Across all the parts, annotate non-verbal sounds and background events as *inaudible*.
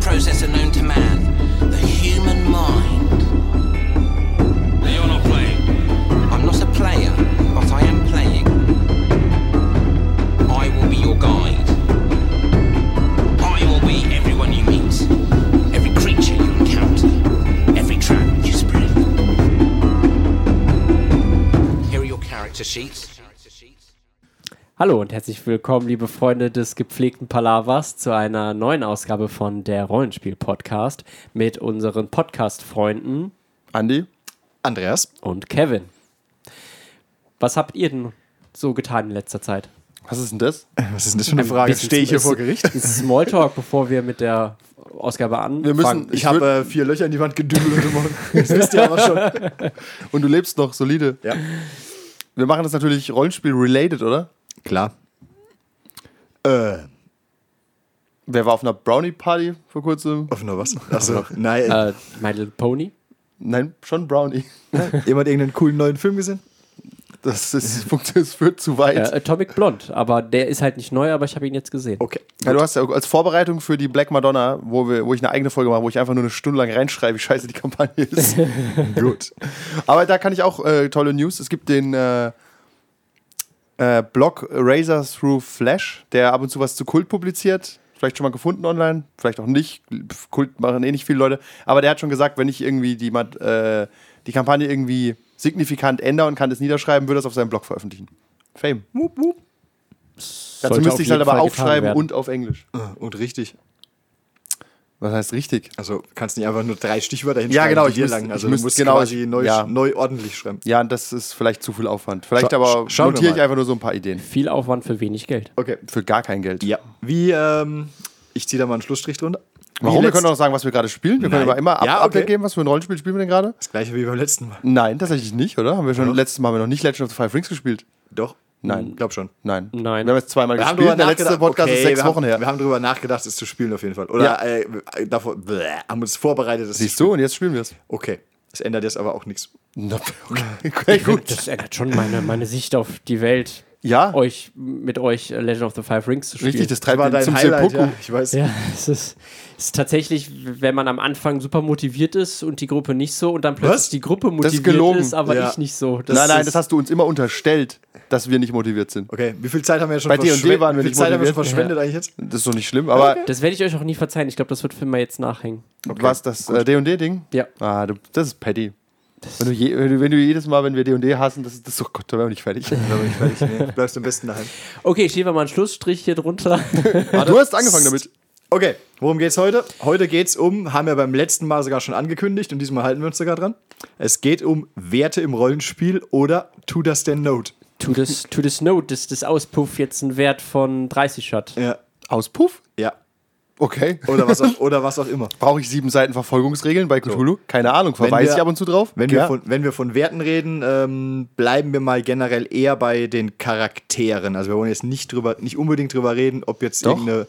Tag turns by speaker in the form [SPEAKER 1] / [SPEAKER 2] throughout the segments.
[SPEAKER 1] processor known to man the human mind.
[SPEAKER 2] Now you're not playing.
[SPEAKER 1] I'm not a player, but I am playing. I will be your guide. I will be everyone you meet, every creature you encounter, every trap you spread. Here are your character sheets.
[SPEAKER 3] Hallo und herzlich willkommen, liebe Freunde des gepflegten Palavas, zu einer neuen Ausgabe von der Rollenspiel-Podcast mit unseren Podcast-Freunden
[SPEAKER 4] Andi? Andreas?
[SPEAKER 3] und Kevin. Was habt ihr denn so getan in letzter Zeit?
[SPEAKER 4] Was ist denn das?
[SPEAKER 5] *laughs* Was ist denn das für eine Frage?
[SPEAKER 3] bisschen
[SPEAKER 5] Stehe ich hier
[SPEAKER 3] zum- *laughs*
[SPEAKER 5] vor Gericht?
[SPEAKER 3] Ist es Smalltalk, bevor wir mit der Ausgabe anfangen?
[SPEAKER 4] *laughs* Wir müssen-
[SPEAKER 5] Ich
[SPEAKER 4] Ich
[SPEAKER 5] habe äh, vier Löcher in die Wand gedübelt heute Morgen. Das wisst ihr aber schon.
[SPEAKER 4] *laughs* Und du lebst noch solide.
[SPEAKER 5] *laughs* Ja.
[SPEAKER 4] Wir machen das natürlich Rollenspiel-related, oder?
[SPEAKER 5] Klar. Äh,
[SPEAKER 4] Wer war auf einer Brownie-Party vor kurzem?
[SPEAKER 5] offener was? Achso, nein.
[SPEAKER 3] äh, My Little Pony.
[SPEAKER 4] Nein, schon Brownie.
[SPEAKER 5] Äh, Jemand irgendeinen coolen neuen Film gesehen?
[SPEAKER 4] Das,
[SPEAKER 5] *laughs*
[SPEAKER 4] ist, das führt zu weit.
[SPEAKER 3] Äh, Atomic Blonde, aber der ist halt nicht neu, aber ich habe ihn jetzt gesehen.
[SPEAKER 5] Okay.
[SPEAKER 4] Ja, du hast ja als Vorbereitung für die Black Madonna, wo, wir, wo ich eine eigene Folge mache, wo ich einfach nur eine Stunde lang reinschreibe, wie scheiße die Kampagne ist.
[SPEAKER 5] Gut.
[SPEAKER 4] Aber da kann ich auch äh, tolle News. Es gibt den äh, äh, Blog Razor Through Flash, der ab und zu was zu Kult publiziert. Vielleicht schon mal gefunden online, vielleicht auch nicht. Pff, Kult machen eh nicht viele Leute. Aber der hat schon gesagt, wenn ich irgendwie die, Mat- äh, die Kampagne irgendwie signifikant ändere und kann das niederschreiben, würde das auf seinem Blog veröffentlichen. Fame. Dazu
[SPEAKER 3] Sollte auf
[SPEAKER 4] müsste ich es
[SPEAKER 3] jeden
[SPEAKER 4] halt aber
[SPEAKER 3] Fall getan
[SPEAKER 4] aufschreiben
[SPEAKER 3] werden.
[SPEAKER 4] und auf Englisch.
[SPEAKER 5] Und richtig.
[SPEAKER 4] Was heißt richtig?
[SPEAKER 5] Also kannst nicht einfach nur drei Stichwörter
[SPEAKER 4] Ja,
[SPEAKER 5] hinschreiben.
[SPEAKER 4] genau,
[SPEAKER 5] die
[SPEAKER 4] ich
[SPEAKER 5] dir
[SPEAKER 4] müsste-
[SPEAKER 5] lang.
[SPEAKER 4] ich
[SPEAKER 5] Also du
[SPEAKER 4] müsste-
[SPEAKER 5] musst
[SPEAKER 4] genau,
[SPEAKER 5] quasi
[SPEAKER 4] ich-
[SPEAKER 5] neu,
[SPEAKER 4] ja.
[SPEAKER 5] neu ordentlich schreiben.
[SPEAKER 4] Ja, das ist vielleicht zu viel Aufwand. Vielleicht
[SPEAKER 5] Scha-
[SPEAKER 4] aber
[SPEAKER 5] sch- schauen wir
[SPEAKER 4] notiere ich
[SPEAKER 5] mal.
[SPEAKER 4] einfach nur so ein paar Ideen.
[SPEAKER 3] Viel Aufwand für wenig Geld.
[SPEAKER 4] Okay. Für gar kein Geld.
[SPEAKER 5] Ja. Wie, ähm, ich ziehe da mal einen Schlussstrich drunter. Wie
[SPEAKER 4] Warum? Wir
[SPEAKER 5] letzt-
[SPEAKER 4] können doch sagen, was wir gerade spielen. Wir können
[SPEAKER 5] Nein.
[SPEAKER 4] aber immer ab
[SPEAKER 5] Ja, okay.
[SPEAKER 4] Update geben, was für ein Rollenspiel spielen wir denn gerade?
[SPEAKER 5] Das gleiche wie beim letzten Mal.
[SPEAKER 4] Nein, tatsächlich nicht, oder? Haben wir schon
[SPEAKER 5] Ja.
[SPEAKER 4] letztes Mal haben wir noch nicht Legend of the Five Rings gespielt?
[SPEAKER 5] Doch.
[SPEAKER 4] Nein.
[SPEAKER 5] Glaub schon.
[SPEAKER 4] Nein.
[SPEAKER 3] Nein.
[SPEAKER 4] Wir haben jetzt zweimal
[SPEAKER 5] Wir haben
[SPEAKER 4] gespielt.
[SPEAKER 5] drüber
[SPEAKER 4] Der letzte
[SPEAKER 5] nachgedacht.
[SPEAKER 4] Podcast ist
[SPEAKER 5] okay,
[SPEAKER 4] sechs
[SPEAKER 5] wir haben,
[SPEAKER 4] Wochen her.
[SPEAKER 5] Wir haben drüber nachgedacht, es zu spielen auf jeden Fall. Oder
[SPEAKER 4] Ja.
[SPEAKER 5] äh, äh, davor bleh, haben uns vorbereitet, es zu
[SPEAKER 4] Siehst du, und jetzt spielen wir es.
[SPEAKER 5] spielen. Okay. Das ändert jetzt aber auch nichts.
[SPEAKER 4] *laughs* Na, Okay, okay gut.
[SPEAKER 3] Das ändert schon meine, meine Sicht auf die Welt.
[SPEAKER 4] Ja.
[SPEAKER 3] Euch, mit euch äh, Legend of the Five Rings zu spielen.
[SPEAKER 4] Richtig, das treibt
[SPEAKER 5] war
[SPEAKER 4] ihn
[SPEAKER 5] dein
[SPEAKER 4] zum
[SPEAKER 5] Highlight,
[SPEAKER 4] Seppuku.
[SPEAKER 5] ja, ich weiß.
[SPEAKER 3] Ja, es ist, es ist tatsächlich, wenn man am Anfang super motiviert ist und die Gruppe nicht so und dann plötzlich
[SPEAKER 5] Was?
[SPEAKER 3] die Gruppe
[SPEAKER 4] ist
[SPEAKER 3] motiviert
[SPEAKER 4] gelogen.
[SPEAKER 3] ist, aber
[SPEAKER 5] Ja.
[SPEAKER 3] ich nicht so. Das
[SPEAKER 4] Nein, nein,
[SPEAKER 3] ist-
[SPEAKER 4] das hast du uns immer unterstellt, dass wir nicht motiviert sind.
[SPEAKER 5] Okay, wie viel Zeit haben wir jetzt schon
[SPEAKER 4] Bei D&D
[SPEAKER 5] verschwen-
[SPEAKER 4] waren wir
[SPEAKER 5] Wie viel
[SPEAKER 4] nicht
[SPEAKER 5] Zeit haben wir schon
[SPEAKER 4] motiviert.
[SPEAKER 5] verschwendet eigentlich jetzt?
[SPEAKER 4] Das ist doch nicht schlimm, aber
[SPEAKER 3] das werde ich euch auch nie verzeihen. Ich glaube, das wird für immer jetzt nachhängen.
[SPEAKER 4] was das äh, D&D-Ding?
[SPEAKER 3] Ja.
[SPEAKER 4] Ah, du, das ist petty. Wenn du, je, wenn, du, wenn du jedes Mal, wenn wir D&D hassen, das ist das, oh Gott, da wären wir nicht fertig.
[SPEAKER 5] Ich weiß nicht, nee, *laughs* bleibst du am besten daheim.
[SPEAKER 3] Okay, ich lebe mal einen Schlussstrich hier
[SPEAKER 4] *laughs*
[SPEAKER 3] drunter.
[SPEAKER 4] du hast angefangen damit.
[SPEAKER 5] Okay, worum geht's heute? Heute geht's um, haben wir beim letzten Mal sogar schon angekündigt und diesmal halten wir uns sogar dran. Es geht um Werte im Rollenspiel oder To das denn Note?
[SPEAKER 3] to, this, to this Note ist das Auspuff jetzt ein Wert von 30 hat.
[SPEAKER 5] Ja.
[SPEAKER 4] Auspuff?
[SPEAKER 5] Ja.
[SPEAKER 4] Okay.
[SPEAKER 5] Oder was auch, oder was auch immer.
[SPEAKER 4] Brauche ich sieben Seiten Verfolgungsregeln bei Cthulhu? Keine Ahnung, verweise
[SPEAKER 5] wir-
[SPEAKER 4] ich ab und zu drauf?
[SPEAKER 5] Wenn,
[SPEAKER 4] Ja.
[SPEAKER 5] wir, von, wenn wir von Werten reden, ähm, bleiben wir mal generell eher bei den Charakteren. Also wir wollen jetzt nicht drüber, nicht unbedingt drüber reden, ob jetzt
[SPEAKER 4] Doch.
[SPEAKER 5] irgendeine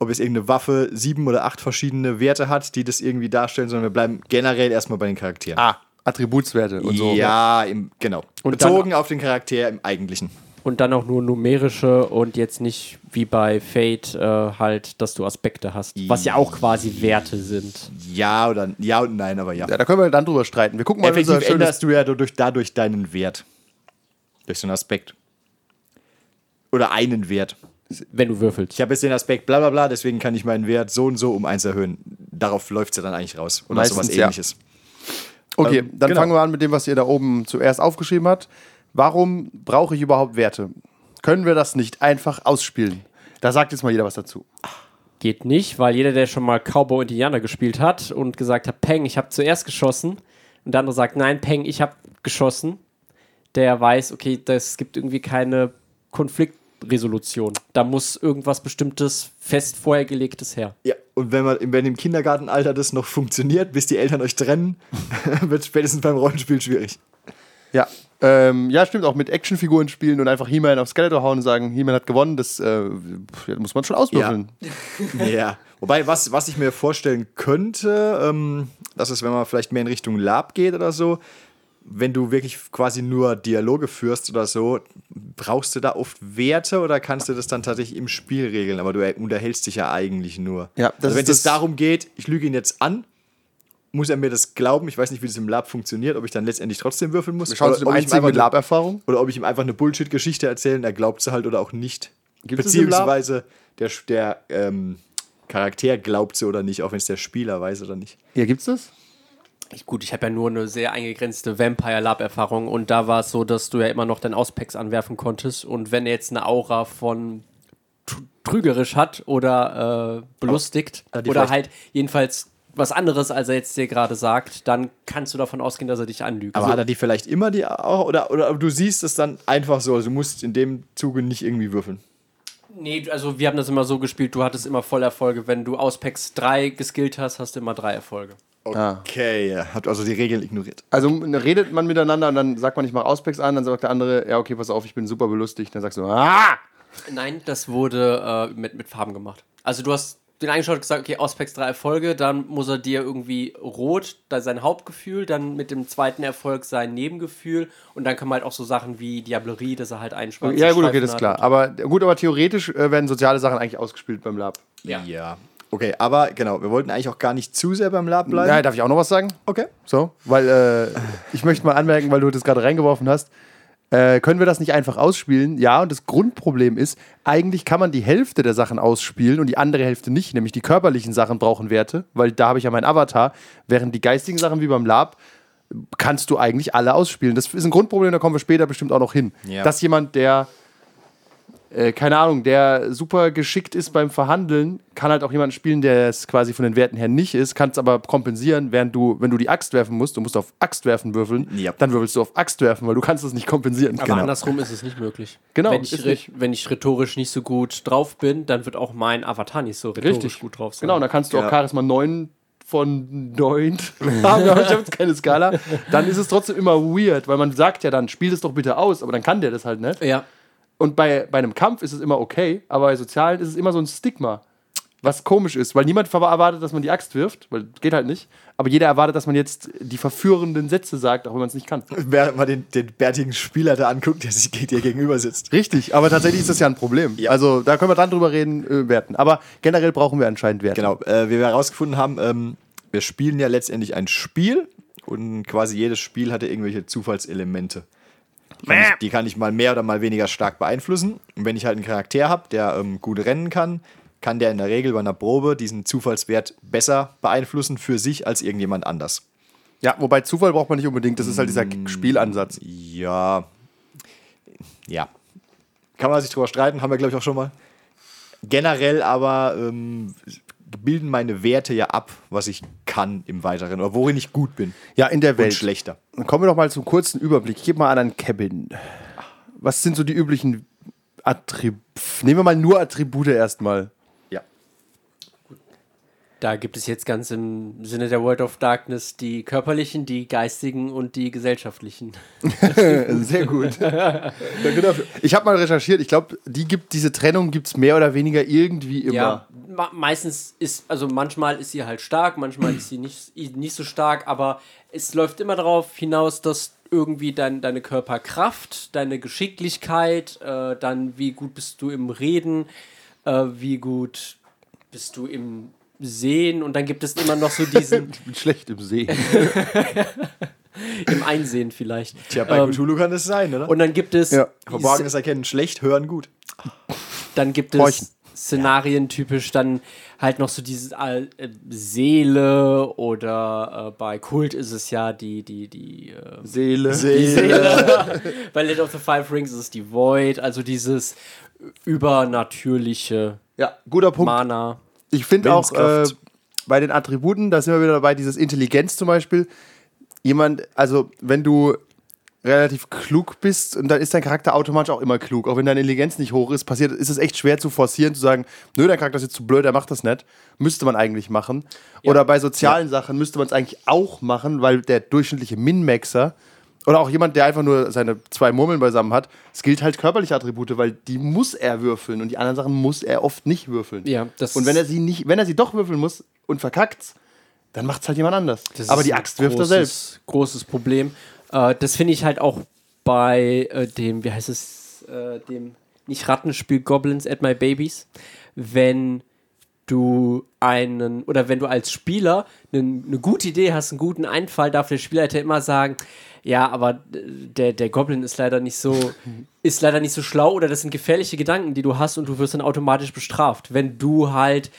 [SPEAKER 5] ob jetzt irgendeine Waffe sieben oder acht verschiedene Werte hat, die das irgendwie darstellen, sondern wir bleiben generell erstmal bei den Charakteren.
[SPEAKER 4] Ah, Attributswerte und so.
[SPEAKER 5] Ja, im, genau.
[SPEAKER 3] Und dann-
[SPEAKER 5] Bezogen auf den Charakter im Eigentlichen.
[SPEAKER 3] Und dann auch nur numerische und jetzt nicht wie bei Fate äh, halt, dass du Aspekte hast. Was ja auch quasi Werte sind.
[SPEAKER 5] Ja oder ja und nein, aber ja.
[SPEAKER 4] Ja, da können wir dann drüber streiten. Wir gucken mal,
[SPEAKER 5] Effektiv
[SPEAKER 4] unser schönes-
[SPEAKER 5] änderst du ja dadurch, dadurch deinen Wert. Durch so einen Aspekt. Oder einen Wert.
[SPEAKER 3] Wenn du würfelst.
[SPEAKER 5] Ich habe jetzt den Aspekt bla bla bla, deswegen kann ich meinen Wert so und so um eins erhöhen. Darauf läuft es ja dann eigentlich raus. Oder
[SPEAKER 4] Meistens,
[SPEAKER 5] sowas
[SPEAKER 4] ja.
[SPEAKER 5] ähnliches.
[SPEAKER 4] Okay,
[SPEAKER 5] Ähm,
[SPEAKER 4] dann
[SPEAKER 5] genau.
[SPEAKER 4] fangen wir an mit dem, was ihr da oben zuerst aufgeschrieben habt. Warum brauche ich überhaupt Werte? Können wir das nicht einfach ausspielen? Da sagt jetzt mal jeder was dazu.
[SPEAKER 3] Geht nicht, weil jeder, der schon mal Cowboy und Indianer gespielt hat und gesagt hat, Peng, ich habe zuerst geschossen und der andere sagt, nein, Peng, ich habe geschossen, der weiß, okay, das gibt irgendwie keine Konfliktresolution. Da muss irgendwas Bestimmtes, fest vorher gelegtes her.
[SPEAKER 5] Ja. Und wenn, man, wenn im Kindergartenalter das noch funktioniert, bis die Eltern euch trennen, *laughs* wird spätestens beim Rollenspiel schwierig.
[SPEAKER 4] Ja. Ähm, ja, stimmt, auch mit Actionfiguren spielen und einfach He-Man auf Skeletor hauen und sagen, He-Man hat gewonnen, das äh, pff, das muss man schon auswürfeln.
[SPEAKER 5] *laughs* Ja. Wobei, was, was ich mir vorstellen könnte, ähm, das ist, wenn man vielleicht mehr in Richtung Lab geht oder so, wenn du wirklich quasi nur Dialoge führst oder so, brauchst du da oft Werte oder kannst du das dann tatsächlich im Spiel regeln? Aber du unterhältst dich ja eigentlich nur.
[SPEAKER 4] Ja, das
[SPEAKER 5] also wenn
[SPEAKER 4] ist
[SPEAKER 5] es
[SPEAKER 4] das-
[SPEAKER 5] darum geht, ich lüge ihn jetzt an, muss er mir das glauben. Ich weiß nicht, wie das im Lab funktioniert, ob ich dann letztendlich trotzdem würfeln muss.
[SPEAKER 4] Wir schauen
[SPEAKER 5] oder
[SPEAKER 4] zu dem
[SPEAKER 5] ob ich ihm
[SPEAKER 4] einzigen
[SPEAKER 5] einfach
[SPEAKER 4] mit
[SPEAKER 5] eine-
[SPEAKER 4] Lab-Erfahrung.
[SPEAKER 5] oder ob ich ihm einfach eine Bullshit-Geschichte erzähle und er glaubt sie halt oder auch nicht.
[SPEAKER 4] Gibt es im Lab?
[SPEAKER 5] Beziehungsweise der, der ähm, Charakter glaubt sie oder nicht, auch wenn es der Spieler weiß oder nicht.
[SPEAKER 4] Ja, gibt's das?
[SPEAKER 3] Ich, gut, ich habe ja nur eine sehr eingegrenzte Vampire Lab Erfahrung und da war es so, dass du ja immer noch dein Auspacks anwerfen konntest und wenn er jetzt eine Aura von tr- trügerisch hat oder äh, belustigt
[SPEAKER 5] Ah, die
[SPEAKER 3] oder
[SPEAKER 5] vielleicht-
[SPEAKER 3] halt jedenfalls was anderes, als er jetzt dir gerade sagt, dann kannst du davon ausgehen, dass er dich anlügt.
[SPEAKER 5] Aber
[SPEAKER 3] Also-
[SPEAKER 5] hat er die vielleicht immer die Aura? Oder, oder du siehst es dann einfach so. Also du musst in dem Zuge nicht irgendwie würfeln.
[SPEAKER 3] Nee, also wir haben das immer so gespielt, du hattest immer voll Erfolge. Wenn du aus Packs 3 geskillt hast, hast du immer drei Erfolge.
[SPEAKER 5] Okay, ja. habt also die Regeln ignoriert.
[SPEAKER 4] Also m- redet man miteinander und dann sagt man, ich mache Auspacks an, dann sagt der andere, ja, okay, pass auf, ich bin super belustigt. Dann sagst du, ah!
[SPEAKER 3] Nein, das wurde äh, mit, mit Farben gemacht. Also du hast den angeschaut und gesagt, okay, aus Packs 3 Erfolge, dann muss er dir irgendwie rot, da sein Hauptgefühl, dann mit dem zweiten Erfolg sein Nebengefühl und dann kann man halt auch so Sachen wie Diablerie, dass er halt einen schwarzen
[SPEAKER 4] Ja, gut, okay,
[SPEAKER 3] Streifen
[SPEAKER 4] das ist
[SPEAKER 3] hat.
[SPEAKER 4] klar. Aber gut, aber theoretisch äh, werden soziale Sachen eigentlich ausgespielt beim Lab.
[SPEAKER 3] Ja.
[SPEAKER 5] Okay, aber genau, wir wollten eigentlich auch gar nicht zu sehr beim Lab bleiben.
[SPEAKER 4] Ja, darf ich auch noch was sagen?
[SPEAKER 5] okay.
[SPEAKER 4] So, weil äh, ich möchte mal anmerken, weil du das gerade reingeworfen hast, äh, können wir das nicht einfach ausspielen? Ja, und das Grundproblem ist, eigentlich kann man die Hälfte der Sachen ausspielen und die andere Hälfte nicht, nämlich die körperlichen Sachen brauchen Werte, weil da habe ich ja meinen Avatar, während die geistigen Sachen wie beim Lab kannst du eigentlich alle ausspielen. Das ist ein Grundproblem, da kommen wir später bestimmt auch noch hin.
[SPEAKER 5] Ja.
[SPEAKER 4] Dass jemand, der äh, keine Ahnung, der super geschickt ist beim Verhandeln, kann halt auch jemanden spielen, der es quasi von den Werten her nicht ist, kann es aber kompensieren, während du, wenn du die Axt werfen musst, du musst auf Axt werfen würfeln,
[SPEAKER 5] Ja.
[SPEAKER 4] dann würfelst du auf Axt werfen, weil du kannst es nicht kompensieren.
[SPEAKER 3] Aber andersrum ist es nicht möglich.
[SPEAKER 4] Genau,
[SPEAKER 3] wenn ich,
[SPEAKER 4] ist
[SPEAKER 3] rhe-
[SPEAKER 4] nicht.
[SPEAKER 3] wenn ich rhetorisch nicht so gut drauf bin, dann wird auch mein Avatar nicht so rhetorisch
[SPEAKER 4] Richtig.
[SPEAKER 3] gut drauf sein.
[SPEAKER 4] Genau, und dann kannst du
[SPEAKER 5] Ja.
[SPEAKER 4] auch Charisma 9 von 9 *laughs* haben, aber ich habe jetzt keine Skala. Dann ist es trotzdem immer weird, weil man sagt ja dann, spiel das doch bitte aus, aber dann kann der das halt nicht.
[SPEAKER 3] Ja,
[SPEAKER 4] Und bei, bei einem Kampf ist es immer okay, aber bei Sozialen ist es immer so ein Stigma. Was komisch ist, weil niemand ver- erwartet, dass man die Axt wirft, weil geht halt nicht. Aber jeder erwartet, dass man jetzt die verführenden Sätze sagt, auch wenn man es nicht kann.
[SPEAKER 5] Wer mal den, den bärtigen Spieler da anguckt, der sich dir gegenüber sitzt.
[SPEAKER 4] Richtig, aber tatsächlich ist das ja ein Problem. Also da können wir dann drüber reden, äh, Werten. Aber generell brauchen wir anscheinend Werte.
[SPEAKER 5] Genau, äh, wie wir herausgefunden haben, ähm, wir spielen ja letztendlich ein Spiel und quasi jedes Spiel hatte irgendwelche Zufallselemente. Die kann, ich, die kann ich mal mehr oder mal weniger stark beeinflussen. Und wenn ich halt einen Charakter habe, der ähm, gut rennen kann, kann der in der Regel bei einer Probe diesen Zufallswert besser beeinflussen für sich als irgendjemand anders.
[SPEAKER 4] Ja, wobei Zufall braucht man nicht unbedingt, das ist halt dieser
[SPEAKER 5] Mm.
[SPEAKER 4] Spielansatz.
[SPEAKER 5] Ja. Ja. Kann man sich drüber streiten, haben wir, glaube ich, auch schon mal. Generell aber ähm, bilden meine Werte ja ab, was ich kann im Weiteren oder worin ich gut bin.
[SPEAKER 4] Ja, in der
[SPEAKER 5] Und
[SPEAKER 4] Welt.
[SPEAKER 5] schlechter.
[SPEAKER 4] Dann kommen wir doch mal zum kurzen Überblick. Ich gebe mal an an Kevin. Was sind so die üblichen Attribute? Nehmen wir mal nur Attribute erstmal.
[SPEAKER 5] Ja.
[SPEAKER 3] Da gibt es jetzt ganz im Sinne der World of Darkness die körperlichen, die geistigen und die gesellschaftlichen.
[SPEAKER 4] Also Sehr *laughs* gut. genau. Ich habe mal recherchiert. Ich glaube, die gibt diese Trennung gibt es mehr oder weniger irgendwie immer.
[SPEAKER 3] Ja, ma meistens ist, also manchmal ist sie halt stark, manchmal ist sie nicht, nicht so stark, aber es läuft immer darauf hinaus, dass irgendwie dein, deine Körperkraft, deine Geschicklichkeit, äh, dann wie gut bist du im Reden, äh, wie gut bist du im Sehen und dann gibt es immer noch so diesen
[SPEAKER 4] *laughs* Ich bin *laughs* schlecht im Sehen.
[SPEAKER 3] im Einsehen vielleicht. Ähm,
[SPEAKER 5] Tja, bei Cthulhu kann das sein, oder?
[SPEAKER 3] Und dann gibt es
[SPEAKER 4] Ja,
[SPEAKER 5] Verborgenes Erkennen schlecht, hören gut.
[SPEAKER 3] dann gibt es
[SPEAKER 4] Horchen.
[SPEAKER 3] Szenarien typisch dann halt noch so diese äh, Seele oder äh, bei Kult ist es ja die die die äh,
[SPEAKER 4] *laughs* Seele.
[SPEAKER 3] bei Legend of the Five Rings ist es die Void, also dieses übernatürliche
[SPEAKER 4] Ja, guter Punkt.
[SPEAKER 3] Mana.
[SPEAKER 4] Ich finde auch äh,
[SPEAKER 5] Willenskraft.
[SPEAKER 4] bei den Attributen, da sind wir wieder dabei, dieses Intelligenz zum Beispiel. Jemand, also wenn du relativ klug bist und dann ist dein Charakter automatisch auch immer klug. Auch wenn deine Intelligenz nicht hoch ist, passiert, ist es echt schwer zu forcieren, zu sagen, nö, dein Charakter ist jetzt zu blöd, er macht das nicht. Müsste man eigentlich machen. Oder bei sozialen Sachen müsste man es eigentlich auch machen, weil der durchschnittliche Min-Maxer oder auch jemand, der einfach nur seine zwei Murmeln beisammen hat, es gilt halt körperliche Attribute, weil die muss er würfeln und die anderen Sachen muss er oft nicht würfeln.
[SPEAKER 3] Ja, das
[SPEAKER 4] und wenn er
[SPEAKER 3] ist-
[SPEAKER 4] sie nicht, wenn er sie doch würfeln muss und verkackt's, dann macht's halt jemand anders. Aber die Axt wirft er selbst.
[SPEAKER 3] Großes Problem. Äh, das finde ich halt auch bei äh, dem, wie heißt es, äh, dem nicht Rattenspiel Goblins at My Babies, wenn du einen oder wenn du als Spieler einen, eine gute Idee hast, einen guten Einfall, darf der Spielleiter immer sagen, ja, aber der, der Goblin ist leider nicht
[SPEAKER 5] *laughs*
[SPEAKER 3] so ist leider nicht so schlau oder das sind gefährliche Gedanken, die du hast und du wirst dann automatisch bestraft, wenn du halt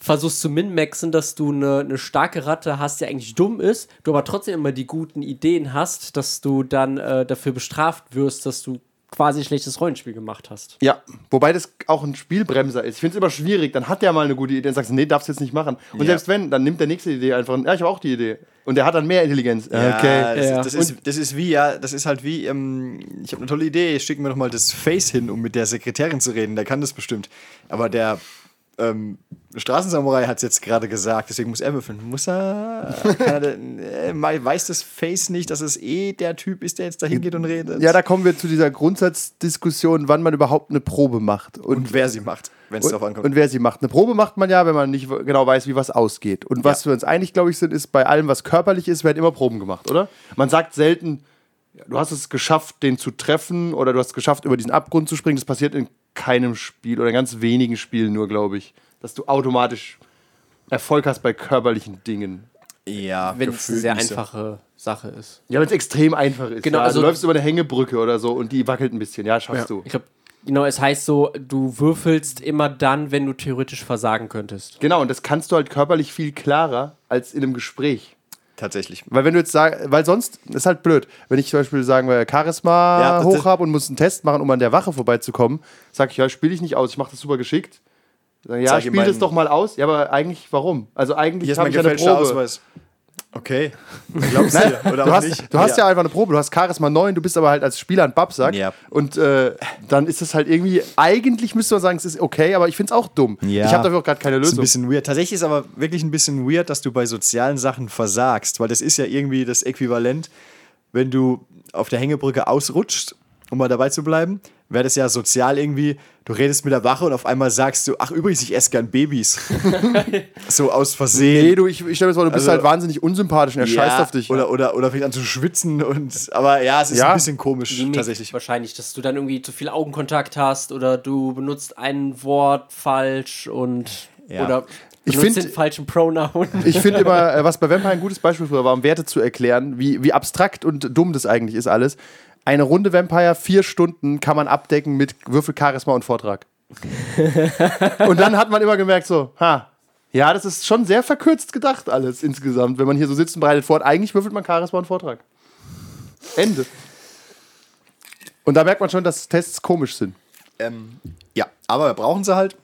[SPEAKER 3] versuchst zu minmaxen, dass du eine, eine starke Ratte hast, die eigentlich dumm ist, du aber trotzdem immer die guten Ideen hast, dass du dann äh, dafür bestraft wirst, dass du quasi ein schlechtes Rollenspiel gemacht hast.
[SPEAKER 4] Ja, wobei das auch ein Spielbremser ist. Ich finde es immer schwierig. Dann hat der mal eine gute Idee und sagst, nee, darfst du jetzt nicht machen. Und
[SPEAKER 5] Ja.
[SPEAKER 4] selbst wenn, dann nimmt der nächste Idee einfach. und, Ja, ich habe auch die Idee. Und der hat dann mehr Intelligenz. Ja, okay.
[SPEAKER 5] Das,
[SPEAKER 3] Ja.
[SPEAKER 5] das, ist, das ist wie, ja, das ist halt wie, ähm, ich habe eine tolle Idee, schick mir doch mal das Face hin, um mit der Sekretärin zu reden, der kann das bestimmt. Aber der ähm, Straßensamurai hat es jetzt gerade gesagt, deswegen muss er würfeln. Muss er? Kann er denn, äh, mal- weiß das Face nicht, dass es eh der Typ ist, der jetzt da hingeht und redet?
[SPEAKER 4] Ja, da kommen wir zu dieser Grundsatzdiskussion, wann man überhaupt eine Probe macht. Und,
[SPEAKER 5] und wer sie macht, wenn es
[SPEAKER 4] und,
[SPEAKER 5] drauf ankommt.
[SPEAKER 4] und wer sie macht. Eine Probe macht man ja, wenn man nicht genau weiß, wie was ausgeht. Und was wir uns einig, glaube ich, sind, ist, bei allem, was körperlich ist, werden immer Proben gemacht, oder? Man sagt selten, du hast es geschafft, den zu treffen oder du hast es geschafft, über diesen Abgrund zu springen. Das passiert in keinem Spiel oder in ganz wenigen Spielen nur, glaube ich, dass du automatisch Erfolg hast bei körperlichen Dingen.
[SPEAKER 5] ja,
[SPEAKER 3] Wenn es eine
[SPEAKER 5] gefühlt
[SPEAKER 3] sehr
[SPEAKER 5] nicht so.
[SPEAKER 3] einfache Sache ist.
[SPEAKER 4] Ja, wenn es extrem einfach ist.
[SPEAKER 3] Genau,
[SPEAKER 4] ja.
[SPEAKER 3] also-
[SPEAKER 4] du läufst über eine Hängebrücke oder so und die wackelt ein bisschen. Ja, schaffst du.
[SPEAKER 3] Ich glaube, genau, es heißt so, du würfelst immer dann, wenn du theoretisch versagen könntest.
[SPEAKER 4] Genau, und das kannst du halt körperlich viel klarer als in einem Gespräch.
[SPEAKER 5] Tatsächlich.
[SPEAKER 4] Weil wenn du jetzt sagst, weil sonst das ist halt blöd, wenn ich zum Beispiel sagen wir Charisma
[SPEAKER 5] Ja, das-
[SPEAKER 4] hoch habe und muss einen Test machen, um an der Wache vorbeizukommen, sag ich, ja, spiele ich nicht aus, ich mache das super geschickt. Sag, ja,
[SPEAKER 5] Zeig ihm
[SPEAKER 4] spiel das
[SPEAKER 5] meinen-
[SPEAKER 4] doch mal aus. Ja, aber eigentlich warum? Also
[SPEAKER 5] Hier
[SPEAKER 4] eigentlich
[SPEAKER 5] ist mein
[SPEAKER 4] habe ich ja eine
[SPEAKER 5] gefälschter
[SPEAKER 4] Probe.
[SPEAKER 5] Ausweis.
[SPEAKER 4] *laughs*
[SPEAKER 5] Okay. Glaubst du dir? Oder
[SPEAKER 4] Du
[SPEAKER 5] auch
[SPEAKER 4] hast,
[SPEAKER 5] nicht?
[SPEAKER 4] du hast ja. einfach eine Probe, du hast Charisma 9, du bist aber halt als Spieler ein Babsack.
[SPEAKER 5] Ja.
[SPEAKER 4] Und äh, dann ist das halt irgendwie, eigentlich müsste man sagen, es ist okay, aber ich finde es auch dumm.
[SPEAKER 5] Ja.
[SPEAKER 4] Ich habe dafür auch gerade keine
[SPEAKER 5] Ist ein
[SPEAKER 4] Lösung.
[SPEAKER 5] bisschen weird. Tatsächlich ist aber wirklich ein bisschen weird, dass du bei sozialen Sachen versagst, weil das ist ja irgendwie das Äquivalent, wenn du auf der Hängebrücke ausrutschst, um mal dabei zu bleiben, wäre das ja sozial irgendwie, du redest mit der Wache und auf einmal sagst du, ach übrigens, ich esse gern
[SPEAKER 4] *laughs*
[SPEAKER 5] Babys. so aus Versehen.
[SPEAKER 4] Nee, du, ich, ich stelle mir vor, du bist
[SPEAKER 5] Also-
[SPEAKER 4] halt wahnsinnig unsympathisch und er
[SPEAKER 5] Ja,
[SPEAKER 4] scheißt auf dich.
[SPEAKER 5] Oder, oder, oder fängt an zu schwitzen und aber ja, es ist
[SPEAKER 4] Ja.
[SPEAKER 5] ein bisschen komisch
[SPEAKER 3] Mimik
[SPEAKER 5] tatsächlich.
[SPEAKER 3] Wahrscheinlich, dass du dann irgendwie zu viel Augenkontakt hast oder du benutzt ein Wort falsch und
[SPEAKER 5] Ja.
[SPEAKER 3] oder
[SPEAKER 4] Ich
[SPEAKER 3] benutzt
[SPEAKER 4] find-
[SPEAKER 3] den falschen Pronoun.
[SPEAKER 4] *laughs* Ich finde immer, äh, was bei Vampire ein gutes Beispiel früher war, um Werte zu erklären, wie, wie abstrakt und dumm das eigentlich ist alles. Eine Runde Vampire, vier Stunden, kann man abdecken mit Würfel, Charisma und Vortrag. und dann hat man immer gemerkt, so, ha, ja, das ist schon sehr verkürzt gedacht alles insgesamt, wenn man hier so sitzt und bereitet fort. Eigentlich würfelt man Charisma und Vortrag. Ende. Und da merkt man schon, dass Tests komisch sind.
[SPEAKER 5] Ähm, ja, aber wir brauchen sie halt.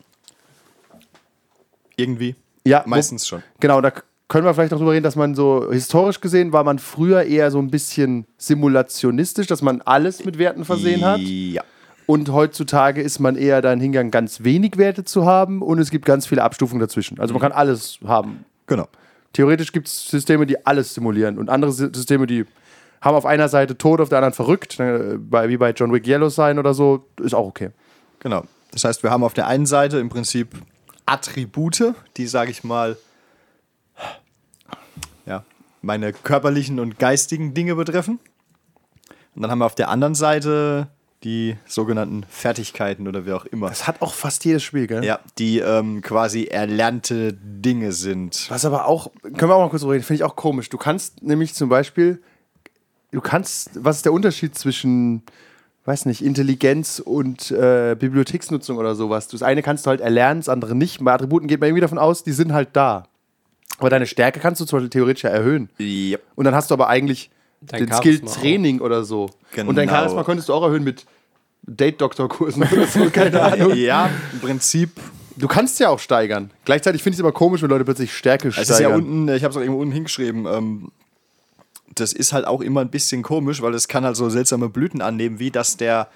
[SPEAKER 5] Irgendwie.
[SPEAKER 4] Ja, wo-
[SPEAKER 5] Meistens schon.
[SPEAKER 4] Genau, da k- können wir vielleicht noch drüber reden, dass man so historisch gesehen war man früher eher so ein bisschen simulationistisch, dass man alles mit Werten versehen hat.
[SPEAKER 5] Ja.
[SPEAKER 4] Und heutzutage ist man eher dahin hingegangen, ganz wenig Werte zu haben und es gibt ganz viele Abstufungen dazwischen. Also man kann alles haben.
[SPEAKER 5] Genau.
[SPEAKER 4] Theoretisch gibt es Systeme, die alles simulieren und andere Sy- Systeme, die haben auf einer Seite tot, auf der anderen verrückt, ne, bei- wie bei John Wick Yellow sein oder so, ist auch okay.
[SPEAKER 5] Genau. Das heißt, wir haben auf der einen Seite im Prinzip Attribute, die, sage ich mal, ja, meine körperlichen und geistigen Dinge betreffen. Und dann haben wir auf der anderen Seite die sogenannten Fertigkeiten oder wie auch immer.
[SPEAKER 4] Das hat auch fast jedes Spiel, gell?
[SPEAKER 5] Ja, die ähm, quasi erlernte Dinge sind.
[SPEAKER 4] Was aber auch, können wir auch mal kurz drüber reden, finde ich auch komisch. Du kannst nämlich zum Beispiel, du kannst, was ist der Unterschied zwischen, weiß nicht, Intelligenz und äh, Bibliotheksnutzung oder sowas? Das eine kannst du halt erlernen, das andere nicht. Bei Attributen geht man irgendwie davon aus, die sind halt da. Aber deine Stärke kannst du zum Beispiel theoretisch ja erhöhen.
[SPEAKER 5] Yep.
[SPEAKER 4] Und dann hast du aber eigentlich
[SPEAKER 3] Dein
[SPEAKER 4] den
[SPEAKER 3] Charisma
[SPEAKER 4] Skill Training oder so.
[SPEAKER 5] Genau.
[SPEAKER 4] Und dein Charisma könntest du auch erhöhen mit Date-Doktor-Kursen *laughs* oder so,
[SPEAKER 5] *laughs*
[SPEAKER 4] keine Ahnung.
[SPEAKER 5] Ja, im Prinzip
[SPEAKER 4] Du kannst ja auch steigern. Gleichzeitig finde ich es immer komisch, wenn Leute plötzlich Stärke steigern.
[SPEAKER 5] Es ist ja unten, ich habe es auch irgendwo unten hingeschrieben. Ähm, das ist halt auch immer ein bisschen komisch, weil es kann halt so seltsame Blüten annehmen, wie dass der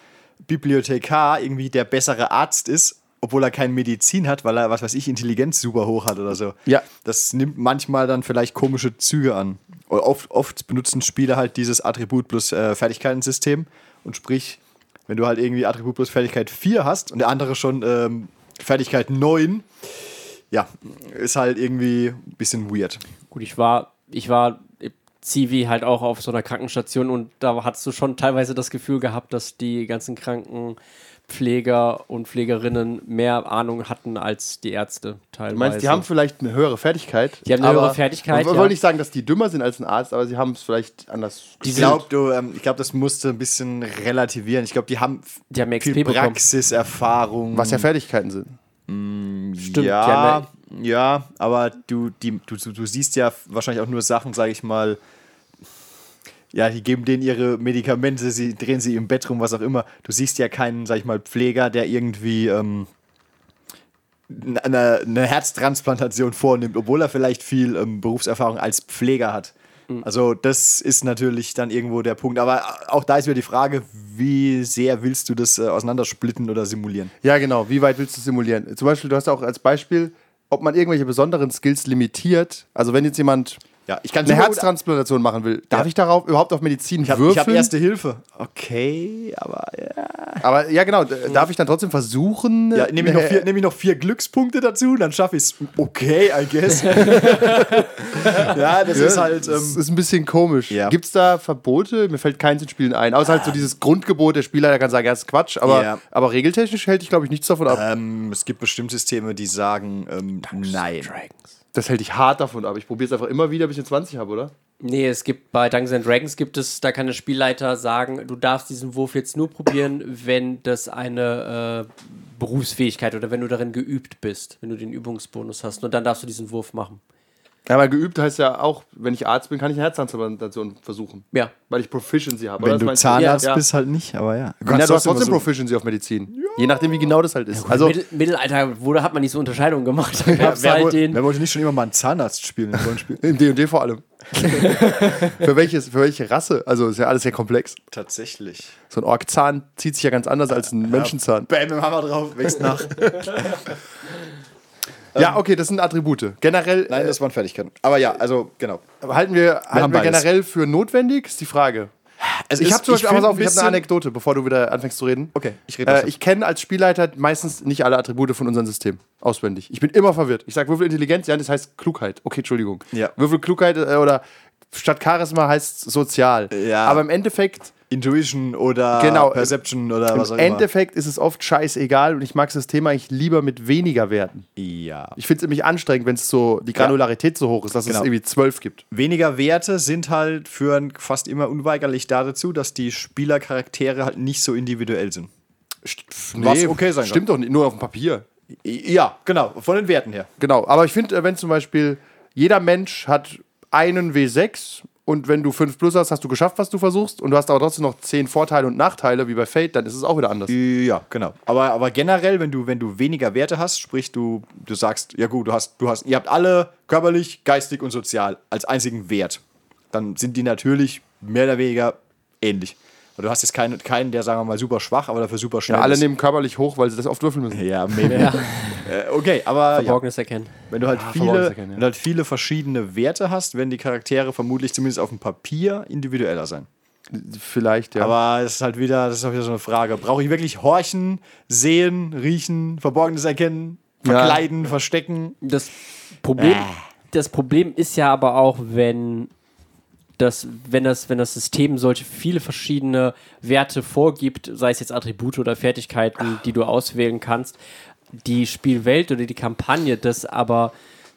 [SPEAKER 5] Bibliothekar irgendwie der bessere Arzt ist, obwohl er kein Medizin hat, weil er, was weiß ich, Intelligenz super hoch hat oder so.
[SPEAKER 4] Ja.
[SPEAKER 5] Das nimmt manchmal dann vielleicht komische Züge an. Und Oft, oft benutzen Spieler halt dieses Attribut plus äh, Fertigkeitensystem und sprich, wenn du halt irgendwie Attribut plus Fertigkeit 4 hast und der andere schon ähm, Fertigkeit 9, ja, ist halt irgendwie ein bisschen weird.
[SPEAKER 3] Gut, ich war, ich war Zivi halt auch auf so einer Krankenstation und da hattest du schon teilweise das Gefühl gehabt, dass die ganzen Krankenpfleger und Pflegerinnen mehr Ahnung hatten als die Ärzte teilweise.
[SPEAKER 4] Du meinst, die haben vielleicht eine höhere Fertigkeit.
[SPEAKER 3] Die haben eine höhere Fertigkeit,
[SPEAKER 4] Ich
[SPEAKER 3] ja.
[SPEAKER 4] wollte nicht sagen, dass die dümmer sind als ein Arzt, aber sie haben es vielleicht anders
[SPEAKER 5] Ich glaube, du, ähm, ich glaube, das musste ein bisschen relativieren. Ich glaube, die haben f-
[SPEAKER 3] Die haben XP
[SPEAKER 5] viel
[SPEAKER 3] bekommen.
[SPEAKER 5] Praxiserfahrung.
[SPEAKER 4] was ja Fertigkeiten sind.
[SPEAKER 3] Stimmt, die haben
[SPEAKER 5] ja, ja, aber du, die, du, du, du siehst ja wahrscheinlich auch nur Sachen, sage ich mal. Ja, die geben denen ihre Medikamente, sie drehen sie im Bett rum, was auch immer. Du siehst ja keinen, sag ich mal, Pfleger, der irgendwie ähm, n- eine, eine Herztransplantation vornimmt, obwohl er vielleicht viel ähm, Berufserfahrung als Pfleger hat.
[SPEAKER 3] Mhm.
[SPEAKER 5] Also das ist natürlich dann irgendwo der Punkt. Aber äh, auch da ist wieder die Frage, wie sehr willst du das äh, auseinandersplitten oder simulieren?
[SPEAKER 4] Ja, genau. Wie weit willst du simulieren? Zum Beispiel, du hast auch als Beispiel, ob man irgendwelche besonderen Skills limitiert. Also, wenn jetzt jemand
[SPEAKER 5] Ja, ich kann
[SPEAKER 4] eine
[SPEAKER 5] super gut-
[SPEAKER 4] Herztransplantation machen will, darf
[SPEAKER 5] Ja.
[SPEAKER 4] ich darauf überhaupt auf Medizin
[SPEAKER 5] Ich habe
[SPEAKER 4] würfeln?
[SPEAKER 5] hab erste Hilfe. Okay, aber äh, ja.
[SPEAKER 4] aber ja, genau. d- Darf ich dann trotzdem versuchen?
[SPEAKER 5] ja nehme ich, noch
[SPEAKER 4] äh,
[SPEAKER 5] vier- nehm ich noch vier Glückspunkte dazu, dann schaffe ich es. Okay, I *laughs* guess. ja, das ist halt.
[SPEAKER 4] das
[SPEAKER 5] Ähm,
[SPEAKER 4] ist ein bisschen komisch.
[SPEAKER 5] Ja. Ah.
[SPEAKER 4] Gibt es da Verbote? Mir fällt keins in Spielen ein. Außer halt so dieses Grundgebot, der Spieler, der kann sagen, ja, ist Quatsch. Aber,
[SPEAKER 5] Ja.
[SPEAKER 4] aber regeltechnisch hält ich, glaube ich, nichts davon ab.
[SPEAKER 5] ähm, es gibt bestimmt Systeme, die sagen, ähm, nein.
[SPEAKER 4] Das hält ich hart davon ab. Ich probiere es einfach immer wieder, bis ich 20 habe, oder?
[SPEAKER 3] Nee, es gibt bei Dungeons and Dragons gibt es, da kann der Spielleiter sagen, du darfst diesen Wurf jetzt nur probieren, wenn das eine äh, Berufsfähigkeit oder wenn du darin geübt bist, wenn du den Übungsbonus hast. Nur dann darfst du diesen Wurf machen.
[SPEAKER 4] Ja, weil geübt heißt ja auch, wenn ich Arzt bin, kann ich eine Herztransplantation versuchen.
[SPEAKER 3] Ja.
[SPEAKER 4] Weil ich Proficiency habe. oder?
[SPEAKER 5] Wenn
[SPEAKER 4] Das
[SPEAKER 5] du
[SPEAKER 4] meinst du?
[SPEAKER 5] Zahnarzt
[SPEAKER 4] ja,
[SPEAKER 5] bist, halt nicht, aber ja.
[SPEAKER 4] Ja. Ja, du hast trotzdem Proficiency auf Medizin. Je nachdem, wie genau das halt ist.
[SPEAKER 3] Also
[SPEAKER 4] Also,
[SPEAKER 3] Mittel, Mittelalter wurde, hat man nicht so Unterscheidungen gemacht. Da
[SPEAKER 5] *laughs* Ja,
[SPEAKER 3] gab's
[SPEAKER 5] wer,
[SPEAKER 3] halt
[SPEAKER 5] wollte-
[SPEAKER 3] den,
[SPEAKER 5] wer wollte nicht schon immer mal einen Zahnarzt spielen in so einem Spiel?
[SPEAKER 4] in D&D vor allem. *laughs* für, welches, für welche Rasse? Also, ist ja alles sehr komplex.
[SPEAKER 5] *laughs* Tatsächlich.
[SPEAKER 4] So ein Orkzahn zieht sich ja ganz anders als ein Menschenzahn.
[SPEAKER 5] Bam, mit dem Hammer drauf, *laughs* wächst nach.
[SPEAKER 4] Ja, okay, das sind Attribute. Generell
[SPEAKER 5] Ähm, Nein, das waren Fertigkeiten. Aber ja, also genau.
[SPEAKER 4] äh, halten wir, halten
[SPEAKER 5] haben
[SPEAKER 4] wir
[SPEAKER 5] beides.
[SPEAKER 4] generell für notwendig, ist die Frage.
[SPEAKER 5] Also
[SPEAKER 4] Ich habe zum Beispiel,
[SPEAKER 5] find
[SPEAKER 4] pass auf, ich habe eine
[SPEAKER 5] bisschen-
[SPEAKER 4] Anekdote, bevor du wieder anfängst zu reden.
[SPEAKER 5] Okay, ich rede
[SPEAKER 4] Äh,
[SPEAKER 5] weiter.
[SPEAKER 4] ich kenne als Spielleiter meistens nicht alle Attribute von unserem System auswendig. Ich bin immer verwirrt. Ich sage Würfel Intelligenz, ja, das heißt Klugheit. Okay, Entschuldigung.
[SPEAKER 5] Ja.
[SPEAKER 4] Würfel Klugheit äh, oder statt Charisma heißt sozial.
[SPEAKER 5] Ja.
[SPEAKER 4] Aber im Endeffekt,
[SPEAKER 5] Intuition oder
[SPEAKER 4] Genau.
[SPEAKER 5] Perception oder was auch
[SPEAKER 4] im Endeffekt ist es oft scheißegal und ich mag das Thema eigentlich lieber mit weniger Werten.
[SPEAKER 5] immer. Ja.
[SPEAKER 4] Ich finde es nämlich anstrengend, wenn es so die Granularität so hoch ist, dass
[SPEAKER 5] Genau.
[SPEAKER 4] es irgendwie zwölf gibt.
[SPEAKER 5] Weniger Werte sind halt führen fast immer unweigerlich dazu, dass die Spielercharaktere halt nicht so individuell sind. Was okay sein kann.
[SPEAKER 4] Stimmt doch nicht, nur auf dem Papier.
[SPEAKER 5] Ja, genau, von den Werten her.
[SPEAKER 4] Genau, aber ich finde, wenn zum Beispiel jeder Mensch hat einen W6 und wenn du 5 plus hast, hast du geschafft, was du versuchst und du hast aber trotzdem noch 10 Vorteile und Nachteile, wie bei Fate, dann ist es auch wieder anders.
[SPEAKER 5] Ja, genau. Aber, aber generell, wenn du, wenn du weniger Werte hast, sprich du, du sagst, ja gut, du hast, du hast, ihr habt alle körperlich, geistig und sozial als einzigen Wert, dann sind die natürlich mehr oder weniger ähnlich. Und du hast jetzt keinen, keinen der, sagen wir mal, super schwach, aber dafür super schnell.
[SPEAKER 4] Alle
[SPEAKER 5] ist.
[SPEAKER 4] nehmen körperlich hoch, weil sie das oft würfeln müssen.
[SPEAKER 5] Ja, mega. Äh, okay, aber ja,
[SPEAKER 3] Verborgenes erkennen.
[SPEAKER 5] wenn du halt
[SPEAKER 4] verborgenes
[SPEAKER 5] viele,
[SPEAKER 4] erkennen, ja.
[SPEAKER 5] wenn du halt viele verschiedene Werte hast, werden die Charaktere vermutlich zumindest auf dem Papier individueller sein.
[SPEAKER 4] Vielleicht, ja.
[SPEAKER 5] Aber es ist halt wieder, das ist auch wieder so eine Frage. Brauche ich wirklich horchen, sehen, riechen, Verborgenes erkennen, verkleiden, verstecken?
[SPEAKER 3] Das Problem,
[SPEAKER 5] Äh.
[SPEAKER 3] das Problem ist ja aber auch, wenn das, wenn das, wenn das System solche viele verschiedene Werte vorgibt, sei es jetzt Attribute oder Fertigkeiten, die du auswählen kannst, die Spielwelt oder die Kampagne das aber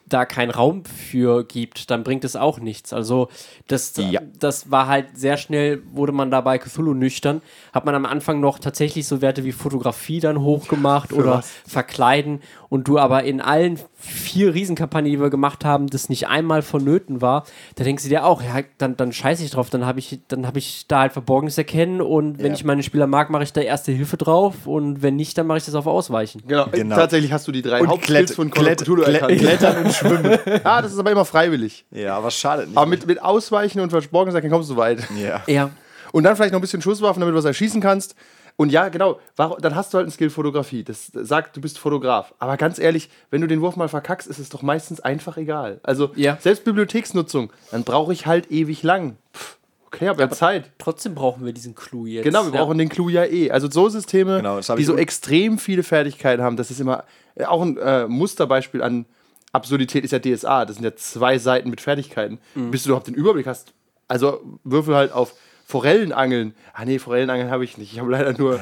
[SPEAKER 3] da keinen Raum für gibt, dann bringt es auch nichts. Also das,
[SPEAKER 5] Ja.
[SPEAKER 3] das war halt sehr schnell, wurde man dabei Cthulhu nüchtern, hat man am Anfang noch tatsächlich so Werte wie Fotografie dann hochgemacht oder verkleiden und du aber in allen vier Riesenkampagnen, die wir gemacht haben, das nicht einmal vonnöten war, da denkst du dir auch, ja, dann, dann scheiße ich drauf, dann habe ich, dann habe ich da halt Verborgenes erkennen und wenn
[SPEAKER 5] Ja.
[SPEAKER 3] ich meine Spieler mag, mache ich da erste Hilfe drauf und wenn nicht, dann mache ich das auf Ausweichen.
[SPEAKER 4] Genau.
[SPEAKER 5] Genau.
[SPEAKER 4] Tatsächlich hast du die drei Hauptskills
[SPEAKER 5] Klett-
[SPEAKER 4] von Call of
[SPEAKER 5] Klett-
[SPEAKER 4] Cthulhu
[SPEAKER 5] Klett- *laughs*
[SPEAKER 4] erkannt.
[SPEAKER 5] Klettern und schwimmen.
[SPEAKER 4] Ah, das ist aber immer freiwillig.
[SPEAKER 5] ja, aber schadet nicht.
[SPEAKER 4] Aber mit, mit Ausweichen und Verborgenes erkennen kommst du weit.
[SPEAKER 5] ja.
[SPEAKER 3] Ja,
[SPEAKER 4] Und dann vielleicht noch ein bisschen Schusswaffen, damit du was erschießen kannst. Und ja, genau, warum, dann hast du halt ein Skill Fotografie. Das sagt, du bist Fotograf. Aber ganz ehrlich, wenn du den Wurf mal verkackst, ist es doch meistens einfach egal. Also
[SPEAKER 3] Ja.
[SPEAKER 4] selbst Bibliotheksnutzung, dann brauche ich halt ewig lang. Pff, okay, hab ja Zeit.
[SPEAKER 3] trotzdem brauchen wir diesen Clou jetzt.
[SPEAKER 4] Genau, wir
[SPEAKER 3] ja.
[SPEAKER 4] brauchen den Clou ja eh. Also so Systeme,
[SPEAKER 5] Genau, das hab
[SPEAKER 4] die
[SPEAKER 5] ich
[SPEAKER 4] so
[SPEAKER 5] gut-
[SPEAKER 4] extrem viele Fertigkeiten haben, das ist immer äh, auch ein äh, Musterbeispiel
[SPEAKER 5] Mhm.
[SPEAKER 4] an Absurdität ist ja DSA. Das sind ja zwei Seiten mit Fertigkeiten. Bis du überhaupt den Überblick hast, Also würfel halt auf Forellenangeln. Ah nee, Forellenangeln habe ich nicht. Ich habe leider
[SPEAKER 5] *laughs*
[SPEAKER 4] nur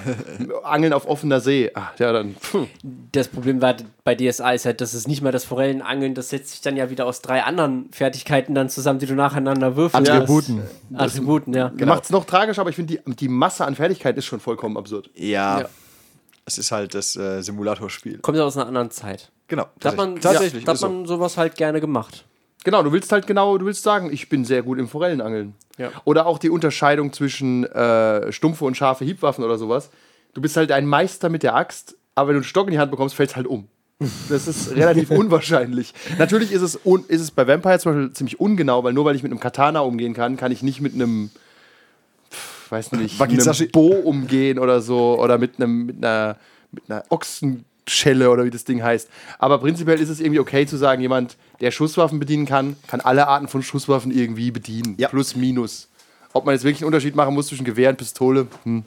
[SPEAKER 4] Angeln auf offener See. Ah, ja, dann. Puh.
[SPEAKER 3] Das Problem war bei DSA ist halt, dass es nicht mal das Forellenangeln, das setzt sich dann ja wieder aus drei anderen Fertigkeiten dann zusammen, die du nacheinander würfelst.
[SPEAKER 4] Attributen. Genau.
[SPEAKER 3] Attributen, ja.
[SPEAKER 5] Genau.
[SPEAKER 4] Macht es noch tragischer, aber ich finde, die, die Masse an Fertigkeit ist schon vollkommen absurd.
[SPEAKER 5] Ja.
[SPEAKER 3] Ja.
[SPEAKER 5] Es ist halt das äh, Simulatorspiel.
[SPEAKER 3] Kommt ja aus einer anderen Zeit.
[SPEAKER 5] Genau.
[SPEAKER 3] Da hat man,
[SPEAKER 5] tatsächlich.
[SPEAKER 3] da
[SPEAKER 5] ist
[SPEAKER 3] hat
[SPEAKER 5] so.
[SPEAKER 3] man sowas halt gerne gemacht.
[SPEAKER 4] Genau, du willst halt genau, du willst sagen, ich bin sehr gut im Forellenangeln.
[SPEAKER 3] Ja.
[SPEAKER 4] Oder auch die Unterscheidung zwischen äh, stumpfe und scharfe Hiebwaffen oder sowas. Du bist halt ein Meister mit der Axt, aber wenn du einen Stock in die Hand bekommst, fällst halt um. Das ist
[SPEAKER 5] *laughs*
[SPEAKER 4] relativ unwahrscheinlich. Natürlich ist es, un ist es bei Vampire zum Beispiel ziemlich ungenau, weil nur weil ich mit einem Katana umgehen kann, kann ich nicht mit einem, pf, weiß nicht,
[SPEAKER 5] Wakizashi.
[SPEAKER 4] einem Bo umgehen oder so oder mit einem mit einer mit einer Ochsenschelle oder wie das Ding heißt. Aber prinzipiell ist es irgendwie okay zu sagen, jemand, der Schusswaffen bedienen kann, kann alle Arten von Schusswaffen irgendwie bedienen.
[SPEAKER 5] Ja.
[SPEAKER 4] Plus minus. Ob man jetzt wirklich einen Unterschied machen muss zwischen Gewehr und Pistole, hm.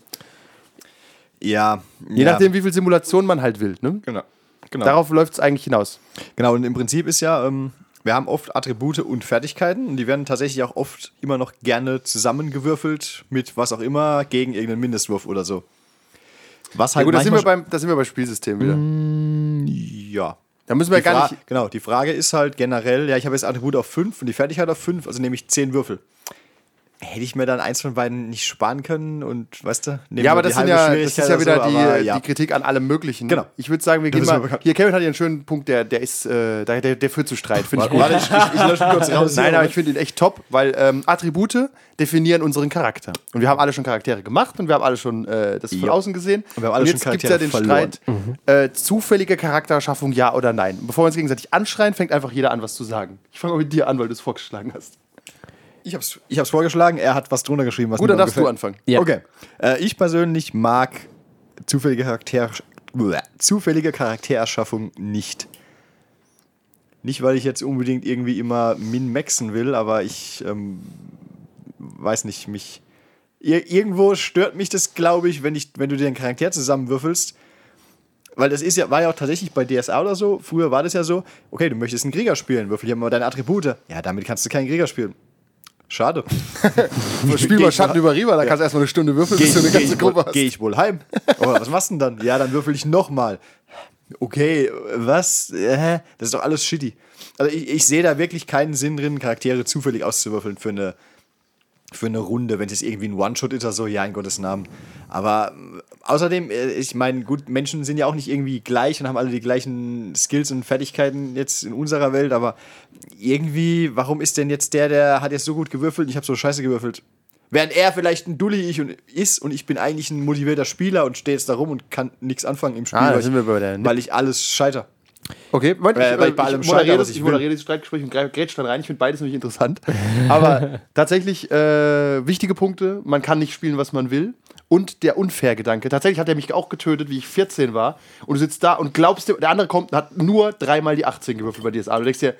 [SPEAKER 5] Ja.
[SPEAKER 4] je
[SPEAKER 5] ja.
[SPEAKER 4] nachdem, wie viel Simulation man halt will. Ne?
[SPEAKER 5] Genau. Genau.
[SPEAKER 4] Darauf läuft es eigentlich hinaus.
[SPEAKER 5] Genau, und im Prinzip ist ja, ähm, wir haben oft Attribute und Fertigkeiten und die werden tatsächlich auch oft immer noch gerne zusammengewürfelt mit was auch immer gegen irgendeinen Mindestwurf oder so. Was halt
[SPEAKER 4] Ja, gut, da sind, wir
[SPEAKER 5] manchmal
[SPEAKER 4] beim, da sind wir beim Spielsystem wieder.
[SPEAKER 5] ja.
[SPEAKER 4] Da müssen wir
[SPEAKER 5] Die
[SPEAKER 4] ja gar
[SPEAKER 5] Fra-
[SPEAKER 4] nicht.
[SPEAKER 5] genau, die Frage ist halt generell, ja, ich habe jetzt Attribut auf 5 und die Fertigkeit auf 5, also nehme ich 10 Würfel. Hätte ich mir dann eins von beiden nicht sparen können und weißt du, nehmen
[SPEAKER 4] Ja, aber
[SPEAKER 5] wir die
[SPEAKER 4] das, sind
[SPEAKER 5] halbe
[SPEAKER 4] ja, das
[SPEAKER 5] Schwierigkeit
[SPEAKER 4] ist ja
[SPEAKER 5] oder
[SPEAKER 4] wieder
[SPEAKER 5] so,
[SPEAKER 4] die,
[SPEAKER 5] aber
[SPEAKER 4] die Kritik an allem Möglichen.
[SPEAKER 5] Genau.
[SPEAKER 4] Ich würde sagen, wir
[SPEAKER 5] Da
[SPEAKER 4] gehen
[SPEAKER 5] müssen wir
[SPEAKER 4] mal.
[SPEAKER 5] bekannt-
[SPEAKER 4] Hier, Kevin hat ja einen schönen Punkt, der, der ist, äh, der, der, der führt zu Streit. Finde ich gut.
[SPEAKER 5] Warte, ich, ich, ich lösche
[SPEAKER 4] *laughs*
[SPEAKER 5] kurz raus.
[SPEAKER 4] Nein,
[SPEAKER 5] hier,
[SPEAKER 4] aber ich finde ihn echt top, weil ähm, Attribute definieren unseren Charakter. Und wir haben alle schon Charaktere gemacht und wir haben alle schon äh, das von
[SPEAKER 5] Ja.
[SPEAKER 4] außen gesehen.
[SPEAKER 5] Und wir haben alle
[SPEAKER 4] jetzt
[SPEAKER 5] schon
[SPEAKER 4] gibt's ja den
[SPEAKER 5] Charaktere Mhm.
[SPEAKER 4] Streit, äh, zufällige Charakterschaffung, ja oder nein. Bevor wir uns gegenseitig anschreien, fängt einfach jeder an, was zu sagen. Ich fange mal mit dir an, weil du es vorgeschlagen hast.
[SPEAKER 5] Ich hab's, ich hab's vorgeschlagen, er hat was drunter geschrieben, was
[SPEAKER 4] Gut, dann
[SPEAKER 5] niemandem
[SPEAKER 4] darfst
[SPEAKER 5] gefällt.
[SPEAKER 4] du anfangen.
[SPEAKER 3] Ja.
[SPEAKER 5] Okay. Äh, ich persönlich mag zufällige, Charakter, bleh, zufällige Charaktererschaffung nicht. Nicht, weil ich jetzt unbedingt irgendwie immer min-maxen will, aber ich ähm, weiß nicht, mich. Ir irgendwo stört mich das, glaube ich, wenn, ich, wenn du dir einen Charakter zusammenwürfelst. Weil das ist ja, war ja auch tatsächlich bei DSA oder so. Früher war das ja so, okay, du möchtest einen Krieger spielen, würfel hier mal deine Attribute. Ja, damit kannst du keinen Krieger spielen.
[SPEAKER 4] *laughs*
[SPEAKER 5] Schade.
[SPEAKER 4] Spiel mal Schatten über Riva, da kannst du erstmal eine Stunde würfeln,
[SPEAKER 5] Gehe
[SPEAKER 4] bis
[SPEAKER 5] ich,
[SPEAKER 4] du eine
[SPEAKER 5] geh
[SPEAKER 4] ganze
[SPEAKER 5] ich, wohl,
[SPEAKER 4] Gruppe hast.
[SPEAKER 5] geh ich wohl heim. Aber was machst du denn dann? Ja, dann würfel ich nochmal. Okay, was? Äh, das ist doch alles shitty. Also ich, ich sehe da wirklich keinen Sinn drin, Charaktere zufällig auszuwürfeln für eine, für eine Runde, wenn es jetzt irgendwie ein One-Shot ist oder so, ja, in Gottes Namen. Aber äh, außerdem, äh, ich meine, gut, Menschen sind ja auch nicht irgendwie gleich und haben alle die gleichen Skills und Fertigkeiten jetzt in unserer Welt, aber irgendwie, warum ist denn jetzt der, der hat jetzt so gut gewürfelt und ich habe so scheiße gewürfelt? Während er vielleicht ein Dulli ich und ist und ich bin eigentlich ein motivierter Spieler und stehe jetzt da rum und kann nichts anfangen im Spiel,
[SPEAKER 4] Ah, da
[SPEAKER 5] weil, ich,
[SPEAKER 4] sind wir bei der-
[SPEAKER 5] weil ich alles scheiter.
[SPEAKER 4] Okay, Moment, ich,
[SPEAKER 5] Weil- weil
[SPEAKER 4] äh,
[SPEAKER 5] ich bei allem
[SPEAKER 4] ich, moderiere
[SPEAKER 5] scheitere,
[SPEAKER 4] das,
[SPEAKER 5] was ich
[SPEAKER 4] ich moderiere
[SPEAKER 5] will.
[SPEAKER 4] dieses Streitgespräch und grätsch dann rein. Ich finde beides nämlich
[SPEAKER 5] *laughs*
[SPEAKER 4] interessant. Aber tatsächlich äh, wichtige Punkte: man kann nicht spielen, was man will. Und der Unfair-Gedanke. Tatsächlich hat er mich auch getötet, wie ich 14 war. Und du sitzt da und glaubst, dir- der andere kommt und hat nur dreimal die 18 gewürfelt bei DSA. Du denkst dir,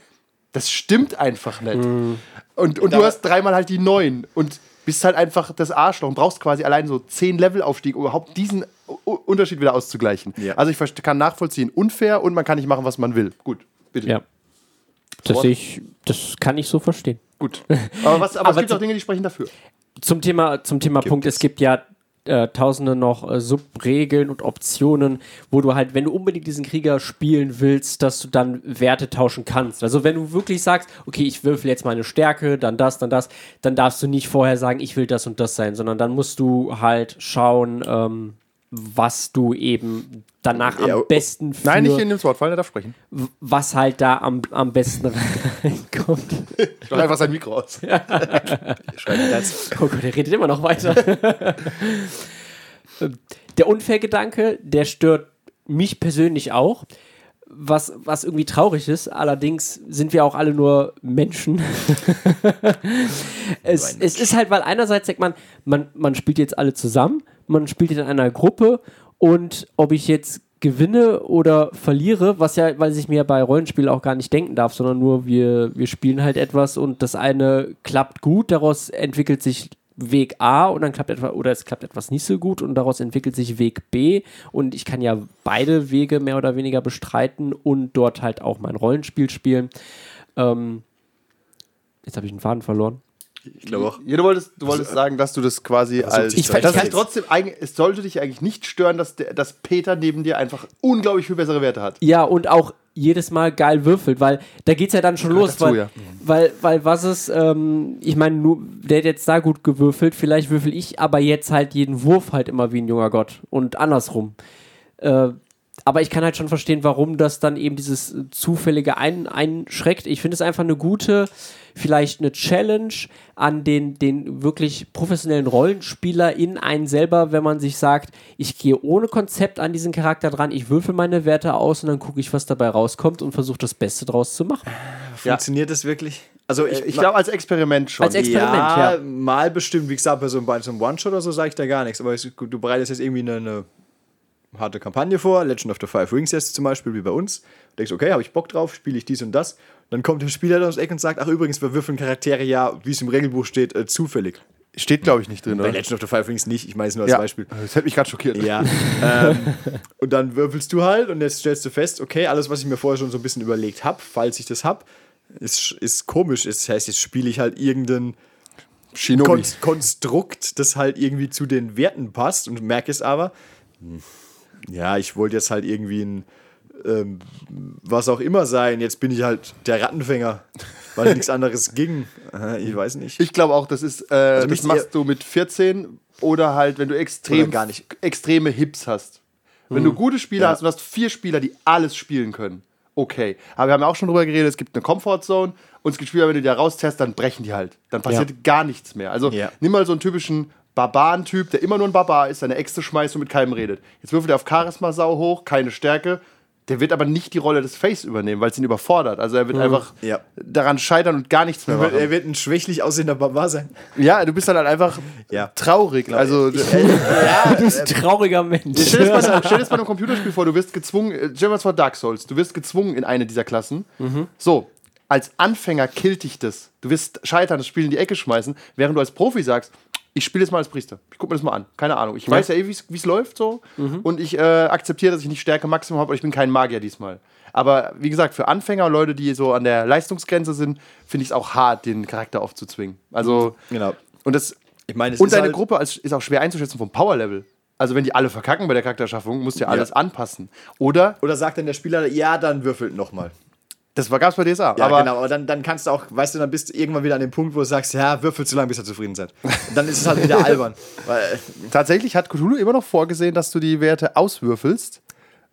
[SPEAKER 4] das stimmt einfach nicht.
[SPEAKER 5] Mhm.
[SPEAKER 4] Und, und du
[SPEAKER 5] Da-
[SPEAKER 4] hast dreimal halt die 9 und bist halt einfach das Arschloch und brauchst quasi allein so 10 Levelaufstieg, um überhaupt diesen U- Unterschied wieder auszugleichen.
[SPEAKER 5] Ja.
[SPEAKER 4] Also ich verste- kann nachvollziehen, unfair und man kann nicht machen, was man will. Gut, bitte.
[SPEAKER 3] Ja. Das, sehe ich, das kann ich so verstehen.
[SPEAKER 4] Gut. Aber, was, aber, es
[SPEAKER 3] Aber
[SPEAKER 4] gibt
[SPEAKER 3] zu-
[SPEAKER 4] auch Dinge, die sprechen dafür.
[SPEAKER 3] Zum Thema, zum Thema Punkt, es gibt ja äh, tausende noch äh, Subregeln und Optionen, wo du halt, wenn du unbedingt diesen Krieger spielen willst, dass du dann Werte tauschen kannst. Also wenn du wirklich sagst, okay, ich würfel jetzt meine Stärke, dann das, dann das, dann darfst du nicht vorher sagen, ich will das und das sein, sondern dann musst du halt schauen, ähm, was du eben danach
[SPEAKER 5] Ja,
[SPEAKER 3] am besten für
[SPEAKER 4] dem Wortfall, der darf sprechen.
[SPEAKER 3] was halt da am, am besten *laughs* reinkommt.
[SPEAKER 4] Ich mach einfach sein Mikro aus.
[SPEAKER 3] Oh Gott, der redet immer noch weiter. Ähm, der Unfair-Gedanke, der stört mich persönlich auch. Was, was irgendwie traurig ist, allerdings sind wir auch alle nur Menschen. es, es ist halt, weil einerseits denkt man, man, man spielt jetzt alle zusammen, man spielt in einer Gruppe und ob ich jetzt gewinne oder verliere, was ja, weil ich mir bei Rollenspielen auch gar nicht denken darf, sondern nur wir, wir spielen halt etwas und das eine klappt gut, daraus entwickelt sich Weg A und dann klappt etwas oder es klappt etwas nicht so gut und daraus entwickelt sich Weg B und ich kann ja beide Wege mehr oder weniger bestreiten und dort halt auch mein Rollenspiel spielen. Ähm, jetzt habe ich einen Faden verloren.
[SPEAKER 5] Ich glaube auch.
[SPEAKER 4] Ja, du wolltest, du wolltest sagen, dass du das quasi als.
[SPEAKER 5] sich
[SPEAKER 4] Ich
[SPEAKER 5] zu
[SPEAKER 4] das ist
[SPEAKER 5] rechtfertigen.
[SPEAKER 4] trotzdem, eigentlich- es sollte dich eigentlich nicht stören, dass, der, dass Peter neben dir einfach unglaublich viel bessere Werte hat.
[SPEAKER 3] Ja, und auch jedes Mal geil würfelt, weil da geht's ja dann schon los,
[SPEAKER 4] dazu,
[SPEAKER 3] weil,
[SPEAKER 4] ja.
[SPEAKER 3] weil, weil was ist, ähm, ich meine, nur der hat jetzt da gut gewürfelt, vielleicht würfel ich aber jetzt halt jeden Wurf halt immer wie ein junger Gott und andersrum. Äh, aber ich kann halt schon verstehen, warum das dann eben dieses äh, zufällige ein einschreckt. Ich finde es einfach eine gute, vielleicht eine Challenge an den, den wirklich professionellen Rollenspieler in einen selber, wenn man sich sagt, ich gehe ohne Konzept an diesen Charakter dran, ich würfel meine Werte aus und dann gucke ich, was dabei rauskommt und versuche das Beste draus zu machen.
[SPEAKER 5] Funktioniert das wirklich? Also ich,
[SPEAKER 4] Äh, Ich glaube, als Experiment schon.
[SPEAKER 3] Als Ex- Experiment,
[SPEAKER 5] ja,
[SPEAKER 3] ja.
[SPEAKER 5] mal bestimmt, wie gesagt, bei so einem, bei so einem One-Shot oder so sage ich da gar nichts. Aber es, gut, du bereitest jetzt irgendwie eine, eine harte Kampagne vor, Legend of the Five Rings jetzt zum Beispiel, wie bei uns. Du denkst, okay, habe ich Bock drauf, spiele ich dies und das. Dann kommt der Spieler da ums Eck und sagt, ach übrigens, wir würfeln Charaktere ja, wie es im Regelbuch steht, äh, zufällig.
[SPEAKER 4] Steht, glaube ich, nicht drin,
[SPEAKER 5] Bei
[SPEAKER 4] oder?
[SPEAKER 5] Legend of the Five Rings nicht, ich meine es nur als
[SPEAKER 4] Ja.
[SPEAKER 5] Beispiel.
[SPEAKER 4] Das hätte mich gerade schockiert. ne?
[SPEAKER 5] Ja. *laughs* ähm, und dann würfelst du halt und jetzt stellst du fest, okay, alles, was ich mir vorher schon so ein bisschen überlegt habe, falls ich das habe, ist, ist komisch. Das heißt, jetzt spiele ich halt irgendeinen
[SPEAKER 4] Shinobi.
[SPEAKER 5] Kon Konstrukt, das halt irgendwie zu den Werten passt und merke es aber, hm, ja, ich wollte jetzt halt irgendwie ein ähm, was auch immer sein, jetzt bin ich halt der Rattenfänger, weil nichts anderes ging. Aha, Ich weiß nicht.
[SPEAKER 4] Ich glaube auch, das ist, äh, das
[SPEAKER 5] müsst ihr-
[SPEAKER 4] machst du mit 14 oder halt, wenn du extrem,
[SPEAKER 5] Oder gar nicht. Mhm.
[SPEAKER 4] extreme Hips hast. Wenn du gute Spieler hast und hast vier Spieler, die alles spielen können, okay. Aber wir haben ja auch schon drüber geredet, es gibt eine Comfortzone und es gibt Spieler, wenn du die da rausterst, dann brechen die halt. Dann passiert gar nichts mehr. Also
[SPEAKER 5] Ja.
[SPEAKER 4] nimm mal so einen typischen Barbaren-Typ, der immer nur ein Barbar ist, seine Äxte schmeißt und mit keinem redet. Jetzt würfelt er auf Charisma-Sau hoch, keine Stärke. Der wird aber nicht die Rolle des Face übernehmen, weil es ihn überfordert. Also er wird einfach
[SPEAKER 5] Mhm. Ja.
[SPEAKER 4] daran scheitern und gar nichts mehr machen.
[SPEAKER 5] er wird ein schwächlich aussehender Barbar sein.
[SPEAKER 4] Ja, du bist dann halt einfach
[SPEAKER 5] Ja.
[SPEAKER 4] traurig. Also, äh,
[SPEAKER 3] Du bist ein trauriger Mensch.
[SPEAKER 4] stell dir *laughs* das mal, stell dir das mal einem Computerspiel vor, du wirst gezwungen, äh, stell dir mal vor Dark Souls, du wirst gezwungen in eine dieser Klassen. So, als Anfänger killt dich das. Du wirst scheitern, das Spiel in die Ecke schmeißen, während du als Profi sagst, ich spiele jetzt mal als Priester. Ich guck mir das mal an. Keine Ahnung. Ich weiß ja eh, wie es läuft so. Und ich äh, akzeptiere, dass ich nicht Stärke Maximum habe, aber ich bin kein Magier diesmal. Aber wie gesagt, für Anfänger und Leute, die so an der Leistungsgrenze sind, finde ich es auch hart, den Charakter aufzuzwingen. Also,
[SPEAKER 5] Genau.
[SPEAKER 4] und das
[SPEAKER 5] Ich meine, es
[SPEAKER 4] und
[SPEAKER 5] ist
[SPEAKER 4] deine
[SPEAKER 5] halt-
[SPEAKER 4] Gruppe als- ist auch schwer einzuschätzen vom Power-Level. Also wenn die alle verkacken bei der Charakterschaffung, musst du ja alles anpassen. Oder,
[SPEAKER 5] Oder sagt dann der Spieler, ja, dann würfelt nochmal.
[SPEAKER 4] das war, gab's bei DSA,
[SPEAKER 5] Ja,
[SPEAKER 4] aber
[SPEAKER 5] aber genau, aber dann, dann kannst du auch, weißt du, dann bist du irgendwann wieder an dem Punkt, wo du sagst, ja, würfel so lange, bis ihr zufrieden seid. Und dann ist es halt wieder albern. Weil,
[SPEAKER 4] tatsächlich hat Cthulhu immer noch vorgesehen, dass du die Werte auswürfelst,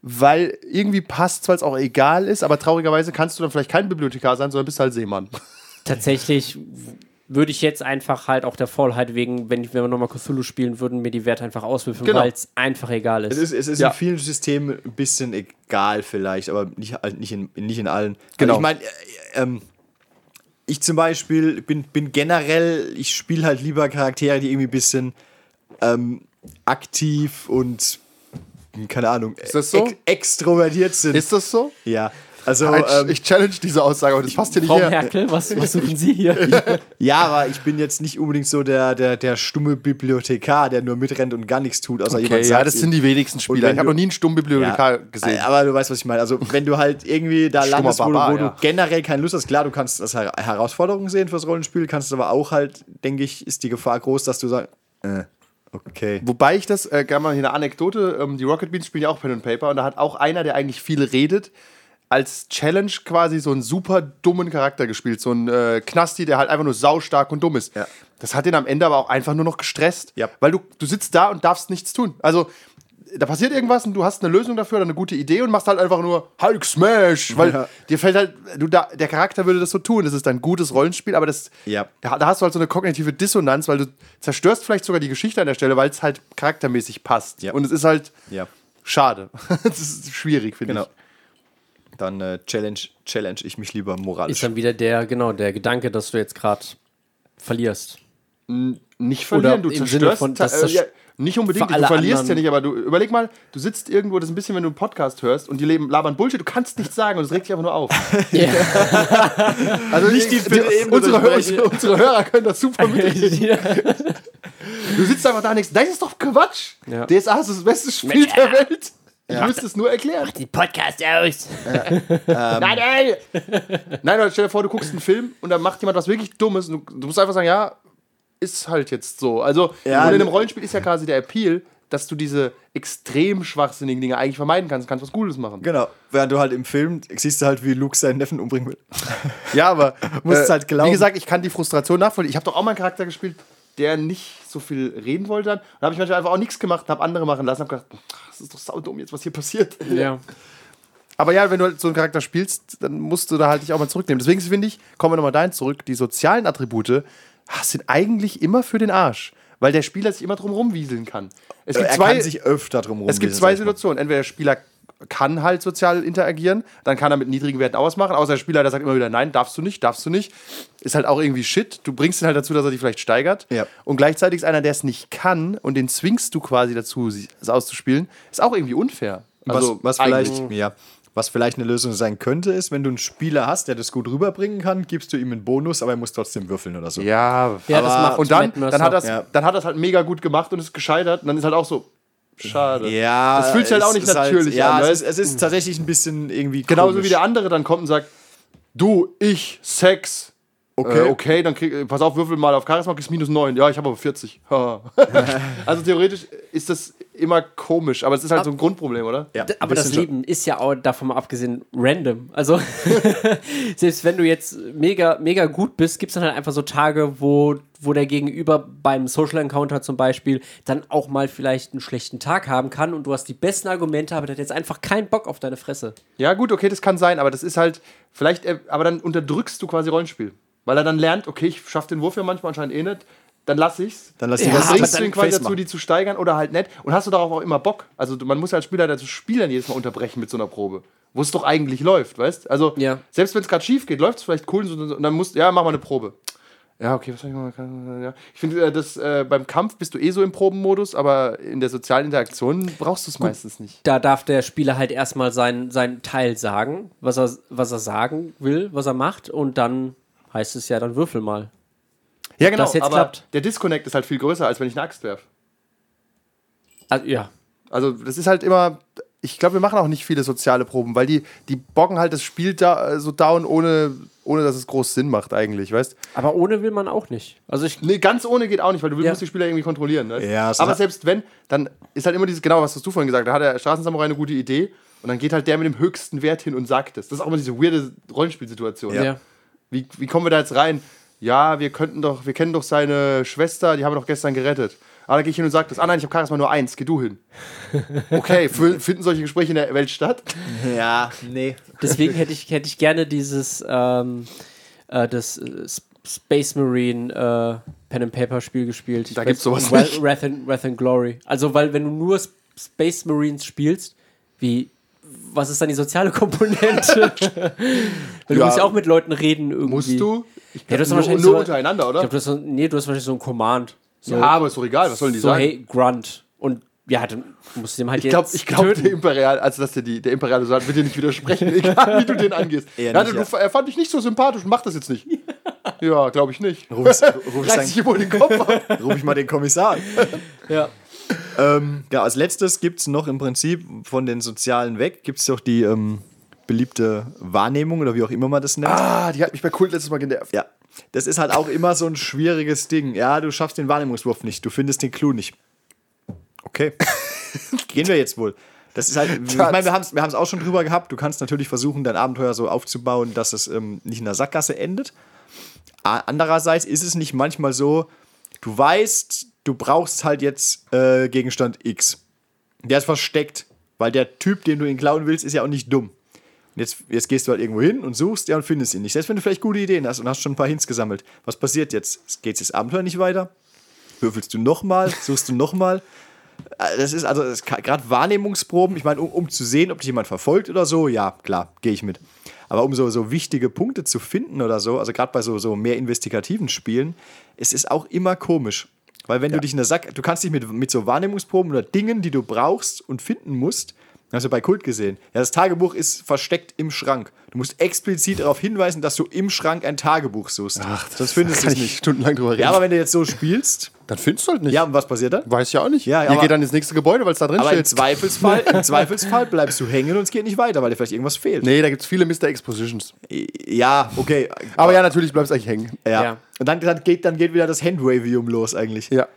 [SPEAKER 4] weil irgendwie passt, weil es auch egal ist, aber traurigerweise kannst du dann vielleicht kein Bibliothekar sein, sondern bist halt Seemann.
[SPEAKER 3] Tatsächlich w- würde ich jetzt einfach halt auch der Faulheit wegen, wenn, ich- wenn wir nochmal Cthulhu spielen würden, mir die Werte einfach auswürfeln,
[SPEAKER 4] Genau.
[SPEAKER 3] weil es einfach egal ist.
[SPEAKER 5] es ist, es ist
[SPEAKER 4] Ja.
[SPEAKER 5] in vielen Systemen ein bisschen egal vielleicht, aber nicht, halt nicht, in, nicht in allen.
[SPEAKER 4] Genau.
[SPEAKER 5] Also ich meine, äh, äh, ähm, ich zum Beispiel bin, bin generell, ich spiele halt lieber Charaktere, die irgendwie ein bisschen ähm, aktiv und, hm, keine Ahnung, ist
[SPEAKER 4] das so?
[SPEAKER 5] extrovertiert
[SPEAKER 4] *laughs*
[SPEAKER 5] sind.
[SPEAKER 4] Ist das so?
[SPEAKER 5] ja. Also,
[SPEAKER 4] Ein-
[SPEAKER 5] ähm,
[SPEAKER 4] ich challenge diese Aussage, aber das passt hier nicht
[SPEAKER 3] Frau
[SPEAKER 4] her.
[SPEAKER 3] Merkel, was, was suchen Sie hier?
[SPEAKER 5] Ja, aber ich bin jetzt nicht unbedingt so der, der, der stumme Bibliothekar, der nur mitrennt und gar nichts tut, außer
[SPEAKER 4] Okay,
[SPEAKER 5] jemand
[SPEAKER 4] ja,
[SPEAKER 5] sagt
[SPEAKER 4] das
[SPEAKER 5] ihm-
[SPEAKER 4] sind die wenigsten Spieler.
[SPEAKER 5] wenn
[SPEAKER 4] Ich habe
[SPEAKER 5] du-
[SPEAKER 4] noch nie einen stummen Bibliothekar
[SPEAKER 5] Ja,
[SPEAKER 4] gesehen.
[SPEAKER 5] Aber du weißt, was ich meine. Also, wenn du halt irgendwie da
[SPEAKER 4] Stummer
[SPEAKER 5] landest, wo, du-
[SPEAKER 4] Barbar,
[SPEAKER 5] wo
[SPEAKER 4] ja.
[SPEAKER 5] du generell keine Lust hast, klar, du kannst das Her- Herausforderung sehen fürs Rollenspiel, kannst aber auch halt, denke ich, ist die Gefahr groß, dass du sagst, äh, okay.
[SPEAKER 4] Wobei ich das, äh, gerne mal hier eine Anekdote, ähm, die Rocket Beans spielen ja auch Pen and Paper und da hat auch einer, der eigentlich viel redet, als Challenge quasi so einen super dummen Charakter gespielt. So einen äh, Knasti, der halt einfach nur saustark und dumm ist.
[SPEAKER 5] Ja.
[SPEAKER 4] Das hat ihn am Ende aber auch einfach nur noch gestresst.
[SPEAKER 5] Ja.
[SPEAKER 4] Weil du, du sitzt da und darfst nichts tun. Also da passiert irgendwas und du hast eine Lösung dafür oder eine gute Idee und machst halt einfach nur Hulk Smash, weil
[SPEAKER 5] Ja.
[SPEAKER 4] dir fällt halt, du da, der Charakter würde das so tun. Das ist ein gutes Rollenspiel, aber das,
[SPEAKER 5] Ja.
[SPEAKER 4] da, da hast du halt so eine kognitive Dissonanz, weil du zerstörst vielleicht sogar die Geschichte an der Stelle, weil es halt charaktermäßig passt.
[SPEAKER 5] Ja.
[SPEAKER 4] Und es ist halt
[SPEAKER 5] Ja.
[SPEAKER 4] schade. *laughs* Es ist schwierig, finde
[SPEAKER 5] Genau.
[SPEAKER 4] ich.
[SPEAKER 5] Dann äh, challenge, challenge ich mich lieber moralisch.
[SPEAKER 3] Ist dann wieder der, genau, der Gedanke, dass du jetzt gerade *laughs* verlierst.
[SPEAKER 4] Nicht verlieren,
[SPEAKER 3] Oder
[SPEAKER 4] du
[SPEAKER 3] im Sinne
[SPEAKER 4] zerstörst.
[SPEAKER 3] von, dass
[SPEAKER 4] äh,
[SPEAKER 3] das
[SPEAKER 4] ja, nicht unbedingt,
[SPEAKER 3] für
[SPEAKER 4] du
[SPEAKER 3] alle
[SPEAKER 4] verlierst ja
[SPEAKER 3] anderen-
[SPEAKER 4] nicht, aber du überleg mal, du sitzt irgendwo, das ist ein bisschen, wenn du einen Podcast hörst und die leben, labern Bullshit, du kannst nichts sagen und es regt dich einfach
[SPEAKER 3] *laughs*
[SPEAKER 4] nur auf. *laughs* Also nicht die, unsere, Hörer, *laughs* unsere Hörer können das
[SPEAKER 3] *laughs*
[SPEAKER 4] super mitnehmen. Du sitzt einfach da und denkst, das ist doch Quatsch.
[SPEAKER 3] Ja.
[SPEAKER 4] DSA ist das beste Spiel der Welt. Ich müsste es nur erklären.
[SPEAKER 3] Die Podcast aus.
[SPEAKER 1] *laughs*
[SPEAKER 4] Nein, ey! Nein, Leute, stell dir vor, du guckst einen Film und dann macht jemand was wirklich Dummes und du, du musst einfach sagen, ja, ist halt jetzt so. Also,
[SPEAKER 5] Ja,
[SPEAKER 4] und in einem
[SPEAKER 5] ne-
[SPEAKER 4] Rollenspiel ist ja quasi der Appeal, dass du diese extrem schwachsinnigen Dinge eigentlich vermeiden kannst, kannst was Gutes machen.
[SPEAKER 5] Genau, während du halt im Film siehst du halt, wie Luke seinen Neffen umbringen will.
[SPEAKER 4] Ja, aber
[SPEAKER 5] *laughs*
[SPEAKER 4] äh,
[SPEAKER 5] Musst es halt glauben.
[SPEAKER 4] Wie gesagt, ich kann die Frustration nachvollziehen. Ich habe doch auch mal einen Charakter gespielt, der nicht so viel reden wollte. Dann habe ich manchmal einfach auch nichts gemacht und habe andere machen lassen. Habe gedacht, "Ach, das ist doch saudumm jetzt, was hier passiert.
[SPEAKER 3] Ja.
[SPEAKER 4] Aber ja, wenn du halt so einen Charakter spielst, dann musst du da halt dich auch mal zurücknehmen. Deswegen finde ich, kommen wir nochmal dahin zurück, die sozialen Attribute ah, sind eigentlich immer für den Arsch. Weil der Spieler sich immer drum rumwieseln kann. Es gibt
[SPEAKER 5] Also, Äh, er
[SPEAKER 4] zwei,
[SPEAKER 5] kann sich öfter drum
[SPEAKER 4] es gibt zwei
[SPEAKER 5] rumwiesen, sag ich mal.
[SPEAKER 4] Situationen. Entweder der Spieler kann halt sozial interagieren, dann kann er mit niedrigen Werten ausmachen, außer der Spieler, der sagt immer wieder, nein, darfst du nicht, darfst du nicht. Ist halt auch irgendwie shit. Du bringst ihn halt dazu, dass er die vielleicht steigert.
[SPEAKER 5] Ja.
[SPEAKER 4] Und gleichzeitig ist einer, der es nicht kann und den zwingst du quasi dazu, sie- es auszuspielen. Ist auch irgendwie unfair.
[SPEAKER 5] was, was
[SPEAKER 4] Also, eigentlich.
[SPEAKER 5] vielleicht, ja, was vielleicht eine Lösung sein könnte, ist, wenn du einen Spieler hast, der das gut rüberbringen kann, gibst du ihm einen Bonus, aber er muss trotzdem würfeln oder so.
[SPEAKER 4] Ja,
[SPEAKER 3] Ja, das macht
[SPEAKER 4] und dann,
[SPEAKER 3] Matt Mercer.
[SPEAKER 4] dann, hat das,
[SPEAKER 5] Ja.
[SPEAKER 4] dann hat das halt mega gut gemacht und ist gescheitert. Und dann ist halt auch so, schade.
[SPEAKER 5] Ja,
[SPEAKER 4] Das fühlt sich halt auch nicht
[SPEAKER 5] ist halt-
[SPEAKER 4] natürlich
[SPEAKER 5] ja,
[SPEAKER 4] an.
[SPEAKER 5] Es
[SPEAKER 4] weißt?
[SPEAKER 5] ist, es ist tatsächlich ein bisschen irgendwie
[SPEAKER 4] Genauso
[SPEAKER 5] komisch.
[SPEAKER 4] wie der andere dann kommt und sagt, du, ich, Sex.
[SPEAKER 5] Okay.
[SPEAKER 4] Äh, okay, dann krieg, äh, pass auf, würfel mal auf Charisma, kriegst minus 9. Ja, ich habe aber 40. Haha. *laughs* also theoretisch ist das immer komisch, aber es ist halt so ein Grundproblem, oder?
[SPEAKER 5] Ja,
[SPEAKER 3] D- Aber das
[SPEAKER 5] bisschen
[SPEAKER 3] Leben ist ja auch davon mal abgesehen random. Also, *laughs* selbst wenn du jetzt mega, mega gut bist, gibt es dann halt einfach so Tage, wo, wo der Gegenüber beim Social Encounter zum Beispiel dann auch mal vielleicht einen schlechten Tag haben kann und du hast die besten Argumente, aber der hat jetzt einfach keinen Bock auf deine Fresse.
[SPEAKER 4] Ja, gut, okay, das kann sein, aber das ist halt, vielleicht, äh, aber dann unterdrückst du quasi Rollenspiel. Weil er dann lernt, okay, ich schaffe den Wurf ja manchmal anscheinend eh nicht, dann lass ich's.
[SPEAKER 5] Dann lass ihn
[SPEAKER 4] ja, was
[SPEAKER 5] was links
[SPEAKER 4] bringst du
[SPEAKER 5] drin
[SPEAKER 4] ihn quasi
[SPEAKER 5] Face
[SPEAKER 4] dazu,
[SPEAKER 5] machen.
[SPEAKER 4] die zu steigern oder halt nicht? Und hast du darauf auch immer Bock? Also du- man muss ja als Spieler dazu Spielern jedes Mal unterbrechen mit so einer Probe. Wo es doch eigentlich läuft, weißt? Also
[SPEAKER 3] Ja.
[SPEAKER 4] selbst wenn es gerade schief geht, läuft es vielleicht cool und so- und dann musst ja, mach mal eine Probe. Ja, okay, was soll ich machen? Ja. Ich finde, äh, das, äh, beim Kampf bist du eh so im Probenmodus, aber in der sozialen Interaktion brauchst du es meistens nicht.
[SPEAKER 3] Da darf der Spieler halt erstmal seinen, seinen Teil sagen, was er, was er sagen will, was er macht und dann heißt es ja, dann würfel mal.
[SPEAKER 4] Ja,
[SPEAKER 3] genau, aber
[SPEAKER 4] der Disconnect ist halt viel größer, als wenn ich eine Axt werfe.
[SPEAKER 3] Also, ja.
[SPEAKER 4] Also, das ist halt immer. Ich glaube, wir machen auch nicht viele soziale Proben, weil die, die bocken halt das Spiel da, so down, ohne, ohne dass es groß Sinn macht, eigentlich, weißt
[SPEAKER 3] Aber ohne will man auch nicht. Also ich
[SPEAKER 4] Nee, ganz ohne geht auch nicht, weil du
[SPEAKER 3] Ja.
[SPEAKER 4] musst die Spieler irgendwie kontrollieren. Weißt?
[SPEAKER 5] Ja, es
[SPEAKER 4] Aber
[SPEAKER 5] hat-
[SPEAKER 4] selbst wenn, dann ist halt immer dieses, genau was hast du vorhin gesagt, da hat der Straßensamurai eine gute Idee und dann geht halt der mit dem höchsten Wert hin und sagt es. Das ist auch immer diese weirde Rollenspielsituation.
[SPEAKER 3] ja.
[SPEAKER 4] Wie, wie kommen wir da jetzt rein? Ja, wir könnten doch, wir kennen doch seine Schwester, die haben wir doch gestern gerettet. Ah, da gehe ich hin und sage das. Ah nein, ich habe Charisma nur eins, geh du hin. Okay, f- finden solche Gespräche in der Welt statt?
[SPEAKER 5] Ja, nee.
[SPEAKER 3] Deswegen hätte ich, hätte ich gerne dieses ähm, äh, das äh, S- Space Marine äh, Pen and Paper Spiel gespielt.
[SPEAKER 4] Da
[SPEAKER 3] Ich
[SPEAKER 4] gibt's
[SPEAKER 3] weiß-
[SPEAKER 4] sowas
[SPEAKER 3] Wrath-
[SPEAKER 4] nicht.
[SPEAKER 3] Wrath and, Wrath and Glory. Also, weil wenn du nur S- Space Marines spielst, wie was ist dann die soziale
[SPEAKER 4] *laughs*
[SPEAKER 3] Komponente? weil du
[SPEAKER 4] Ja.
[SPEAKER 3] musst ja auch mit Leuten reden irgendwie.
[SPEAKER 4] Musst du? Ich
[SPEAKER 3] Ja, das ist
[SPEAKER 4] nur,
[SPEAKER 3] wahrscheinlich
[SPEAKER 4] nur
[SPEAKER 3] so-
[SPEAKER 4] untereinander,
[SPEAKER 3] Ich
[SPEAKER 4] oder?
[SPEAKER 3] glaube, du hast so, nee, du hast wahrscheinlich so ein Command. So,
[SPEAKER 4] ja, aber ist doch egal, was sollen die
[SPEAKER 3] so
[SPEAKER 4] sagen?
[SPEAKER 3] hey, Grunt. Und ja, dann musst du dem halt
[SPEAKER 4] Ich glaube,
[SPEAKER 3] jetzt
[SPEAKER 4] ich glaub,
[SPEAKER 3] töten.
[SPEAKER 4] der Imperial, also dass der, die, der Imperiale sagt, wird dir nicht widersprechen, egal wie du den angehst.
[SPEAKER 5] Eher
[SPEAKER 4] ja,
[SPEAKER 5] nicht,
[SPEAKER 4] du,
[SPEAKER 5] ja.
[SPEAKER 4] Er fand dich nicht so sympathisch, mach das jetzt nicht. Ja, glaube ich nicht.
[SPEAKER 5] Ruf, *laughs* ich- ruf, ich
[SPEAKER 4] Reiß
[SPEAKER 5] sagen,
[SPEAKER 4] dich wohl den Kopf ab.
[SPEAKER 5] *laughs* ruf ich mal den Kommissar. *laughs* an.
[SPEAKER 3] Ja.
[SPEAKER 5] ähm, ja, als letztes gibt es noch im Prinzip von den Sozialen weg, gibt es doch die ähm, beliebte Wahrnehmung oder wie auch immer man das nennt.
[SPEAKER 4] Ah, die hat mich bei Kult letztes Mal genervt.
[SPEAKER 5] Ja. Das ist halt auch immer so ein schwieriges Ding. Ja, du schaffst den Wahrnehmungswurf nicht, du findest den Clou nicht. Okay. Gehen wir jetzt wohl. Das ist halt, ich meine, wir haben es wir haben's auch schon drüber gehabt. Du kannst natürlich versuchen, dein Abenteuer so aufzubauen, dass es ähm, nicht in der Sackgasse endet. A- Andererseits ist es nicht manchmal so, du weißt, du brauchst halt jetzt äh, Gegenstand X. Der ist versteckt, weil der Typ, den du ihn klauen willst, ist ja auch nicht dumm. Und jetzt, jetzt gehst du halt irgendwo hin und suchst ja und findest ihn nicht. Selbst wenn du vielleicht gute Ideen hast und hast schon ein paar Hints gesammelt. Was passiert jetzt? Geht das Abenteuer nicht weiter? Würfelst du nochmal? Suchst du nochmal? Äh, Das ist also das kann- gerade Wahrnehmungsproben. Ich meine, um, um zu sehen, ob dich jemand verfolgt oder so, ja, klar, gehe ich mit. Aber um so, so wichtige Punkte zu finden oder so, also gerade bei so, so mehr investigativen Spielen, es ist auch immer komisch. Weil wenn du dich in der Sack, du kannst dich mit, mit so Wahrnehmungsproben oder Dingen, die du brauchst und finden musst, Hast du bei Kult gesehen? Ja, das Tagebuch ist versteckt im Schrank. Du musst explizit darauf hinweisen, dass du im Schrank ein Tagebuch suchst. Ach, das findest du
[SPEAKER 4] Kann ich
[SPEAKER 5] nicht.
[SPEAKER 4] stundenlang drüber reden.
[SPEAKER 5] Ja, aber wenn du jetzt so spielst,
[SPEAKER 4] dann findest du halt nicht.
[SPEAKER 5] ja, und was passiert dann?
[SPEAKER 4] Weiß ich auch nicht.
[SPEAKER 5] Ja,
[SPEAKER 4] Ihr
[SPEAKER 5] aber-
[SPEAKER 4] geht dann ins nächste Gebäude, weil es da drin
[SPEAKER 5] Aber im
[SPEAKER 4] steht.
[SPEAKER 5] Zweifelsfall,
[SPEAKER 4] *laughs*
[SPEAKER 5] im Zweifelsfall bleibst du hängen und es geht nicht weiter, weil dir vielleicht irgendwas fehlt.
[SPEAKER 4] Nee, da gibt es viele Mr. Expositions.
[SPEAKER 5] Ja, okay.
[SPEAKER 4] Aber ja, natürlich bleibst du eigentlich hängen.
[SPEAKER 5] Ja.
[SPEAKER 3] Ja.
[SPEAKER 5] Und dann, dann, geht, dann geht wieder das Handravium los eigentlich.
[SPEAKER 4] Ja.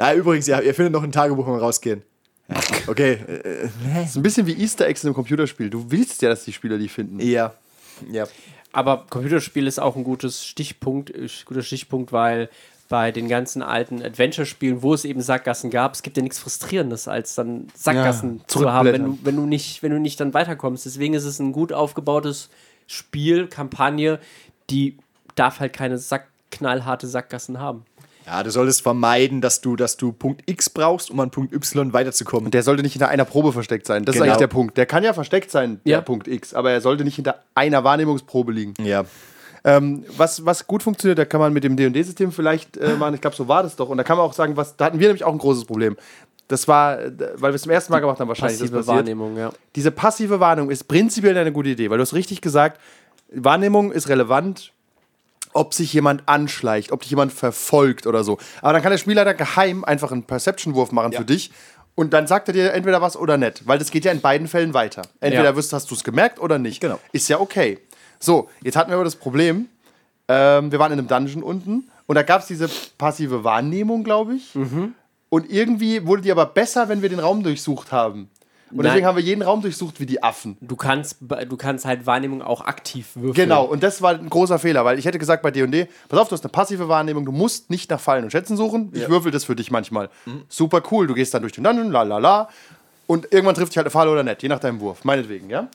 [SPEAKER 5] Ah, übrigens, ihr, ihr findet noch ein Tagebuch, wenn wir rausgehen. Ja, Okay. äh,
[SPEAKER 4] Ist ein bisschen wie Easter Eggs in einem Computerspiel. Du willst ja, dass die Spieler die finden.
[SPEAKER 5] ja.
[SPEAKER 4] Ja.
[SPEAKER 3] Aber Computerspiel ist auch ein gutes Stichpunkt, äh, guter Stichpunkt, weil bei den ganzen alten Adventure-Spielen, wo es eben Sackgassen gab, es gibt ja nichts Frustrierendes, als dann Sackgassen
[SPEAKER 4] Ja,
[SPEAKER 3] zu haben, wenn du,
[SPEAKER 4] zurückblättern.
[SPEAKER 3] wenn, du nicht, wenn du nicht dann weiterkommst. Deswegen ist es ein gut aufgebautes Spiel, Kampagne, die darf halt keine Sack, knallharte Sackgassen haben.
[SPEAKER 5] Ja, du solltest vermeiden, dass du, dass du Punkt X brauchst, um an Punkt Y weiterzukommen.
[SPEAKER 4] Der sollte nicht hinter einer Probe versteckt sein. Das
[SPEAKER 5] Genau.
[SPEAKER 4] ist eigentlich der Punkt. Der kann ja versteckt sein, der
[SPEAKER 3] Ja.
[SPEAKER 4] Punkt X, aber er sollte nicht hinter einer Wahrnehmungsprobe liegen.
[SPEAKER 5] ja.
[SPEAKER 4] Ähm, was, was gut funktioniert, da kann man mit dem DD-System vielleicht äh, machen. Ich glaube, so war das doch. Und da kann man auch sagen, was, da hatten wir nämlich auch ein großes Problem. Das war, äh, weil wir es zum ersten Mal gemacht haben, wahrscheinlich. ist
[SPEAKER 3] Passive
[SPEAKER 4] das passiert.
[SPEAKER 3] Wahrnehmung, ja.
[SPEAKER 4] Diese passive Warnung ist prinzipiell eine gute Idee, weil du hast richtig gesagt, Wahrnehmung ist relevant, ob sich jemand anschleicht, ob dich jemand verfolgt oder so. Aber dann kann der Spieler dann geheim einfach einen Perception-Wurf machen für dich und dann sagt er dir entweder was oder nicht, weil das geht ja in beiden Fällen weiter. Entweder
[SPEAKER 3] Ja.
[SPEAKER 4] wirst, hast du es gemerkt oder nicht.
[SPEAKER 5] Genau.
[SPEAKER 4] Ist ja okay. So, jetzt hatten wir aber das Problem, ähm, wir waren in einem Dungeon unten und da gab es diese passive Wahrnehmung, glaube ich. Und irgendwie wurde die aber besser, wenn wir den Raum durchsucht haben. Und
[SPEAKER 3] Nein.
[SPEAKER 4] deswegen haben wir jeden Raum durchsucht wie die Affen.
[SPEAKER 3] Du kannst, du kannst halt Wahrnehmung auch aktiv würfeln.
[SPEAKER 4] Genau, und das war ein großer Fehler, weil ich hätte gesagt bei D&D, pass auf, du hast eine passive Wahrnehmung, du musst nicht nach Fallen und Schätzen suchen, ich würfel das für dich manchmal.
[SPEAKER 3] Mhm.
[SPEAKER 4] Super cool, du gehst dann durch den Dungeon, la la la, und irgendwann trifft dich halt eine Falle oder nicht, je nach deinem Wurf, meinetwegen, ja?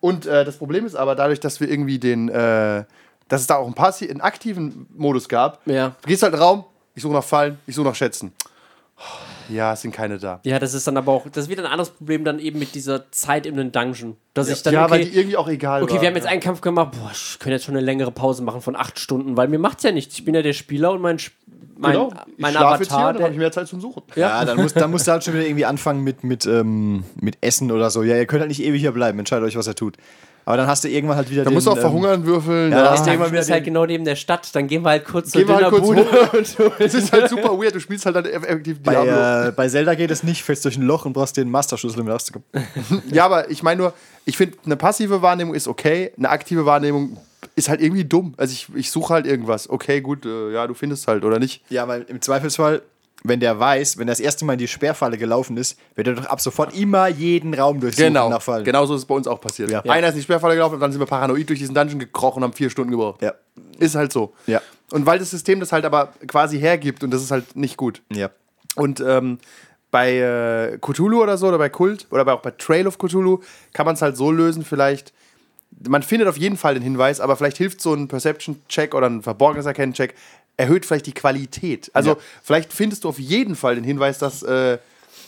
[SPEAKER 4] Und äh, das Problem ist aber, dadurch, dass wir irgendwie den, äh, dass es da auch einen, passi einen aktiven Modus gab,
[SPEAKER 3] Ja.
[SPEAKER 4] du gehst halt in den Raum, ich suche nach Fallen, ich suche nach Schätzen. Ja, es sind keine da.
[SPEAKER 3] Ja, das ist dann aber auch, das ist wieder ein anderes Problem dann eben mit dieser Zeit in den Dungeon. Dass ich dann,
[SPEAKER 4] ja,
[SPEAKER 3] okay,
[SPEAKER 4] weil die irgendwie auch egal
[SPEAKER 3] Okay,
[SPEAKER 4] waren,
[SPEAKER 3] wir haben jetzt
[SPEAKER 4] ja.
[SPEAKER 3] einen Kampf gemacht. Boah, ich könnte jetzt schon eine längere Pause machen von acht Stunden, weil mir macht's ja nichts. Ich bin ja der Spieler und mein, Sp- mein,
[SPEAKER 4] Genau,
[SPEAKER 3] mein
[SPEAKER 4] ich schlafe jetzt
[SPEAKER 3] Avatar.
[SPEAKER 4] hier, dann habe
[SPEAKER 3] Der,
[SPEAKER 4] ich mehr Zeit zum Suchen.
[SPEAKER 5] Ja, dann, musst, dann musst du halt schon wieder irgendwie anfangen mit, mit, ähm, mit Essen oder so. Ja, ihr könnt halt nicht ewig hier bleiben, entscheidet euch, was er tut. Aber dann hast du irgendwann halt wieder
[SPEAKER 4] Da
[SPEAKER 5] den...
[SPEAKER 4] musst du auch
[SPEAKER 5] ähm,
[SPEAKER 4] verhungern würfeln.
[SPEAKER 5] ja,
[SPEAKER 4] ja.
[SPEAKER 5] das
[SPEAKER 3] der
[SPEAKER 5] Thema
[SPEAKER 3] Dungeon
[SPEAKER 5] wieder
[SPEAKER 3] ist halt
[SPEAKER 5] den-
[SPEAKER 3] genau neben der Stadt. Dann gehen wir halt kurz zur
[SPEAKER 4] Gehen wir halt kurz
[SPEAKER 3] Dönerbude.
[SPEAKER 4] hoch. Es ist halt super weird. Du spielst halt dann effektiv Diablo.
[SPEAKER 5] Bei, äh, bei Zelda geht es nicht, fällst durch ein Loch und brauchst den Masterschlüssel, um da rauszukommen. äh,
[SPEAKER 4] ja, aber ich meine nur, ich finde, eine passive Wahrnehmung ist okay, eine aktive Wahrnehmung ist halt irgendwie dumm. Also ich, ich suche halt irgendwas. Okay, gut, äh, ja, du findest halt, oder nicht?
[SPEAKER 5] Ja, weil im Zweifelsfall, wenn der weiß, wenn er das erste Mal in die Sperrfalle gelaufen ist, wird er doch ab sofort immer jeden Raum durchsuchen nach Fallen.
[SPEAKER 4] Genau so ist es bei uns auch passiert.
[SPEAKER 5] Ja.
[SPEAKER 4] Einer ist in die Sperrfalle gelaufen, und dann sind wir paranoid durch diesen Dungeon gekrochen und haben vier Stunden gebraucht.
[SPEAKER 5] Ja.
[SPEAKER 4] Ist halt so.
[SPEAKER 5] Ja.
[SPEAKER 4] Und weil das System das halt aber quasi hergibt und das ist halt nicht gut.
[SPEAKER 5] Ja.
[SPEAKER 4] Und ähm, bei äh, Cthulhu oder so, oder bei Kult, oder bei, auch bei Trail of Cthulhu, kann man es halt so lösen, vielleicht. Man findet auf jeden Fall den Hinweis, aber vielleicht hilft so ein Perception-Check oder ein verborgenes Erkennen-Check, erhöht vielleicht die Qualität. Also,
[SPEAKER 5] Ja.
[SPEAKER 4] vielleicht findest du auf jeden Fall den Hinweis, dass äh,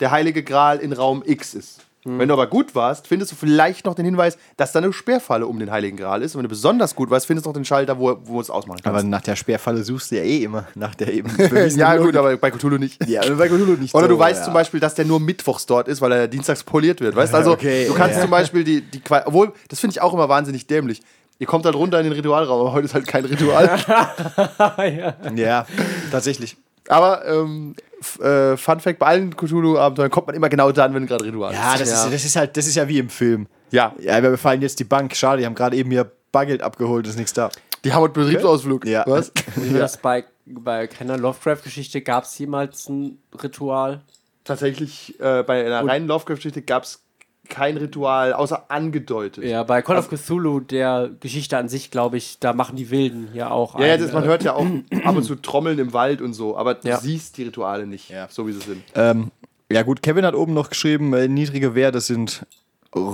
[SPEAKER 4] der Heilige Gral in Raum X ist. Wenn du aber gut warst, findest du vielleicht noch den Hinweis, dass da eine Sperrfalle um den Heiligen Gral ist. Und wenn du besonders gut warst, findest du noch den Schalter, wo, wo du es ausmachen kannst.
[SPEAKER 5] Aber nach der Sperrfalle suchst du ja eh immer. Nach der *laughs* eben.
[SPEAKER 4] *laughs* ja, gut, aber bei Cthulhu nicht. *laughs*
[SPEAKER 5] Ja, aber bei Cthulhu nicht.
[SPEAKER 4] Oder
[SPEAKER 5] so,
[SPEAKER 4] du weißt
[SPEAKER 5] ja.
[SPEAKER 4] zum Beispiel, dass der nur mittwochs dort ist, weil er dienstags poliert wird. Weißt also,
[SPEAKER 5] *laughs* Okay,
[SPEAKER 4] du kannst
[SPEAKER 5] ja.
[SPEAKER 4] zum Beispiel die, die Qua- obwohl, das finde ich auch immer wahnsinnig dämlich. Ihr kommt halt runter in den Ritualraum, aber heute ist halt kein Ritual.
[SPEAKER 5] *laughs* Ja, tatsächlich.
[SPEAKER 4] aber ähm, f- äh, Fun Fact: bei allen Cthulhu-Abenteuern kommt man immer genau dann, wenn gerade Ritual
[SPEAKER 5] Ja,
[SPEAKER 4] ist.
[SPEAKER 5] das, Ist, das ist halt, das ist ja wie im Film.
[SPEAKER 4] Ja.
[SPEAKER 5] Ja, wir befallen jetzt die Bank. Schade, die haben gerade eben hier Bargeld abgeholt, ist nichts da.
[SPEAKER 4] Die haben heute Betriebsausflug.
[SPEAKER 5] Ja.
[SPEAKER 4] Was?
[SPEAKER 3] *laughs* Wie war das bei, bei keiner Lovecraft-Geschichte? Gab es jemals ein Ritual?
[SPEAKER 4] Tatsächlich, äh, bei einer reinen Laufgeschichte gab es kein Ritual, außer angedeutet.
[SPEAKER 3] Ja, bei Call of
[SPEAKER 4] Also
[SPEAKER 3] Cthulhu, der Geschichte an sich, glaube ich, da machen die Wilden ja auch.
[SPEAKER 4] Ja, ja,
[SPEAKER 3] ein,
[SPEAKER 4] das, man
[SPEAKER 3] äh,
[SPEAKER 4] hört ja
[SPEAKER 5] *clears throat*
[SPEAKER 4] auch ab und zu Trommeln im Wald und so, aber du
[SPEAKER 3] Ja.
[SPEAKER 4] siehst die Rituale nicht,
[SPEAKER 5] Ja.
[SPEAKER 4] so wie sie sind.
[SPEAKER 5] Ähm, ja, gut, Kevin hat oben noch geschrieben, äh, niedrige Werte sind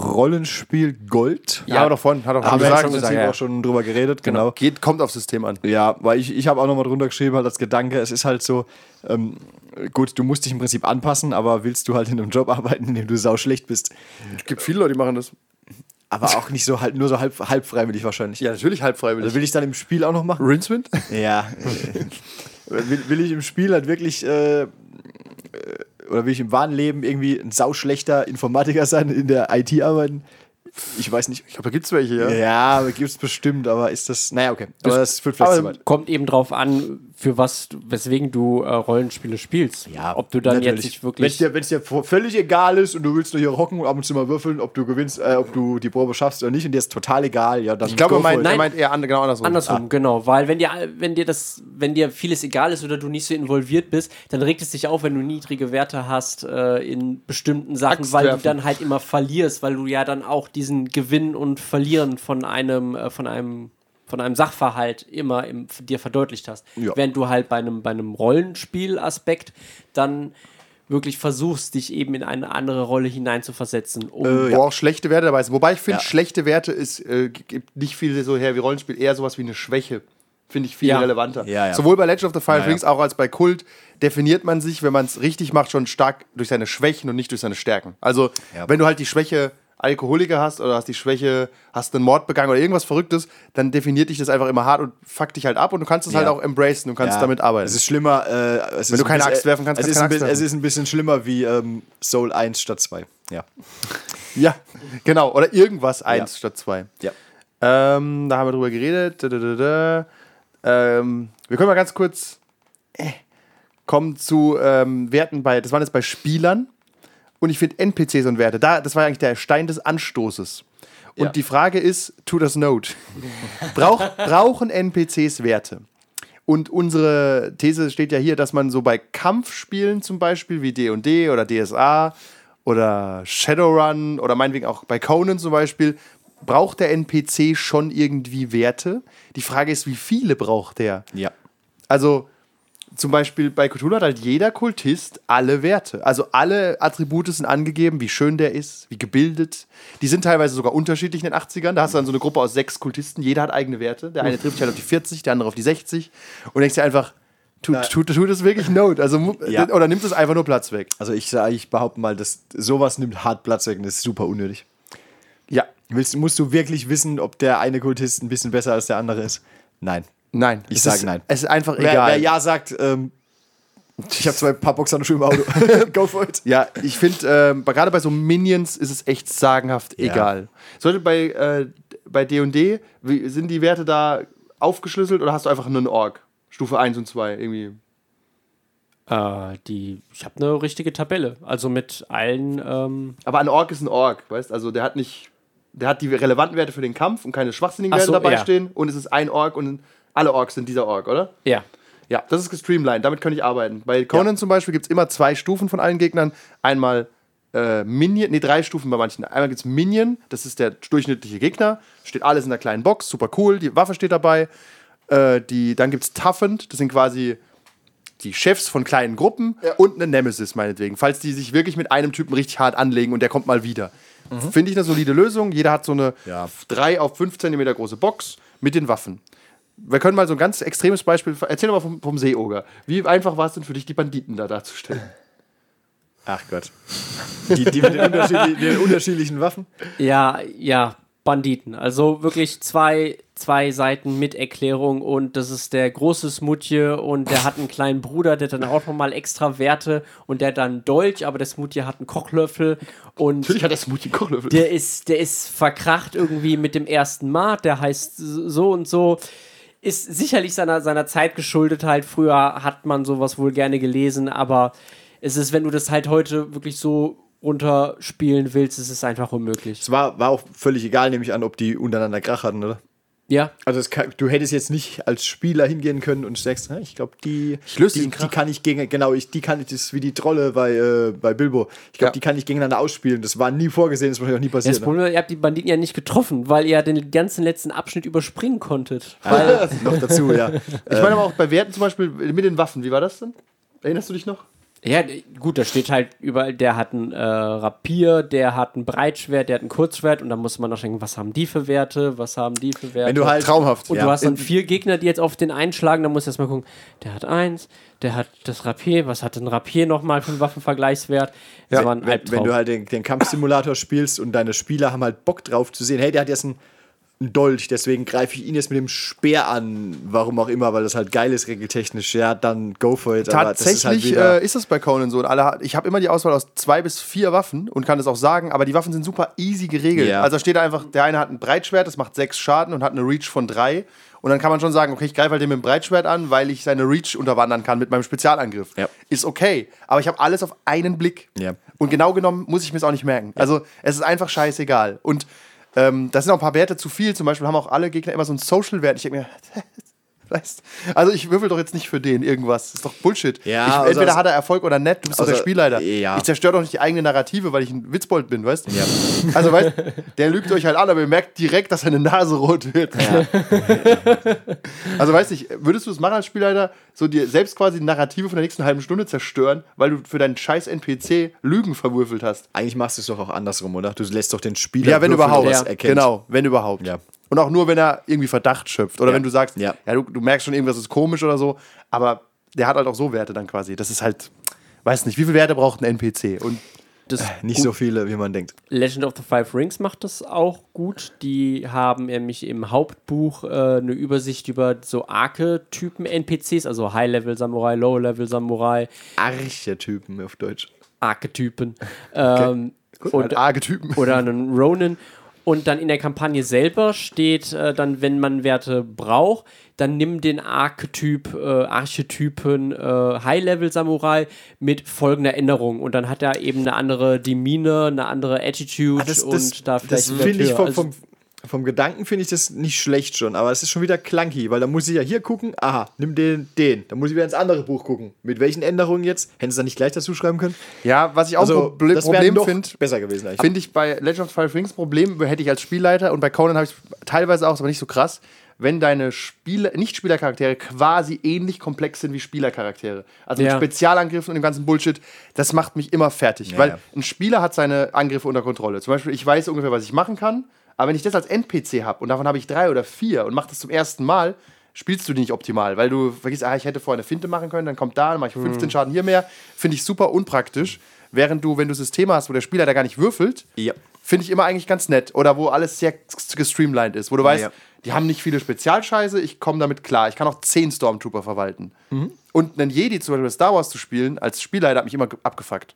[SPEAKER 5] Rollenspiel Gold.
[SPEAKER 4] Ja, aber doch vorhin, hat auch
[SPEAKER 5] Haben wir
[SPEAKER 4] gesagt,
[SPEAKER 5] schon
[SPEAKER 4] im
[SPEAKER 5] gesagt,
[SPEAKER 4] Prinzip
[SPEAKER 5] ja. auch
[SPEAKER 4] auch schon-
[SPEAKER 5] schon drüber geredet, genau.
[SPEAKER 4] Geht, kommt aufs System an.
[SPEAKER 5] Ja, weil ich, ich habe auch nochmal drunter geschrieben, halt als Gedanke, es ist halt so, ähm, gut, du musst dich im Prinzip anpassen, aber willst du halt in einem Job arbeiten, in dem du sau schlecht bist.
[SPEAKER 4] Es gibt viele Leute, die machen das.
[SPEAKER 5] Aber auch nicht so halt, nur so halb, halb freiwillig wahrscheinlich.
[SPEAKER 4] Ja, natürlich halb freiwillig.
[SPEAKER 5] Also will ich dann im Spiel auch noch machen?
[SPEAKER 4] Rincewind?
[SPEAKER 5] Ja. will, will ich im Spiel halt wirklich äh, äh, oder will ich im wahren Leben irgendwie ein sauschlechter Informatiker sein, in der IT arbeiten? Ich weiß nicht.
[SPEAKER 4] Ich glaube, da gibt es welche, ja.
[SPEAKER 5] Ja, gibt es bestimmt, aber ist das. Naja, okay. Aber das führt vielleicht
[SPEAKER 3] Aber
[SPEAKER 5] zu weit.
[SPEAKER 3] kommt eben drauf an, für was, du- weswegen du äh, Rollenspiele spielst. ob du dann jetzt nicht
[SPEAKER 5] Wenn es
[SPEAKER 3] wirklich.
[SPEAKER 5] dir, wenn's dir vo- völlig egal ist und du willst nur hier rocken und ab und zu mal würfeln, ob du gewinnst, äh, ob du die Probe schaffst oder nicht, und dir ist total egal, ja, dann.
[SPEAKER 4] Ich glaube, er
[SPEAKER 5] go for
[SPEAKER 4] meint,
[SPEAKER 5] it.
[SPEAKER 4] er
[SPEAKER 3] Nein.
[SPEAKER 4] meint eher an, genau andersrum.
[SPEAKER 3] Andersrum, genau, weil wenn dir, wenn dir das, wenn dir vieles egal ist oder du nicht so involviert bist, dann regt es dich auf, wenn du niedrige Werte hast äh, in bestimmten Sachen,
[SPEAKER 4] Axt
[SPEAKER 3] weil
[SPEAKER 4] werfen.
[SPEAKER 3] du dann halt immer verlierst, weil du ja dann auch diesen Gewinn und Verlieren von einem, äh, von einem, von einem Sachverhalt immer im, dir verdeutlicht hast.
[SPEAKER 5] Ja.
[SPEAKER 3] Während du halt bei einem, bei einem Rollenspielaspekt dann wirklich versuchst, dich eben in eine andere Rolle hineinzuversetzen, um
[SPEAKER 4] Wo auch schlechte Werte dabei sind. Wobei ich finde,
[SPEAKER 5] Ja.
[SPEAKER 4] schlechte Werte ist, äh, gibt nicht viel so her wie Rollenspiel, eher sowas wie eine Schwäche. Finde ich viel
[SPEAKER 3] Ja.
[SPEAKER 4] relevanter.
[SPEAKER 5] Ja, ja.
[SPEAKER 4] Sowohl bei Legend of the Five
[SPEAKER 5] ja.
[SPEAKER 4] Rings auch als bei Kult definiert man sich, wenn man es richtig macht, schon stark durch seine Schwächen und nicht durch seine Stärken. Also,
[SPEAKER 5] Ja.
[SPEAKER 4] wenn du halt die Schwäche Alkoholiker hast oder hast die Schwäche, hast einen Mord begangen oder irgendwas Verrücktes, dann definiert dich das einfach immer hart und fuckt dich halt ab und du kannst es halt
[SPEAKER 5] Ja.
[SPEAKER 4] auch embracen, du kannst
[SPEAKER 5] Ja,
[SPEAKER 4] damit arbeiten.
[SPEAKER 5] Es ist schlimmer. Äh, es Wenn
[SPEAKER 4] du keine Axt werfen kannst,
[SPEAKER 5] es
[SPEAKER 4] kannst
[SPEAKER 5] ist,
[SPEAKER 4] du
[SPEAKER 5] ein
[SPEAKER 4] keine Axt
[SPEAKER 5] bisschen, es
[SPEAKER 4] werfen.
[SPEAKER 5] ist ein bisschen schlimmer wie ähm, Soul 1 statt 2. Ja.
[SPEAKER 4] ja, *laughs* genau. Oder irgendwas, eins
[SPEAKER 5] Ja.
[SPEAKER 4] statt zwei.
[SPEAKER 5] ja.
[SPEAKER 4] Ähm, da haben wir drüber geredet. Da, da, da, da. Ähm, wir können mal ganz kurz äh, kommen zu ähm, Werten bei, das waren jetzt bei Spielern. Und ich finde NPCs und Werte, da, das war eigentlich der Stein des Anstoßes. Und
[SPEAKER 5] Ja.
[SPEAKER 4] die Frage ist, to das note. *laughs* Brauch, brauchen NPCs Werte? Und unsere These steht ja hier, dass man so bei Kampfspielen zum Beispiel wie D&D oder DSA oder Shadowrun oder meinetwegen auch bei Conan zum Beispiel, braucht der NPC schon irgendwie Werte? Die Frage ist, wie viele braucht der?
[SPEAKER 5] Ja.
[SPEAKER 4] Also zum Beispiel bei Cthulhu hat halt jeder Kultist alle Werte. Also alle Attribute sind angegeben, wie schön der ist, wie gebildet. Die sind teilweise sogar unterschiedlich in den 80ern. Da hast du dann so eine Gruppe aus sechs Kultisten, jeder hat eigene Werte. Der eine trifft sich halt auf die 40, der andere auf die 60. Und denkst dir einfach, tut, tut, tut es wirklich Note. Also, mu-
[SPEAKER 5] Ja.
[SPEAKER 4] Oder nimmt es einfach nur Platz weg.
[SPEAKER 5] Also ich, sag- ich behaupte mal, dass sowas nimmt hart Platz weg und ist super unnötig.
[SPEAKER 4] Ja.
[SPEAKER 5] Willst, musst du wirklich wissen, ob der eine Kultist ein bisschen besser als der andere ist? Nein.
[SPEAKER 4] Nein.
[SPEAKER 5] Ich
[SPEAKER 4] Es
[SPEAKER 5] sag
[SPEAKER 4] ist-
[SPEAKER 5] nein.
[SPEAKER 4] Es ist einfach
[SPEAKER 5] Wer,
[SPEAKER 4] egal.
[SPEAKER 5] wer ja sagt, ähm, ich habe zwei paar Boxhandschuhe im *laughs* Auto. Go for it.
[SPEAKER 4] Ja, ich finde, ähm, bei- gerade bei so Minions ist es echt sagenhaft
[SPEAKER 5] Ja.
[SPEAKER 4] egal. Sollte bei äh, bei D&D, wie- sind die Werte da aufgeschlüsselt oder hast du einfach nur einen Org? Stufe 1 und 2 irgendwie.
[SPEAKER 3] Äh, die, ich habe eine richtige Tabelle. Also mit allen. Ähm,
[SPEAKER 4] Aber ein Org ist ein Org, weißt? Also der hat nicht, der hat die relevanten Werte für den Kampf und keine schwachsinnigen
[SPEAKER 3] Ach
[SPEAKER 4] Werte
[SPEAKER 3] so,
[SPEAKER 4] dabei
[SPEAKER 3] ja.
[SPEAKER 4] stehen und es ist ein Org und alle Orks sind dieser Org, oder?
[SPEAKER 3] ja.
[SPEAKER 4] Ja, das ist gestreamlined, damit kann ich arbeiten. Bei Conan zum Beispiel gibt es immer zwei Stufen von allen Gegnern. Einmal äh, Minion, nee, drei Stufen bei manchen. Einmal gibt es Minion, das ist der durchschnittliche Gegner, steht alles in der kleinen Box, super cool, die Waffe steht dabei. Äh, die, dann gibt es Toughened, das sind quasi die Chefs von kleinen Gruppen und eine Nemesis meinetwegen, falls die sich wirklich mit einem Typen richtig hart anlegen und der kommt mal wieder. Finde ich eine solide Lösung. Jeder hat so eine
[SPEAKER 5] Ja.
[SPEAKER 4] 3 auf 5 cm große Box mit den Waffen. Wir können mal so ein ganz extremes Beispiel. Erzähl doch mal vom, vom Seeoger. Wie einfach war es denn für dich, die Banditen da darzustellen?
[SPEAKER 5] Ach Gott. Die, die mit den, unterschiedli- den unterschiedlichen Waffen.
[SPEAKER 3] Ja, ja, Banditen. Also wirklich zwei, zwei Seiten mit Erklärung und das ist der große Smutje und der hat einen kleinen Bruder, der hat dann auch nochmal extra Werte und der hat dann einen Dolch, aber der Smutje hat einen Kochlöffel und
[SPEAKER 4] *laughs* Natürlich hat der Smoothie einen Kochlöffel.
[SPEAKER 3] der ist, der ist verkracht irgendwie mit dem ersten Mart, der heißt so und so. Ist sicherlich seiner, seiner Zeit geschuldet halt. Früher hat man sowas wohl gerne gelesen, aber es ist, wenn du das halt heute wirklich so runterspielen willst, ist es einfach unmöglich.
[SPEAKER 5] Es war, war auch völlig egal, nehme ich an, ob die untereinander Krach hatten, oder?
[SPEAKER 3] Ja,
[SPEAKER 5] Also es kann, du hättest jetzt nicht als Spieler hingehen können und sagst, "Na, ich glaube, die,
[SPEAKER 4] löse
[SPEAKER 5] die,
[SPEAKER 4] diesen
[SPEAKER 5] die
[SPEAKER 4] Krach.
[SPEAKER 5] kann ich gegen, genau, ich, die kann ich, das ist wie die Trolle bei, äh, bei Bilbo. Ich glaube,
[SPEAKER 4] Ja.
[SPEAKER 5] die kann ich gegeneinander ausspielen. Das war nie vorgesehen, das war wahrscheinlich auch nie passiert.
[SPEAKER 3] Das
[SPEAKER 5] ne?
[SPEAKER 3] Problem war, ihr habt die Banditen ja nicht getroffen, weil ihr den ganzen letzten Abschnitt überspringen konntet.
[SPEAKER 5] Ah, *laughs* noch dazu, ja. Äh,
[SPEAKER 4] ich meine aber auch bei Werten zum Beispiel mit den Waffen. Wie war das denn? Erinnerst du dich noch?
[SPEAKER 3] Ja, gut, da steht halt überall, der hat ein äh, Rapier, der hat ein Breitschwert, der hat ein Kurzschwert und dann musste man noch denken, was haben die für Werte, was haben die für Werte.
[SPEAKER 5] Wenn du halt
[SPEAKER 4] Traumhaft.
[SPEAKER 3] und
[SPEAKER 5] ja,
[SPEAKER 3] du hast dann
[SPEAKER 5] in-
[SPEAKER 3] vier Gegner, die jetzt auf den einschlagen, dann musst du erstmal gucken, der hat eins, der hat das Rapier, was hat ein Rapier nochmal für einen Waffenvergleichswert? Das war ein
[SPEAKER 5] wenn, halt
[SPEAKER 3] Albtraum.
[SPEAKER 5] wenn du halt den, den Kampfsimulator spielst und deine Spieler haben halt Bock drauf zu sehen, hey, der hat jetzt ein einen Dolch, deswegen greife ich ihn jetzt mit dem Speer an, warum auch immer, weil das halt geil ist regeltechnisch. Ja, dann go for it. aber das
[SPEAKER 4] Tatsächlich
[SPEAKER 5] ist halt
[SPEAKER 4] ist,
[SPEAKER 5] wieder-
[SPEAKER 4] äh, ist das bei Conan so. Und alle, ich habe immer die Auswahl aus zwei bis vier Waffen und kann das auch sagen, aber die Waffen sind super easy geregelt.
[SPEAKER 5] Ja.
[SPEAKER 4] Also steht da einfach, der eine hat ein Breitschwert, das macht sechs Schaden und hat eine Reach von drei. Und dann kann man schon sagen, okay, ich greife halt den mit dem Breitschwert an, weil ich seine Reach unterwandern kann mit meinem Spezialangriff.
[SPEAKER 5] Ja.
[SPEAKER 4] Ist okay. Aber ich habe alles auf einen Blick.
[SPEAKER 5] Ja.
[SPEAKER 4] Und genau genommen muss ich mir es auch nicht merken. Also es ist einfach scheißegal. Und ähm, das sind auch ein paar Werte zu viel. Zum Beispiel haben auch alle Gegner immer so einen Social-Wert. Ich denke mir, *laughs* Weißt? Also ich würfel doch jetzt nicht für den irgendwas. Das ist doch Bullshit.
[SPEAKER 5] Ja,
[SPEAKER 4] ich,
[SPEAKER 5] also
[SPEAKER 4] entweder
[SPEAKER 5] das-
[SPEAKER 4] hat er Erfolg oder nett, du bist doch
[SPEAKER 5] Also,
[SPEAKER 4] der Spielleiter.
[SPEAKER 5] ja.
[SPEAKER 4] Ich zerstöre doch nicht die eigene Narrative, weil ich ein Witzbold bin, weißt du?
[SPEAKER 5] Ja.
[SPEAKER 4] *laughs* Also weißt der lügt euch halt an, aber ihr merkt direkt, dass seine Nase rot wird. *laughs*
[SPEAKER 5] *laughs*
[SPEAKER 4] also weißt du, würdest du es machen als Spielleiter, so dir selbst quasi die Narrative von der nächsten halben Stunde zerstören, weil du für deinen scheiß NPC Lügen verwürfelt hast?
[SPEAKER 5] Eigentlich machst du es doch auch andersrum, oder? Du lässt doch den Spieler
[SPEAKER 4] Ja, wenn
[SPEAKER 5] würfeln,
[SPEAKER 4] überhaupt.
[SPEAKER 5] ob er es
[SPEAKER 3] Ja.
[SPEAKER 5] erkennt.
[SPEAKER 4] Genau, wenn überhaupt.
[SPEAKER 5] Ja.
[SPEAKER 4] Und auch nur, wenn er irgendwie Verdacht schöpft. Oder wenn du sagst, ja,
[SPEAKER 5] Ja.
[SPEAKER 4] du, du merkst schon, irgendwas ist komisch oder so. Aber der hat halt auch so Werte dann quasi. Das ist halt, weiß nicht, wie viele Werte braucht ein NPC? Und
[SPEAKER 3] Das
[SPEAKER 5] *laughs* Nicht so viele, wie man denkt.
[SPEAKER 3] Legend of the Five Rings macht das auch gut. Die haben nämlich im Hauptbuch äh, eine Übersicht über so Arke-Typen NPCs, also High-Level-Samurai, Low-Level-Samurai,
[SPEAKER 5] Archetypen auf Deutsch.
[SPEAKER 3] Arke-Typen. Ähm,
[SPEAKER 4] und
[SPEAKER 5] halt
[SPEAKER 3] und
[SPEAKER 4] arge Typen.
[SPEAKER 3] oder einen Ronin. Und dann in der Kampagne selber steht äh, dann, wenn man Werte braucht, dann nimm den Archetyp, äh, Archetypen äh, High-Level-Samurai mit folgender Änderung. Und dann hat er eben eine andere Demeanor, eine andere
[SPEAKER 4] Ah,
[SPEAKER 3] Attitude und da
[SPEAKER 5] das
[SPEAKER 3] vielleicht eine
[SPEAKER 5] finde ich
[SPEAKER 3] Tür.
[SPEAKER 5] vom,
[SPEAKER 3] Also-
[SPEAKER 5] vom, vom Gedanken finde ich das nicht schlecht schon, aber es ist schon wieder clunky, weil da muss ich ja hier gucken, aha, nimm den, den. Dann muss ich wieder ins andere Buch gucken. Mit welchen Änderungen jetzt? Hätten sie da nicht gleich dazu schreiben können?
[SPEAKER 4] *laughs* Ja, was ich auch ein Problem,
[SPEAKER 5] Also, das wäre
[SPEAKER 4] Problem
[SPEAKER 5] noch
[SPEAKER 4] finde,
[SPEAKER 5] besser gewesen eigentlich.
[SPEAKER 4] finde ich bei Legend of the Five Rings Problem hätte ich als Spielleiter und bei Conan habe ich teilweise auch, aber nicht so krass, wenn deine Spieler, Nicht-Spielercharaktere quasi ähnlich komplex sind wie Spielercharaktere. Also
[SPEAKER 3] Ja.
[SPEAKER 4] mit Spezialangriffen und dem ganzen Bullshit, das macht mich immer fertig. weil
[SPEAKER 5] ja.
[SPEAKER 4] ein Spieler hat seine Angriffe unter Kontrolle. Zum Beispiel, ich weiß ungefähr, was ich machen kann, aber wenn ich das als NPC habe und davon habe ich drei oder vier und mache das zum ersten Mal, spielst du die nicht optimal, weil du vergisst, ah, ich hätte vorher eine Finte machen können, dann kommt da, dann mache ich
[SPEAKER 5] Hm.
[SPEAKER 4] 15 Schaden hier mehr. Finde ich super unpraktisch. Während du, wenn du Systeme hast, wo der Spieler da gar nicht würfelt,
[SPEAKER 5] Ja.
[SPEAKER 4] finde ich immer eigentlich ganz nett. Oder wo alles sehr gestreamlined ist, wo du weißt,
[SPEAKER 5] Ah, Ja.
[SPEAKER 4] die haben nicht viele Spezialscheiße, ich komme damit klar. Ich kann auch 10 Stormtrooper verwalten.
[SPEAKER 5] Mhm.
[SPEAKER 4] Und einen Jedi zum Beispiel bei Star Wars zu spielen, als Spielleiter hat mich immer ge- abgefuckt.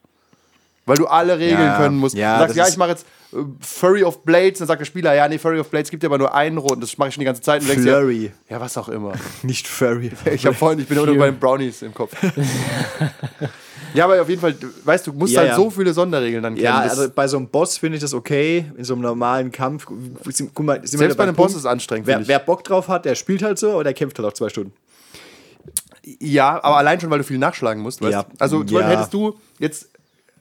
[SPEAKER 4] Weil du alle Regeln
[SPEAKER 5] Ja,
[SPEAKER 4] können musst.
[SPEAKER 5] ja,
[SPEAKER 4] du sagst,
[SPEAKER 5] das
[SPEAKER 4] ja,
[SPEAKER 5] ist-
[SPEAKER 4] ich mache jetzt äh, Furry of Blades. Dann sagt der Spieler, ja, nee, Furry of Blades gibt ja aber nur einen roten. Das mache ich schon die ganze Zeit. Und du denkst dir,
[SPEAKER 5] Flurry,
[SPEAKER 4] ja, was auch
[SPEAKER 5] *laughs*
[SPEAKER 4] immer.
[SPEAKER 5] nicht Furry.
[SPEAKER 4] Ich habe vorhin, ich bin nur bei den Brownies im
[SPEAKER 5] *laughs*
[SPEAKER 4] Kopf. ja, aber auf jeden Fall, du- weißt du, musst
[SPEAKER 5] Ja,
[SPEAKER 4] halt
[SPEAKER 5] ja.
[SPEAKER 4] so viele Sonderregeln dann kennen.
[SPEAKER 5] Ja,
[SPEAKER 4] Das-
[SPEAKER 5] also bei so einem Boss finde ich das okay. In so einem normalen Kampf. Guck mal, sind wir wieder
[SPEAKER 4] selbst bei
[SPEAKER 5] beim
[SPEAKER 4] einem Boss
[SPEAKER 5] Punkt.
[SPEAKER 4] ist es anstrengend. finde
[SPEAKER 5] Wer,
[SPEAKER 4] ich.
[SPEAKER 5] wer Bock drauf hat, der spielt halt so, aber der kämpft halt auch zwei Stunden.
[SPEAKER 4] Ja, aber allein schon, weil du viel nachschlagen musst. Weißt?
[SPEAKER 5] Ja.
[SPEAKER 4] du? Also zum
[SPEAKER 5] Ja.
[SPEAKER 4] Beispiel hättest du jetzt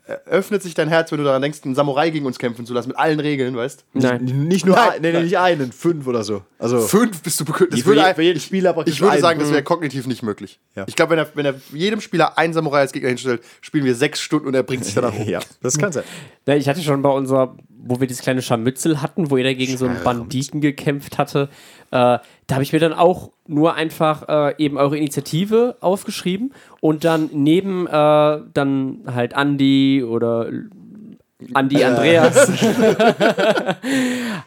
[SPEAKER 4] äh, öffnet sich dein Herz, wenn du daran denkst, einen Samurai gegen uns kämpfen zu lassen mit allen Regeln, weißt?
[SPEAKER 3] Also, Nein.
[SPEAKER 5] Nicht nur
[SPEAKER 4] Nein.
[SPEAKER 5] ein, nee, nee, nicht einen, fünf oder so. Also
[SPEAKER 4] Fünf bist du bekümmert.
[SPEAKER 5] für je- für jeden Spieler praktisch hm.
[SPEAKER 4] Ich würde
[SPEAKER 5] einen.
[SPEAKER 4] sagen, das wäre kognitiv nicht möglich.
[SPEAKER 5] Ja.
[SPEAKER 4] Ich glaube, wenn er, wenn er jedem Spieler einen Samurai als Gegner hinstellt, spielen wir sechs Stunden und er bringt sich
[SPEAKER 5] *laughs*
[SPEAKER 4] danach um.
[SPEAKER 5] *laughs* ja, das kann sein.
[SPEAKER 3] Na, ich hatte schon bei unserer, wo wir dieses kleine Scharmützel hatten, wo jeder gegen so einen Banditen gekämpft hatte, äh, da habe ich mir dann auch nur einfach äh, eben eure Initiative aufgeschrieben und dann neben äh, dann halt Andi oder
[SPEAKER 5] Äh.
[SPEAKER 3] Andi
[SPEAKER 5] *laughs*
[SPEAKER 3] Andreas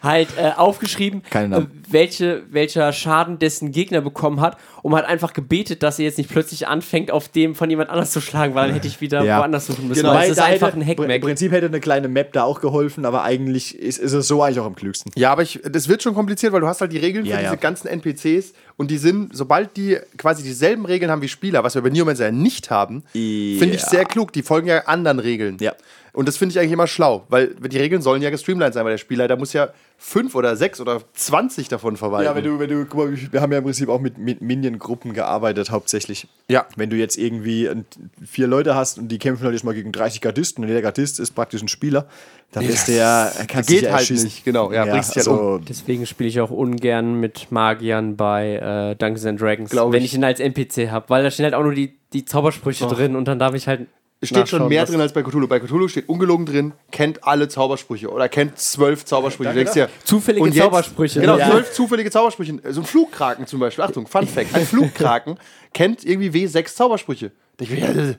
[SPEAKER 3] halt äh, aufgeschrieben,
[SPEAKER 5] Keine Namen.
[SPEAKER 3] äh, welche, welcher Schaden dessen Gegner bekommen hat und man hat einfach gebetet, dass er jetzt nicht plötzlich anfängt, auf dem von jemand anders zu schlagen, weil dann hätte ich wieder
[SPEAKER 5] Ja.
[SPEAKER 3] woanders suchen müssen.
[SPEAKER 5] Genau,
[SPEAKER 3] weil
[SPEAKER 5] weil
[SPEAKER 3] es ist
[SPEAKER 5] da
[SPEAKER 3] einfach
[SPEAKER 5] hätte,
[SPEAKER 3] ein
[SPEAKER 5] Im
[SPEAKER 3] Hackmack.
[SPEAKER 5] Prinzip hätte eine kleine Map da auch geholfen, aber eigentlich ist, ist es so eigentlich auch am klügsten.
[SPEAKER 4] Ja, aber ich, das wird schon kompliziert, weil du hast halt die Regeln
[SPEAKER 5] Ja,
[SPEAKER 4] für
[SPEAKER 5] ja.
[SPEAKER 4] diese ganzen NPCs und die sind, sobald die quasi dieselben Regeln haben wie Spieler, was wir bei Neomancer ja nicht haben, finde ich
[SPEAKER 5] Ja.
[SPEAKER 4] sehr klug. Die folgen ja anderen Regeln.
[SPEAKER 5] Ja.
[SPEAKER 4] Und das finde ich eigentlich immer schlau, weil die Regeln sollen ja gestreamlined sein, weil der Spieler, da muss ja fünf oder sechs oder 20 davon verwalten.
[SPEAKER 5] Ja, wenn du, wenn du, guck mal, wir haben ja im Prinzip auch mit, mit Minion-Gruppen gearbeitet, hauptsächlich.
[SPEAKER 4] Ja.
[SPEAKER 5] Wenn du jetzt irgendwie ein, vier Leute hast und die kämpfen halt jetzt mal gegen 30 Gardisten und jeder Gardist ist praktisch ein Spieler, dann bist du ja, kannst
[SPEAKER 4] Geht
[SPEAKER 5] dich ja
[SPEAKER 4] halt
[SPEAKER 5] erschießen.
[SPEAKER 4] nicht, genau, ja, bringst dich halt
[SPEAKER 5] um.
[SPEAKER 3] Deswegen spiele ich auch ungern mit Magiern bei äh, Dungeons and Dragons,
[SPEAKER 4] Glaub
[SPEAKER 3] wenn
[SPEAKER 4] ich.
[SPEAKER 3] ich ihn als NPC habe, weil da stehen halt auch nur die, die Zaubersprüche drin und dann darf ich halt.
[SPEAKER 4] steht schon
[SPEAKER 3] nachschauen,
[SPEAKER 4] mehr
[SPEAKER 3] was-
[SPEAKER 4] drin als bei Cthulhu. Bei Cthulhu steht ungelogen drin, kennt alle Zaubersprüche oder kennt zwölf Zaubersprüche. Du denkst dir,
[SPEAKER 3] genau. Zufällige
[SPEAKER 4] und jetzt-
[SPEAKER 3] Zaubersprüche,
[SPEAKER 4] Genau,
[SPEAKER 3] ne?
[SPEAKER 4] zwölf zufällige Zaubersprüche. So ein Flugkraken zum Beispiel. Achtung, Fun Fact. Ein Flugkraken *laughs* kennt irgendwie W6 *laughs* Zaubersprüche. Denk Ich mir,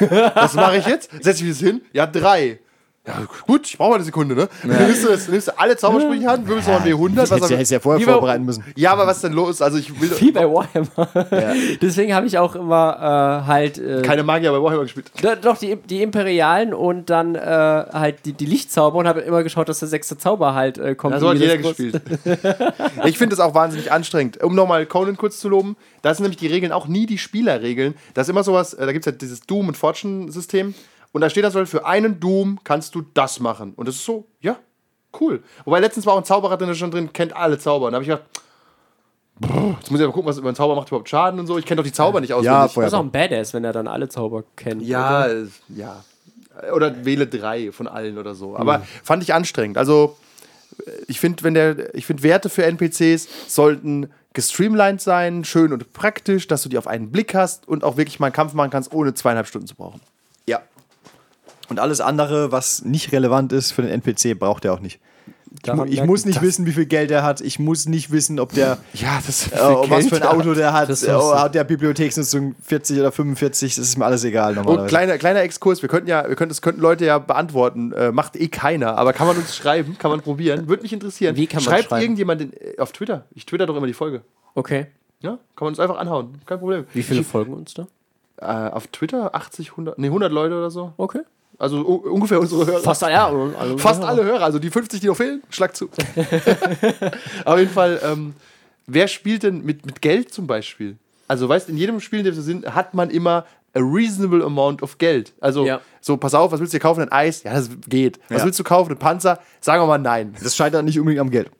[SPEAKER 4] ja, was mache ich jetzt? Setze ich mich jetzt hin? Ja, drei. Ja, gut, ich brauche mal eine Sekunde, ne? Dann nimmst du, das, nimmst du alle Zaubersprüche in die Hand, wirbelst nochmal ein
[SPEAKER 5] Das
[SPEAKER 4] W100.
[SPEAKER 5] hättest du-
[SPEAKER 4] am-
[SPEAKER 5] hättest du ja vorher
[SPEAKER 4] Lieber-
[SPEAKER 5] vorbereiten müssen.
[SPEAKER 4] Ja, aber was ist denn los? Also ich will
[SPEAKER 3] Wie bei Warhammer. *laughs* Deswegen habe ich auch immer äh, halt. Äh,
[SPEAKER 4] keine Magier bei Warhammer gespielt.
[SPEAKER 3] do- doch, die, die Imperialen und dann äh, halt die, die Lichtzauber und habe immer geschaut, dass der sechste Zauber halt äh, kommt.
[SPEAKER 4] Ja, so
[SPEAKER 3] und
[SPEAKER 4] hat
[SPEAKER 3] mir
[SPEAKER 4] jeder
[SPEAKER 3] das groß-
[SPEAKER 4] gespielt. *laughs* ich finde es auch wahnsinnig anstrengend. Um nochmal Conan kurz zu loben, da sind nämlich die Regeln auch nie die Spielerregeln. Da ist immer sowas, äh, da gibt es ja dieses Doom- und Fortune-System. Und da steht dann so, für einen Doom kannst du das machen. Und das ist so, ja, cool. Wobei letztens war auch ein Zauberer drin, der schon drin, kennt alle Zauber. Und da habe ich gedacht, brr, jetzt muss ich aber gucken, was über ein Zauber macht überhaupt Schaden und so. Ich kenne doch die Zauber nicht
[SPEAKER 5] Ja,
[SPEAKER 4] auswendig.
[SPEAKER 3] Das ist auch
[SPEAKER 5] vorher.
[SPEAKER 3] ein Badass, wenn er dann alle Zauber kennt.
[SPEAKER 4] Ja, äh, ja. Oder wähle drei von allen oder so. Aber fand ich anstrengend. Also, äh, ich finde, wenn der, ich finde, Werte für NPCs sollten gestreamlined sein, schön und praktisch, dass du die auf einen Blick hast und auch wirklich mal einen Kampf machen kannst, ohne zweieinhalb Stunden zu brauchen.
[SPEAKER 5] Ja. Und alles andere, was nicht relevant ist für den NPC, braucht er auch nicht. Ich, mu-
[SPEAKER 3] Daran
[SPEAKER 5] ich
[SPEAKER 3] merkt-
[SPEAKER 5] muss nicht wissen, wie viel Geld er hat. Ich muss nicht wissen, ob der,
[SPEAKER 4] *laughs* Ja, das ist
[SPEAKER 5] äh, was für ein Auto der hat.
[SPEAKER 3] Das
[SPEAKER 5] Äh,
[SPEAKER 3] hast du.
[SPEAKER 5] hat der Bibliotheksnutzung 40 oder 45? Das ist mir alles egal
[SPEAKER 4] Und
[SPEAKER 5] normalerweise.
[SPEAKER 4] kleiner, kleiner Exkurs, wir könnten ja, wir könnten, das könnten Leute ja beantworten, äh, macht eh keiner, aber kann man uns schreiben, kann man probieren, würde mich interessieren.
[SPEAKER 3] Wie kann man
[SPEAKER 4] Schreibt
[SPEAKER 3] schreiben?
[SPEAKER 4] irgendjemand in, äh, auf Twitter, ich twitter doch immer die Folge.
[SPEAKER 3] Okay.
[SPEAKER 4] Ja, kann man uns einfach anhauen, kein Problem.
[SPEAKER 3] Wie viele folgen uns da?
[SPEAKER 4] äh, auf Twitter 80, 100, nee, 100 Leute oder so.
[SPEAKER 3] Okay.
[SPEAKER 4] Also u- ungefähr unsere Hörer.
[SPEAKER 3] Fast alle. Ja, genau, alle
[SPEAKER 4] Fast alle Hörer, also die 50, die noch fehlen, schlag zu. *laughs* auf jeden Fall, ähm, wer spielt denn mit, mit Geld zum Beispiel? Also, weißt in jedem Spiel, in dem wir sind, hat man immer a reasonable amount of Geld. Also,
[SPEAKER 3] Ja.
[SPEAKER 4] so, pass auf, was willst du dir kaufen? Ein Eis? Ja, das geht. Was
[SPEAKER 5] Ja.
[SPEAKER 4] willst du kaufen? Ein Panzer? Sagen wir mal nein.
[SPEAKER 5] das scheitert nicht unbedingt am Geld.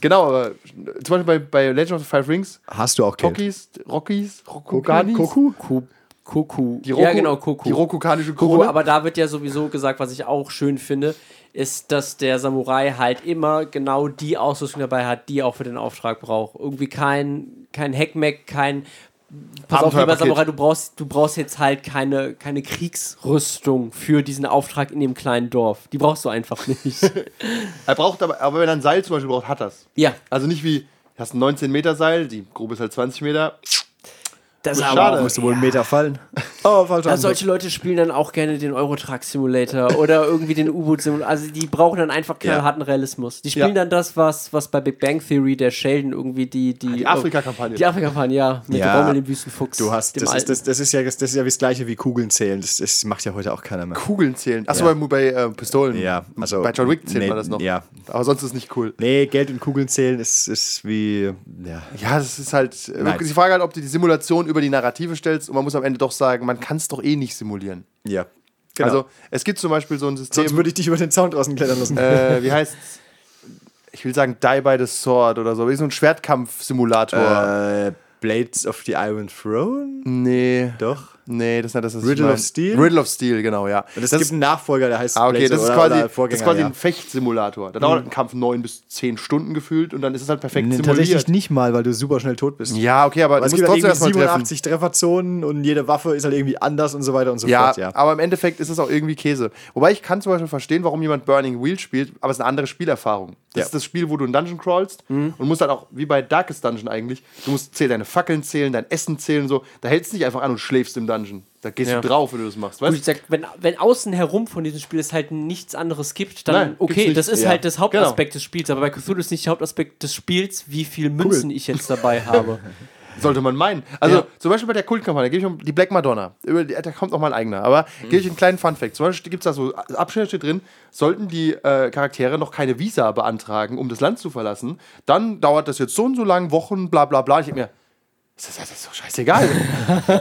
[SPEAKER 4] Genau, aber äh, zum Beispiel bei, bei Legend of the Five Rings,
[SPEAKER 5] Hast du auch Geld?
[SPEAKER 4] Tokis, Rockies, Rokuganis. Koku?
[SPEAKER 3] Kuku.
[SPEAKER 4] Die Roku,
[SPEAKER 3] ja, genau, Kuku.
[SPEAKER 4] Die rokukanische
[SPEAKER 3] Kuku,
[SPEAKER 4] Krone.
[SPEAKER 3] aber da wird ja sowieso gesagt, was ich auch schön finde, ist, dass der Samurai halt immer genau die Ausrüstung dabei hat, die er auch für den Auftrag braucht. Irgendwie kein, kein Heckmeck, kein. Pass auf, lieber
[SPEAKER 4] Abenteuerpaket.
[SPEAKER 3] Samurai, du brauchst, du brauchst jetzt halt keine, keine Kriegsrüstung für diesen Auftrag in dem kleinen Dorf. Die brauchst du einfach nicht.
[SPEAKER 4] *laughs* Er braucht aber, aber wenn er ein Seil zum Beispiel braucht, hat das.
[SPEAKER 3] ja,
[SPEAKER 4] Also nicht wie, du hast ein 19-Meter-Seil, die Grube ist halt 20 Meter.
[SPEAKER 3] das ist
[SPEAKER 4] Schade.
[SPEAKER 3] aber auch
[SPEAKER 5] Musst du wohl einen
[SPEAKER 4] *laughs*
[SPEAKER 5] Meter fallen. Oh, falsch.
[SPEAKER 3] Also solche Leute spielen dann auch gerne den Eurotruck Simulator oder irgendwie den U-Boot Simulator. Also die brauchen dann einfach knallharten Realismus. Die spielen
[SPEAKER 4] Ja.
[SPEAKER 3] dann das, was, was bei Big Bang Theory der Sheldon irgendwie die. Die,
[SPEAKER 4] die Afrika-Kampagne.
[SPEAKER 3] Die Afrika-Kampagne, ja. Mit
[SPEAKER 5] Ja.
[SPEAKER 3] Rommel, dem Wüstenfuchs.
[SPEAKER 5] Du hast,
[SPEAKER 3] dem
[SPEAKER 5] das ist,
[SPEAKER 3] Alten.
[SPEAKER 5] das, das, ist ja, das ist ja wie das gleiche wie Kugeln zählen. Das, das macht ja heute auch keiner mehr.
[SPEAKER 4] Kugeln zählen. Achso,
[SPEAKER 5] Ja.
[SPEAKER 4] bei, bei äh, Pistolen.
[SPEAKER 5] Ja, also-
[SPEAKER 4] bei John Wick zählt
[SPEAKER 5] nee,
[SPEAKER 4] man das noch.
[SPEAKER 5] ja.
[SPEAKER 4] Aber sonst ist nicht cool.
[SPEAKER 5] Nee, Geld und Kugeln zählen ist, ist wie. Ja.
[SPEAKER 4] Ja, das ist halt. äh,
[SPEAKER 5] Nein.
[SPEAKER 4] Die Frage halt, ob du die Simulation über die Narrative stellst und man muss am Ende doch sagen, man kann es doch eh nicht simulieren.
[SPEAKER 5] ja. genau.
[SPEAKER 4] Also, es gibt zum Beispiel so ein System.
[SPEAKER 5] Sonst würde ich dich über den Zaun draußen klettern lassen.
[SPEAKER 4] äh, wie heißt's? Ich will sagen, Die by the Sword oder so. Wie so ein Schwertkampf-Simulator.
[SPEAKER 5] Äh, Blades of the Iron Throne?
[SPEAKER 4] Nee.
[SPEAKER 5] Doch.
[SPEAKER 4] Nee, das ist nicht das, was ich
[SPEAKER 5] Riddle of
[SPEAKER 4] mein.
[SPEAKER 5] Steel?
[SPEAKER 4] Riddle of Steel, genau, ja.
[SPEAKER 5] Und es gibt einen Nachfolger, der heißt
[SPEAKER 4] Ah, okay,
[SPEAKER 5] Blades
[SPEAKER 4] das
[SPEAKER 5] of-
[SPEAKER 4] ist,
[SPEAKER 5] oder-
[SPEAKER 4] quasi,
[SPEAKER 5] oder
[SPEAKER 4] das
[SPEAKER 5] Vorgänger,
[SPEAKER 4] ist quasi
[SPEAKER 5] ja. Mhm.
[SPEAKER 4] ein Fechtsimulator. Da dauert ein Kampf neun bis zehn Stunden gefühlt und dann ist es halt perfekt
[SPEAKER 5] Nee,
[SPEAKER 4] simuliert.
[SPEAKER 5] tatsächlich nicht mal, weil du super schnell tot bist.
[SPEAKER 4] Ja, okay, aber
[SPEAKER 5] Weil
[SPEAKER 4] du
[SPEAKER 5] es
[SPEAKER 4] musst
[SPEAKER 5] gibt halt
[SPEAKER 4] trotzdem
[SPEAKER 5] irgendwie
[SPEAKER 4] erstmal treffen.
[SPEAKER 5] 87 Trefferzonen und jede Waffe ist halt irgendwie anders und so weiter und so
[SPEAKER 4] Ja,
[SPEAKER 5] fort. Ja,
[SPEAKER 4] aber im Endeffekt ist es auch irgendwie Käse. Wobei ich kann zum Beispiel verstehen, warum jemand Burning Wheel spielt, aber es ist eine andere Spielerfahrung. Das
[SPEAKER 5] Ja. Mhm.
[SPEAKER 4] ist das Spiel, wo du in Dungeon crawlst und musst halt auch, wie bei Darkest Dungeon eigentlich, du musst zählen, deine Fackeln zählen, dein Essen zählen und so. Da hältst du nicht einfach an und schläfst im Dungeon. Da gehst
[SPEAKER 3] Ja.
[SPEAKER 4] du drauf, wenn du das machst.
[SPEAKER 3] Gut,
[SPEAKER 4] Weißt?
[SPEAKER 3] Also ich sag, wenn, wenn außen herum von diesem Spiel es halt nichts anderes gibt, dann
[SPEAKER 4] Nein, gibt's
[SPEAKER 3] okay,
[SPEAKER 4] nicht.
[SPEAKER 3] das ist
[SPEAKER 5] Ja.
[SPEAKER 3] halt das Hauptaspekt des Spiels, aber bei Cthulhu ist nicht der Hauptaspekt des Spiels, wie viel Münzen ich jetzt dabei habe.
[SPEAKER 4] Sollte man meinen. Also
[SPEAKER 3] Ja.
[SPEAKER 4] zum Beispiel bei der Kultkampagne, da gebe ich um die Black Madonna. Über die, da kommt noch mal ein eigener. Aber gebe ich einen kleinen Funfact. Zum Beispiel gibt es da so Abschnitte drin, sollten die äh, Charaktere noch keine Visa beantragen, um das Land zu verlassen, dann dauert das jetzt so und so lang, Wochen, bla bla bla. Ich denke mir, ist das, das ist so scheißegal.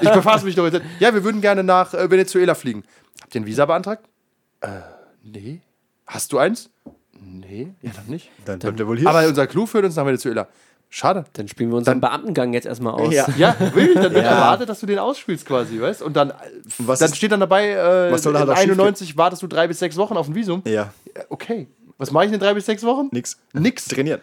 [SPEAKER 4] ich befasse mich doch jetzt. Ja, wir würden gerne nach äh, Venezuela fliegen. Habt ihr einen Visa beantragt? Äh, nee. Hast du eins? Nee, ja, dann nicht.
[SPEAKER 5] dann bleibt er wohl hier.
[SPEAKER 4] Aber unser Clou führt uns nach Venezuela. Schade.
[SPEAKER 3] Dann spielen wir unseren Beamtengang jetzt erstmal aus.
[SPEAKER 5] Ja.
[SPEAKER 4] Ja, wirklich, dann wird
[SPEAKER 5] Ja.
[SPEAKER 4] erwartet, dass du den ausspielst quasi, weißt? Und dann, äh,
[SPEAKER 5] was
[SPEAKER 4] dann
[SPEAKER 5] ist-
[SPEAKER 4] steht dann dabei, äh,
[SPEAKER 5] was soll da
[SPEAKER 4] in
[SPEAKER 5] halt auch
[SPEAKER 4] 91 wartest du drei bis sechs Wochen auf ein Visum.
[SPEAKER 5] ja,
[SPEAKER 4] Äh, Okay. Was mache ich in drei bis sechs Wochen?
[SPEAKER 5] nix.
[SPEAKER 4] Nix.
[SPEAKER 5] Trainieren.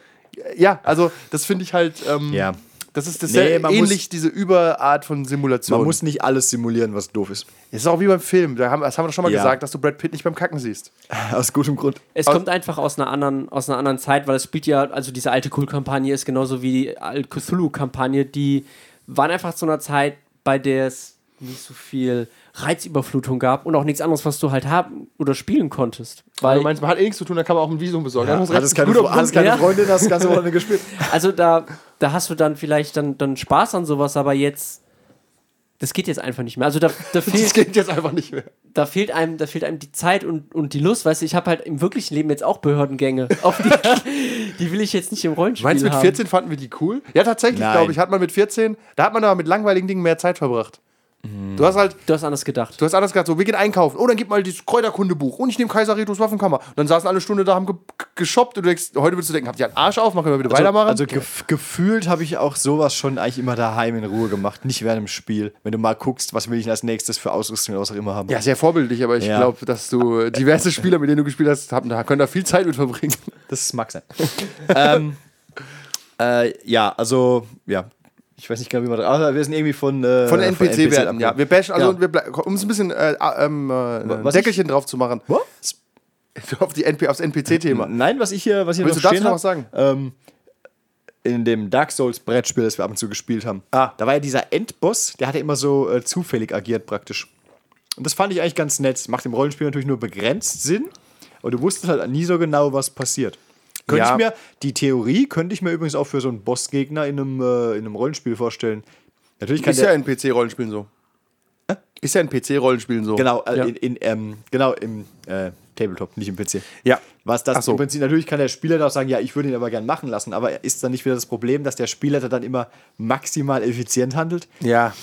[SPEAKER 4] Ja, also das finde ich halt, ähm,
[SPEAKER 5] Ja.
[SPEAKER 4] das ist das
[SPEAKER 5] Nee, man
[SPEAKER 4] ähnlich
[SPEAKER 5] muss-
[SPEAKER 4] diese Überart von Simulation.
[SPEAKER 5] Man muss nicht alles simulieren, was doof ist.
[SPEAKER 4] es ist auch wie beim Film, da haben, das haben wir doch schon mal
[SPEAKER 5] Ja.
[SPEAKER 4] gesagt, dass du Brad Pitt nicht beim Kacken siehst.
[SPEAKER 5] Aus gutem Grund.
[SPEAKER 3] Es kommt einfach aus einer anderen, aus einer anderen Zeit, weil es spielt ja, also diese alte Cool-Kampagne ist genauso wie die alte Cthulhu-Kampagne, die waren einfach zu einer Zeit, bei der es nicht so viel Reizüberflutung gab und auch nichts anderes, was du halt haben oder spielen konntest. Weil
[SPEAKER 4] Du meinst, man hat eh nichts zu tun, da kann man auch ein Visum besorgen. Ja,
[SPEAKER 5] Hattest keine, Fre- hattest keine
[SPEAKER 3] ja.
[SPEAKER 5] Freundin, hast das ganze Wochenende gespielt.
[SPEAKER 3] Also da, da hast du dann vielleicht dann, dann Spaß an sowas, aber jetzt, das geht jetzt einfach nicht mehr. Also da,
[SPEAKER 4] *laughs*
[SPEAKER 3] da,
[SPEAKER 4] Das
[SPEAKER 3] fehlt,
[SPEAKER 4] geht jetzt einfach nicht mehr.
[SPEAKER 3] da fehlt einem, da fehlt einem die Zeit und, und die Lust. Weißt du, ich habe halt im wirklichen Leben jetzt auch Behördengänge. *laughs* Auf die, die will ich jetzt nicht im Rollenspiel
[SPEAKER 4] Meinst du, mit
[SPEAKER 3] haben.
[SPEAKER 4] 14 fanden wir die cool? Ja, tatsächlich,
[SPEAKER 5] Nein.
[SPEAKER 4] glaube ich, hat man mit 14, da hat man aber mit langweiligen Dingen mehr Zeit verbracht. Du hast halt,
[SPEAKER 3] Du hast anders gedacht.
[SPEAKER 4] du hast anders gesagt, so, wir gehen einkaufen. Oh, dann gib mal dieses Kräuterkundebuch. Und ich nehme Kaiseritos Waffenkammer. Und dann saßen alle Stunde da, haben ge geshoppt. Und du denkst, heute würdest du denken, habt ihr einen Arsch auf, machen wir bitte weitermachen.
[SPEAKER 5] Also gef gefühlt habe ich auch sowas schon eigentlich immer daheim in Ruhe gemacht, nicht während dem Spiel. Wenn du mal guckst, was will ich denn als nächstes für Ausrüstung oder was auch immer haben.
[SPEAKER 4] ja, sehr vorbildlich, aber ich
[SPEAKER 5] Ja.
[SPEAKER 4] glaube, dass du äh, diverse Spieler, mit denen du gespielt hast, haben, da können da viel Zeit mit verbringen.
[SPEAKER 5] Das mag sein. *laughs* ähm, äh, ja, also, ja. Ich weiß nicht genau, wie man. Aber wir sind irgendwie von. Äh,
[SPEAKER 4] Von NPC-Werten, ja. Wir bashen, also
[SPEAKER 5] Ja.
[SPEAKER 4] wir ble- um es ein bisschen äh, ah, ähm, äh, ein
[SPEAKER 5] was
[SPEAKER 4] Deckelchen drauf zu machen.
[SPEAKER 5] Was?
[SPEAKER 4] *laughs* Auf die NP, aufs NPC-Thema.
[SPEAKER 5] Nein, was ich hier, was ich hier
[SPEAKER 4] Willst
[SPEAKER 5] noch
[SPEAKER 4] du dazu
[SPEAKER 5] stehen
[SPEAKER 4] noch
[SPEAKER 5] hab,
[SPEAKER 4] was sagen?
[SPEAKER 5] Ähm, in dem Dark Souls Brettspiel, das wir ab und zu gespielt haben,
[SPEAKER 4] Ah.
[SPEAKER 5] da war ja dieser Endboss, der hat ja immer so äh, zufällig agiert praktisch. Und das fand ich eigentlich ganz nett. Macht im Rollenspiel natürlich nur begrenzt Sinn, aber du wusstest halt nie so genau, was passiert. Könnte
[SPEAKER 4] Ja.
[SPEAKER 5] ich mir, die Theorie könnte ich mir übrigens auch für so einen Bossgegner in einem, äh, in einem Rollenspiel vorstellen. Natürlich kann
[SPEAKER 4] Ist ja
[SPEAKER 5] der,
[SPEAKER 4] in PC-Rollenspielen so. Ist ja in PC-Rollenspielen so.
[SPEAKER 5] Genau, äh,
[SPEAKER 3] Ja.
[SPEAKER 5] in, in, ähm, genau im äh, Tabletop, nicht im PC.
[SPEAKER 4] Ja.
[SPEAKER 5] Was das
[SPEAKER 4] Ach so.
[SPEAKER 5] im Prinzip, natürlich kann der Spieler da auch sagen, ja, ich würde ihn aber gern machen lassen, aber ist dann nicht wieder das Problem, dass der Spieler da dann immer maximal effizient handelt?
[SPEAKER 4] Ja.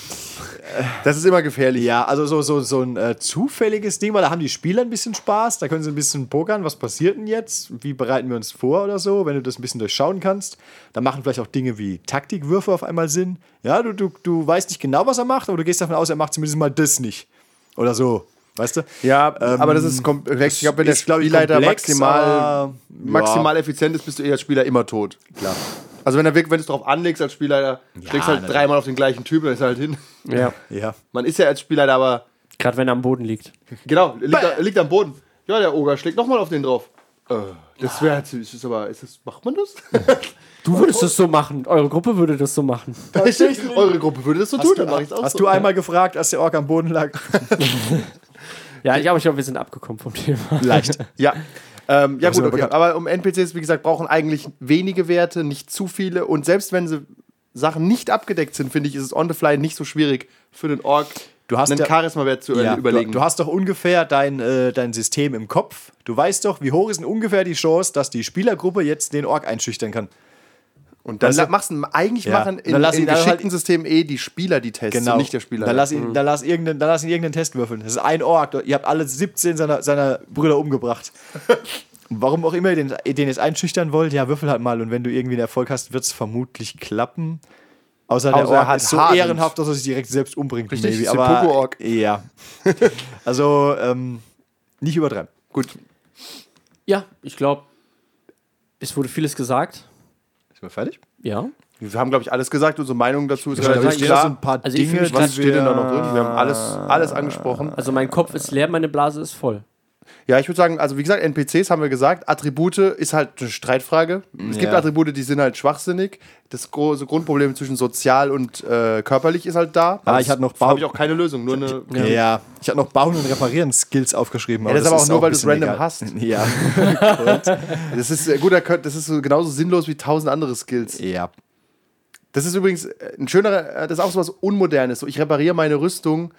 [SPEAKER 4] Das ist immer gefährlich.
[SPEAKER 5] Ja, also so, so, so ein äh, zufälliges Ding, weil da haben die Spieler ein bisschen Spaß, da können sie ein bisschen pokern, was passiert denn jetzt, wie bereiten wir uns vor oder so, wenn du das ein bisschen durchschauen kannst. Da machen vielleicht auch Dinge wie Taktikwürfe auf einmal Sinn. Ja, du, du, du weißt nicht genau, was er macht, aber du gehst davon aus, er macht zumindest mal das nicht. Oder so. Weißt du?
[SPEAKER 4] Ja,
[SPEAKER 5] Ähm,
[SPEAKER 4] aber das ist komplex. Ich glaube, wenn der
[SPEAKER 5] ist, glaub ich,
[SPEAKER 4] Spielleiter
[SPEAKER 5] komplex,
[SPEAKER 4] maximal,
[SPEAKER 5] aber, ja.
[SPEAKER 4] maximal effizient ist, bist du eh als Spieler immer tot.
[SPEAKER 5] Klar.
[SPEAKER 4] Also wenn, er wirklich- wenn du es drauf anlegst als Spielleiter, schlägst halt
[SPEAKER 5] natürlich.
[SPEAKER 4] dreimal auf den gleichen Typen, dann ist er halt hin.
[SPEAKER 3] Ja.
[SPEAKER 5] Ja.
[SPEAKER 4] Man ist ja als Spielleiter aber,
[SPEAKER 3] Gerade wenn er am Boden liegt.
[SPEAKER 4] genau, liegt, da- liegt am Boden. Ja, der Oger schlägt nochmal auf den drauf. Äh, das wäre, das ist aber, ist das, macht man das?
[SPEAKER 3] Du würdest das so machen. Eure Gruppe würde das so machen.
[SPEAKER 4] Eure Gruppe würde das so tun, dann mach ich's auch
[SPEAKER 5] Hast
[SPEAKER 4] so.
[SPEAKER 5] du einmal gefragt, als der Ork am Boden lag?
[SPEAKER 3] Ja, ich, aber ich glaube, wir sind abgekommen vom Thema.
[SPEAKER 5] Leicht.
[SPEAKER 4] *laughs* Ja. Ähm, ja,
[SPEAKER 5] sind
[SPEAKER 4] gut, okay.
[SPEAKER 5] wir bekannt.
[SPEAKER 4] aber um NPCs, wie gesagt, brauchen eigentlich wenige Werte, nicht zu viele. Und selbst wenn sie Sachen nicht abgedeckt sind, finde ich, ist es on the fly nicht so schwierig für den Org,
[SPEAKER 5] Du hast
[SPEAKER 4] einen
[SPEAKER 5] ja-
[SPEAKER 4] Charisma-Wert zu
[SPEAKER 5] Ja, du,
[SPEAKER 4] überlegen.
[SPEAKER 5] du hast doch ungefähr dein, äh, dein System im Kopf. Du weißt doch, wie hoch ist denn ungefähr die Chance, dass die Spielergruppe jetzt den Ork einschüchtern kann.
[SPEAKER 4] und dann
[SPEAKER 5] weißt
[SPEAKER 4] la-
[SPEAKER 5] du-
[SPEAKER 4] machst du eigentlich
[SPEAKER 5] Ja.
[SPEAKER 4] machen in,
[SPEAKER 5] Dann lass
[SPEAKER 4] in
[SPEAKER 5] ihn halt-
[SPEAKER 4] geschickten Systemen eh die Spieler die Tests und nicht der Spieler. Mhm.
[SPEAKER 5] Dann Genau. lass ihn, dann lass irgendeinen, dann lass ihn irgendeinen Test würfeln. Das ist ein Ork. Ihr habt alle 17 seiner, seiner
[SPEAKER 4] *laughs*
[SPEAKER 5] Brüder umgebracht. Warum auch immer ihr den, ihr den jetzt einschüchtern wollt, ja, würfel halt mal. Und wenn du irgendwie einen Erfolg hast, wird es vermutlich klappen. Außer der
[SPEAKER 4] Außer er
[SPEAKER 5] Ork
[SPEAKER 4] hat
[SPEAKER 5] ist so
[SPEAKER 4] Harnisch.
[SPEAKER 5] ehrenhaft, dass er sich direkt selbst umbringt.
[SPEAKER 4] Richtig,
[SPEAKER 5] maybe.
[SPEAKER 4] ist der
[SPEAKER 5] aber
[SPEAKER 4] Poco-Ork. *laughs*
[SPEAKER 5] Ja. Also, ähm, nicht übertreiben.
[SPEAKER 4] Gut,
[SPEAKER 3] Ja, ich glaube, es wurde vieles gesagt.
[SPEAKER 5] Sind wir fertig?
[SPEAKER 3] Ja.
[SPEAKER 4] wir haben, glaube ich, alles gesagt. Unsere Meinung dazu ist
[SPEAKER 5] Da
[SPEAKER 4] relativ
[SPEAKER 5] stehen so ein
[SPEAKER 4] klar.
[SPEAKER 5] paar
[SPEAKER 3] Also ich fühl
[SPEAKER 5] Dinge,
[SPEAKER 3] mich grad-
[SPEAKER 4] Was
[SPEAKER 5] die
[SPEAKER 4] steht
[SPEAKER 5] wir
[SPEAKER 4] denn da noch drin? Wir haben alles, alles angesprochen.
[SPEAKER 3] Also mein Kopf ist leer, meine Blase ist voll.
[SPEAKER 4] Ja, ich würde sagen, also wie gesagt, NPCs haben wir gesagt, Attribute ist halt eine Streitfrage. Es gibt
[SPEAKER 5] Ja.
[SPEAKER 4] Attribute, die sind halt schwachsinnig. Das große Grundproblem zwischen sozial und äh, körperlich ist halt da.
[SPEAKER 5] Ah, ich hatte noch
[SPEAKER 4] Da
[SPEAKER 5] Bau-
[SPEAKER 4] habe ich auch keine Lösung, nur eine.
[SPEAKER 5] Ja. ich habe noch Bauen und Reparieren Skills aufgeschrieben.
[SPEAKER 4] das ist aber auch nur,
[SPEAKER 5] ein
[SPEAKER 4] weil du's
[SPEAKER 5] bisschen
[SPEAKER 4] random hast.
[SPEAKER 5] *laughs* Ja,
[SPEAKER 4] Das ist äh, gut, da könnt- das ist so genauso sinnlos wie tausend andere Skills.
[SPEAKER 5] ja.
[SPEAKER 4] Das ist übrigens äh, ein schönerer, äh, das ist auch sowas Unmodernes. So, ich repariere meine Rüstung.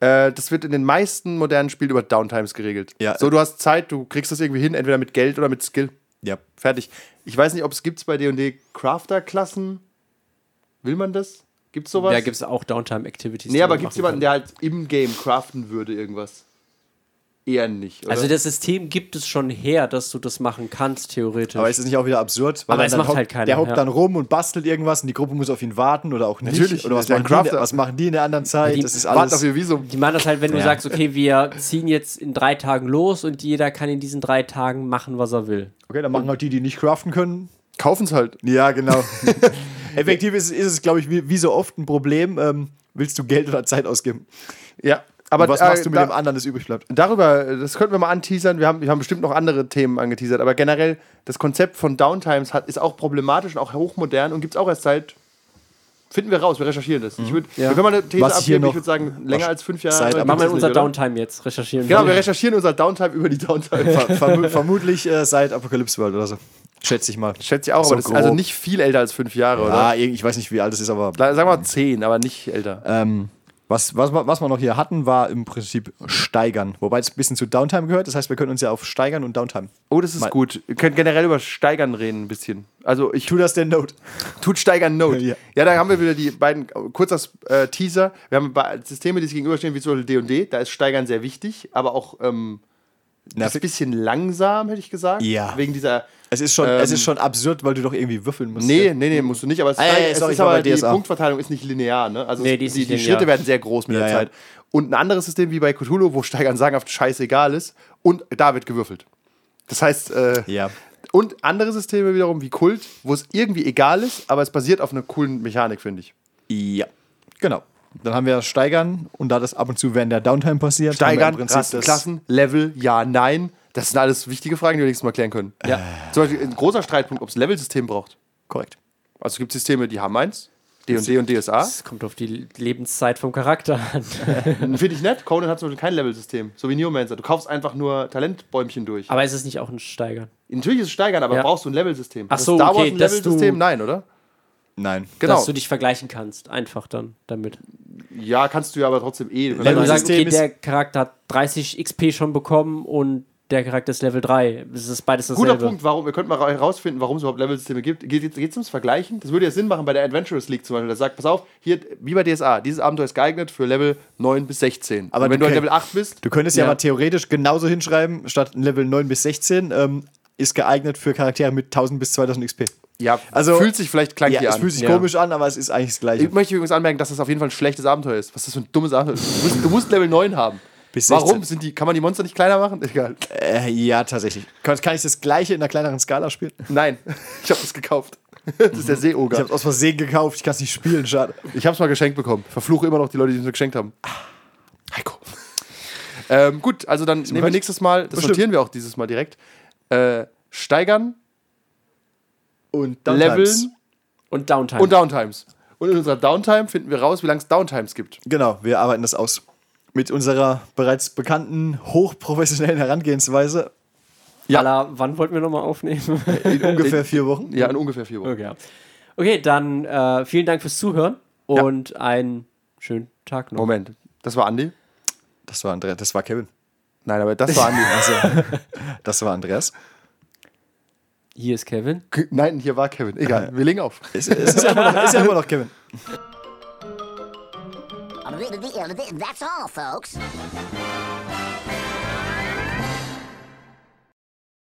[SPEAKER 4] Äh, Das wird in den meisten modernen Spielen über Downtimes geregelt.
[SPEAKER 5] Ja.
[SPEAKER 4] So, du hast Zeit, du kriegst das irgendwie hin, entweder mit Geld oder mit Skill.
[SPEAKER 5] Ja.
[SPEAKER 4] Fertig. Ich weiß nicht, ob es gibt's bei D&D Crafter-Klassen. Will man das? Gibt's sowas?
[SPEAKER 3] Da gibt es auch Downtime-Activities. die
[SPEAKER 4] nee, aber
[SPEAKER 3] man
[SPEAKER 4] gibt's
[SPEAKER 3] machen
[SPEAKER 4] jemanden, der halt im Game craften würde irgendwas? Eher nicht, oder?
[SPEAKER 3] kann. Also das System gibt es schon her, dass du das machen kannst, theoretisch.
[SPEAKER 5] Aber es ist nicht auch wieder absurd, weil
[SPEAKER 3] Aber
[SPEAKER 5] dann-
[SPEAKER 3] es
[SPEAKER 5] dann
[SPEAKER 3] macht
[SPEAKER 5] hockt-
[SPEAKER 3] halt keiner,
[SPEAKER 5] Der hockt
[SPEAKER 3] ja.
[SPEAKER 5] dann rum und bastelt irgendwas und die Gruppe muss auf ihn warten oder auch nicht.
[SPEAKER 4] Natürlich,
[SPEAKER 5] Oder was,
[SPEAKER 4] ist ja
[SPEAKER 5] machen die, in der-
[SPEAKER 4] Crafter.
[SPEAKER 5] was machen die in der anderen Zeit?
[SPEAKER 3] Die-
[SPEAKER 5] das ist
[SPEAKER 4] Warte auf
[SPEAKER 5] alles.
[SPEAKER 4] ihr Visum.
[SPEAKER 3] die machen das halt, wenn du
[SPEAKER 5] Ja.
[SPEAKER 3] sagst, okay, wir ziehen jetzt in drei Tagen los und jeder kann in diesen drei Tagen machen, was er will.
[SPEAKER 5] Okay, dann machen halt die, die nicht craften können.
[SPEAKER 4] Kaufen's halt.
[SPEAKER 5] Ja, genau. *laughs* Effektiv ist, ist es, glaube ich, wie, wie so oft ein Problem. Ähm, willst du Geld oder Zeit ausgeben?
[SPEAKER 4] Ja. Aber
[SPEAKER 5] und was
[SPEAKER 4] äh,
[SPEAKER 5] machst du mit
[SPEAKER 4] da-
[SPEAKER 5] dem anderen, das übrig bleibt?
[SPEAKER 4] Darüber, das könnten wir mal anteasern. Wir haben, wir haben bestimmt noch andere Themen angeteasert, aber generell, das Konzept von Downtimes hat, ist auch problematisch und auch hochmodern und gibt's auch erst seit Finden wir raus, wir recherchieren das. Ich würd, Wir können mal eine These
[SPEAKER 5] Was ich hier
[SPEAKER 4] abgeben, ich
[SPEAKER 5] noch-
[SPEAKER 4] würde sagen, länger als fünf Jahre.
[SPEAKER 5] Zeit ab-
[SPEAKER 3] Machen wir
[SPEAKER 4] gibt's
[SPEAKER 3] unser
[SPEAKER 4] nicht, oder?
[SPEAKER 3] Downtime jetzt, recherchieren.
[SPEAKER 4] Genau, wir
[SPEAKER 3] wir.
[SPEAKER 4] recherchieren unser Downtime über die Downtime.
[SPEAKER 5] Ver
[SPEAKER 4] *laughs*
[SPEAKER 5] verm vermutlich äh, seit Apocalypse World oder so. Schätze ich mal.
[SPEAKER 4] Schätze ich auch,
[SPEAKER 5] So
[SPEAKER 4] aber das ist also
[SPEAKER 5] grob.
[SPEAKER 4] nicht viel älter als fünf Jahre,
[SPEAKER 5] Ah, ir- ich weiß nicht, wie alt es ist, aber
[SPEAKER 4] oder? Sagen wir mal zehn, aber nicht älter.
[SPEAKER 5] ähm, was, was, wir- was wir noch hier hatten, war im Prinzip steigern. Wobei es ein bisschen zu Downtime gehört. Das heißt, wir können uns ja auf steigern und Downtime.
[SPEAKER 4] Oh, das ist
[SPEAKER 5] mal-
[SPEAKER 4] gut. Ihr könnt generell über Steigern reden ein bisschen. Also ich
[SPEAKER 5] Tu das denn Note.
[SPEAKER 4] Tut steigern Note. Ja.
[SPEAKER 5] Ja.
[SPEAKER 4] da haben wir wieder die beiden, kurz als äh, Teaser, wir haben bei Systeme, die sich gegenüberstehen, wie zum Beispiel D&D, da ist steigern sehr wichtig, aber auch ähm, ist ein
[SPEAKER 5] Nervig.
[SPEAKER 4] bisschen langsam, hätte ich gesagt.
[SPEAKER 5] Ja.
[SPEAKER 4] Wegen dieser,
[SPEAKER 5] Es ist, schon,
[SPEAKER 4] Ähm,
[SPEAKER 5] es ist schon absurd, weil du doch irgendwie würfeln musst.
[SPEAKER 4] nee, nee, nee, musst du nicht, aber es,
[SPEAKER 5] Ah, ja,
[SPEAKER 4] steigert-
[SPEAKER 5] ja,
[SPEAKER 4] es
[SPEAKER 5] sorry,
[SPEAKER 4] ist
[SPEAKER 5] ich war
[SPEAKER 4] aber,
[SPEAKER 5] bei
[SPEAKER 4] die
[SPEAKER 5] DSA.
[SPEAKER 4] Punktverteilung ist nicht linear, ne? Also
[SPEAKER 3] Nee,
[SPEAKER 4] es-
[SPEAKER 3] die ist
[SPEAKER 4] die,
[SPEAKER 3] nicht
[SPEAKER 4] die
[SPEAKER 3] linear.
[SPEAKER 4] Schritte werden sehr groß mit
[SPEAKER 5] Ja,
[SPEAKER 4] der
[SPEAKER 5] ja.
[SPEAKER 4] Zeit. Und ein anderes System wie bei Cthulhu, wo steigern sagenhaft scheißegal ist und da wird gewürfelt. Das heißt, äh,
[SPEAKER 5] Ja.
[SPEAKER 4] und andere Systeme wiederum wie Kult, wo es irgendwie egal ist, aber es basiert auf einer coolen Mechanik, finde ich.
[SPEAKER 5] Ja. Genau. Dann haben wir steigern und da das ab und zu während der Downtime passiert. haben wir im
[SPEAKER 4] Steigern,
[SPEAKER 5] Prinzip
[SPEAKER 4] Rassen,
[SPEAKER 5] das-
[SPEAKER 4] Klassen, Level, ja, nein. Das sind alles wichtige Fragen, die wir nächstes Mal klären können.
[SPEAKER 3] Ja.
[SPEAKER 4] Zum Beispiel ein großer Streitpunkt, ob es ein Level-System braucht.
[SPEAKER 5] Korrekt.
[SPEAKER 4] Also es gibt Systeme, die haben eins, D&D und DSA.
[SPEAKER 3] Es kommt auf die Lebenszeit vom Charakter an.
[SPEAKER 4] Finde ich nett. Conan hat zum Beispiel kein Level-System, so wie Neomancer. Du kaufst einfach nur Talentbäumchen durch.
[SPEAKER 3] Aber ist es nicht auch ein Steigern?
[SPEAKER 4] Natürlich ist es Steigern, aber
[SPEAKER 3] Ja.
[SPEAKER 4] brauchst du ein Level-System.
[SPEAKER 3] Ach
[SPEAKER 4] Hat
[SPEAKER 3] so,
[SPEAKER 4] Star
[SPEAKER 3] okay,
[SPEAKER 4] Wars ein
[SPEAKER 3] dass
[SPEAKER 4] Level-System?
[SPEAKER 3] du-
[SPEAKER 4] Nein, oder?
[SPEAKER 5] Nein.
[SPEAKER 4] Genau.
[SPEAKER 3] Dass du dich vergleichen kannst, einfach dann damit.
[SPEAKER 4] ja, kannst du ja aber trotzdem eh.
[SPEAKER 3] Wenn du
[SPEAKER 5] das
[SPEAKER 3] sagst, okay,
[SPEAKER 5] System ist-
[SPEAKER 3] der Charakter hat 30 XP schon bekommen und der Charakter ist Level 3. Das ist beides dasselbe.
[SPEAKER 4] Guter Punkt, warum, wir könnten mal herausfinden, warum es überhaupt Level-Systeme gibt. Geht es ums Vergleichen? Das würde ja Sinn machen bei der Adventurous League zum Beispiel. Da sagt, pass auf, hier, wie bei DSA, dieses Abenteuer ist geeignet für Level 9 bis 16.
[SPEAKER 5] Aber
[SPEAKER 4] Und wenn
[SPEAKER 5] du
[SPEAKER 4] du halt
[SPEAKER 5] könnt-
[SPEAKER 4] Level 8 bist,
[SPEAKER 5] Du könntest ja,
[SPEAKER 3] Ja.
[SPEAKER 5] mal theoretisch genauso hinschreiben, statt ein Level 9 bis 16 ähm, ist geeignet für Charaktere mit 1000 bis 2000 XP.
[SPEAKER 4] ja,
[SPEAKER 5] also-
[SPEAKER 4] fühlt sich vielleicht
[SPEAKER 5] Ja,
[SPEAKER 4] clunky
[SPEAKER 5] es
[SPEAKER 4] an.
[SPEAKER 5] fühlt sich
[SPEAKER 3] Ja.
[SPEAKER 5] komisch an, aber es ist eigentlich das Gleiche.
[SPEAKER 4] ich möchte übrigens anmerken, dass das auf jeden Fall ein schlechtes Abenteuer ist. Was ist das für ein dummes Abenteuer? Du musst, du musst Level 9 haben.
[SPEAKER 5] Bis 16.
[SPEAKER 4] Warum? Sind die, kann man die Monster nicht kleiner machen? Egal.
[SPEAKER 5] Äh, ja, tatsächlich. Kann, kann ich das Gleiche in einer kleineren Skala spielen?
[SPEAKER 4] Nein, *laughs* ich habe das gekauft. Das ist der
[SPEAKER 5] Ich
[SPEAKER 4] Seeoger.
[SPEAKER 5] habe aus Versehen gekauft, ich kann es nicht spielen, schade.
[SPEAKER 4] Ich hab's mal geschenkt bekommen. Verfluche immer noch die Leute, die es mir geschenkt haben. Heiko. ähm, gut, also dann nehmen wir
[SPEAKER 5] möchte-
[SPEAKER 4] nächstes Mal, das
[SPEAKER 5] Bestimmt.
[SPEAKER 4] notieren wir auch dieses Mal direkt. Äh, steigern,
[SPEAKER 5] Und Downtimes.
[SPEAKER 4] leveln
[SPEAKER 3] Und Downtime.
[SPEAKER 4] und Downtimes. Und in unserer Downtime finden wir raus, wie lange es Downtimes gibt.
[SPEAKER 5] Genau, wir arbeiten das aus. Mit unserer bereits bekannten, hochprofessionellen Herangehensweise
[SPEAKER 3] ja. Aller, wann wollten wir nochmal aufnehmen?
[SPEAKER 5] in ungefähr vier Wochen.
[SPEAKER 4] Ja, in ungefähr vier Wochen.
[SPEAKER 3] okay. ja. Okay, dann äh, vielen Dank fürs Zuhören und einen schönen Tag noch.
[SPEAKER 4] Moment, das war Andi?
[SPEAKER 5] Das war Andreas, das war Kevin.
[SPEAKER 4] Nein, aber das war Andi.
[SPEAKER 5] Also, das war Andreas.
[SPEAKER 3] Hier ist Kevin.
[SPEAKER 4] K- Nein, hier war Kevin. *laughs* Egal, wir legen auf.
[SPEAKER 5] Es, es ist, ja immer noch, ist ja immer noch Kevin.
[SPEAKER 6] That's all, folks.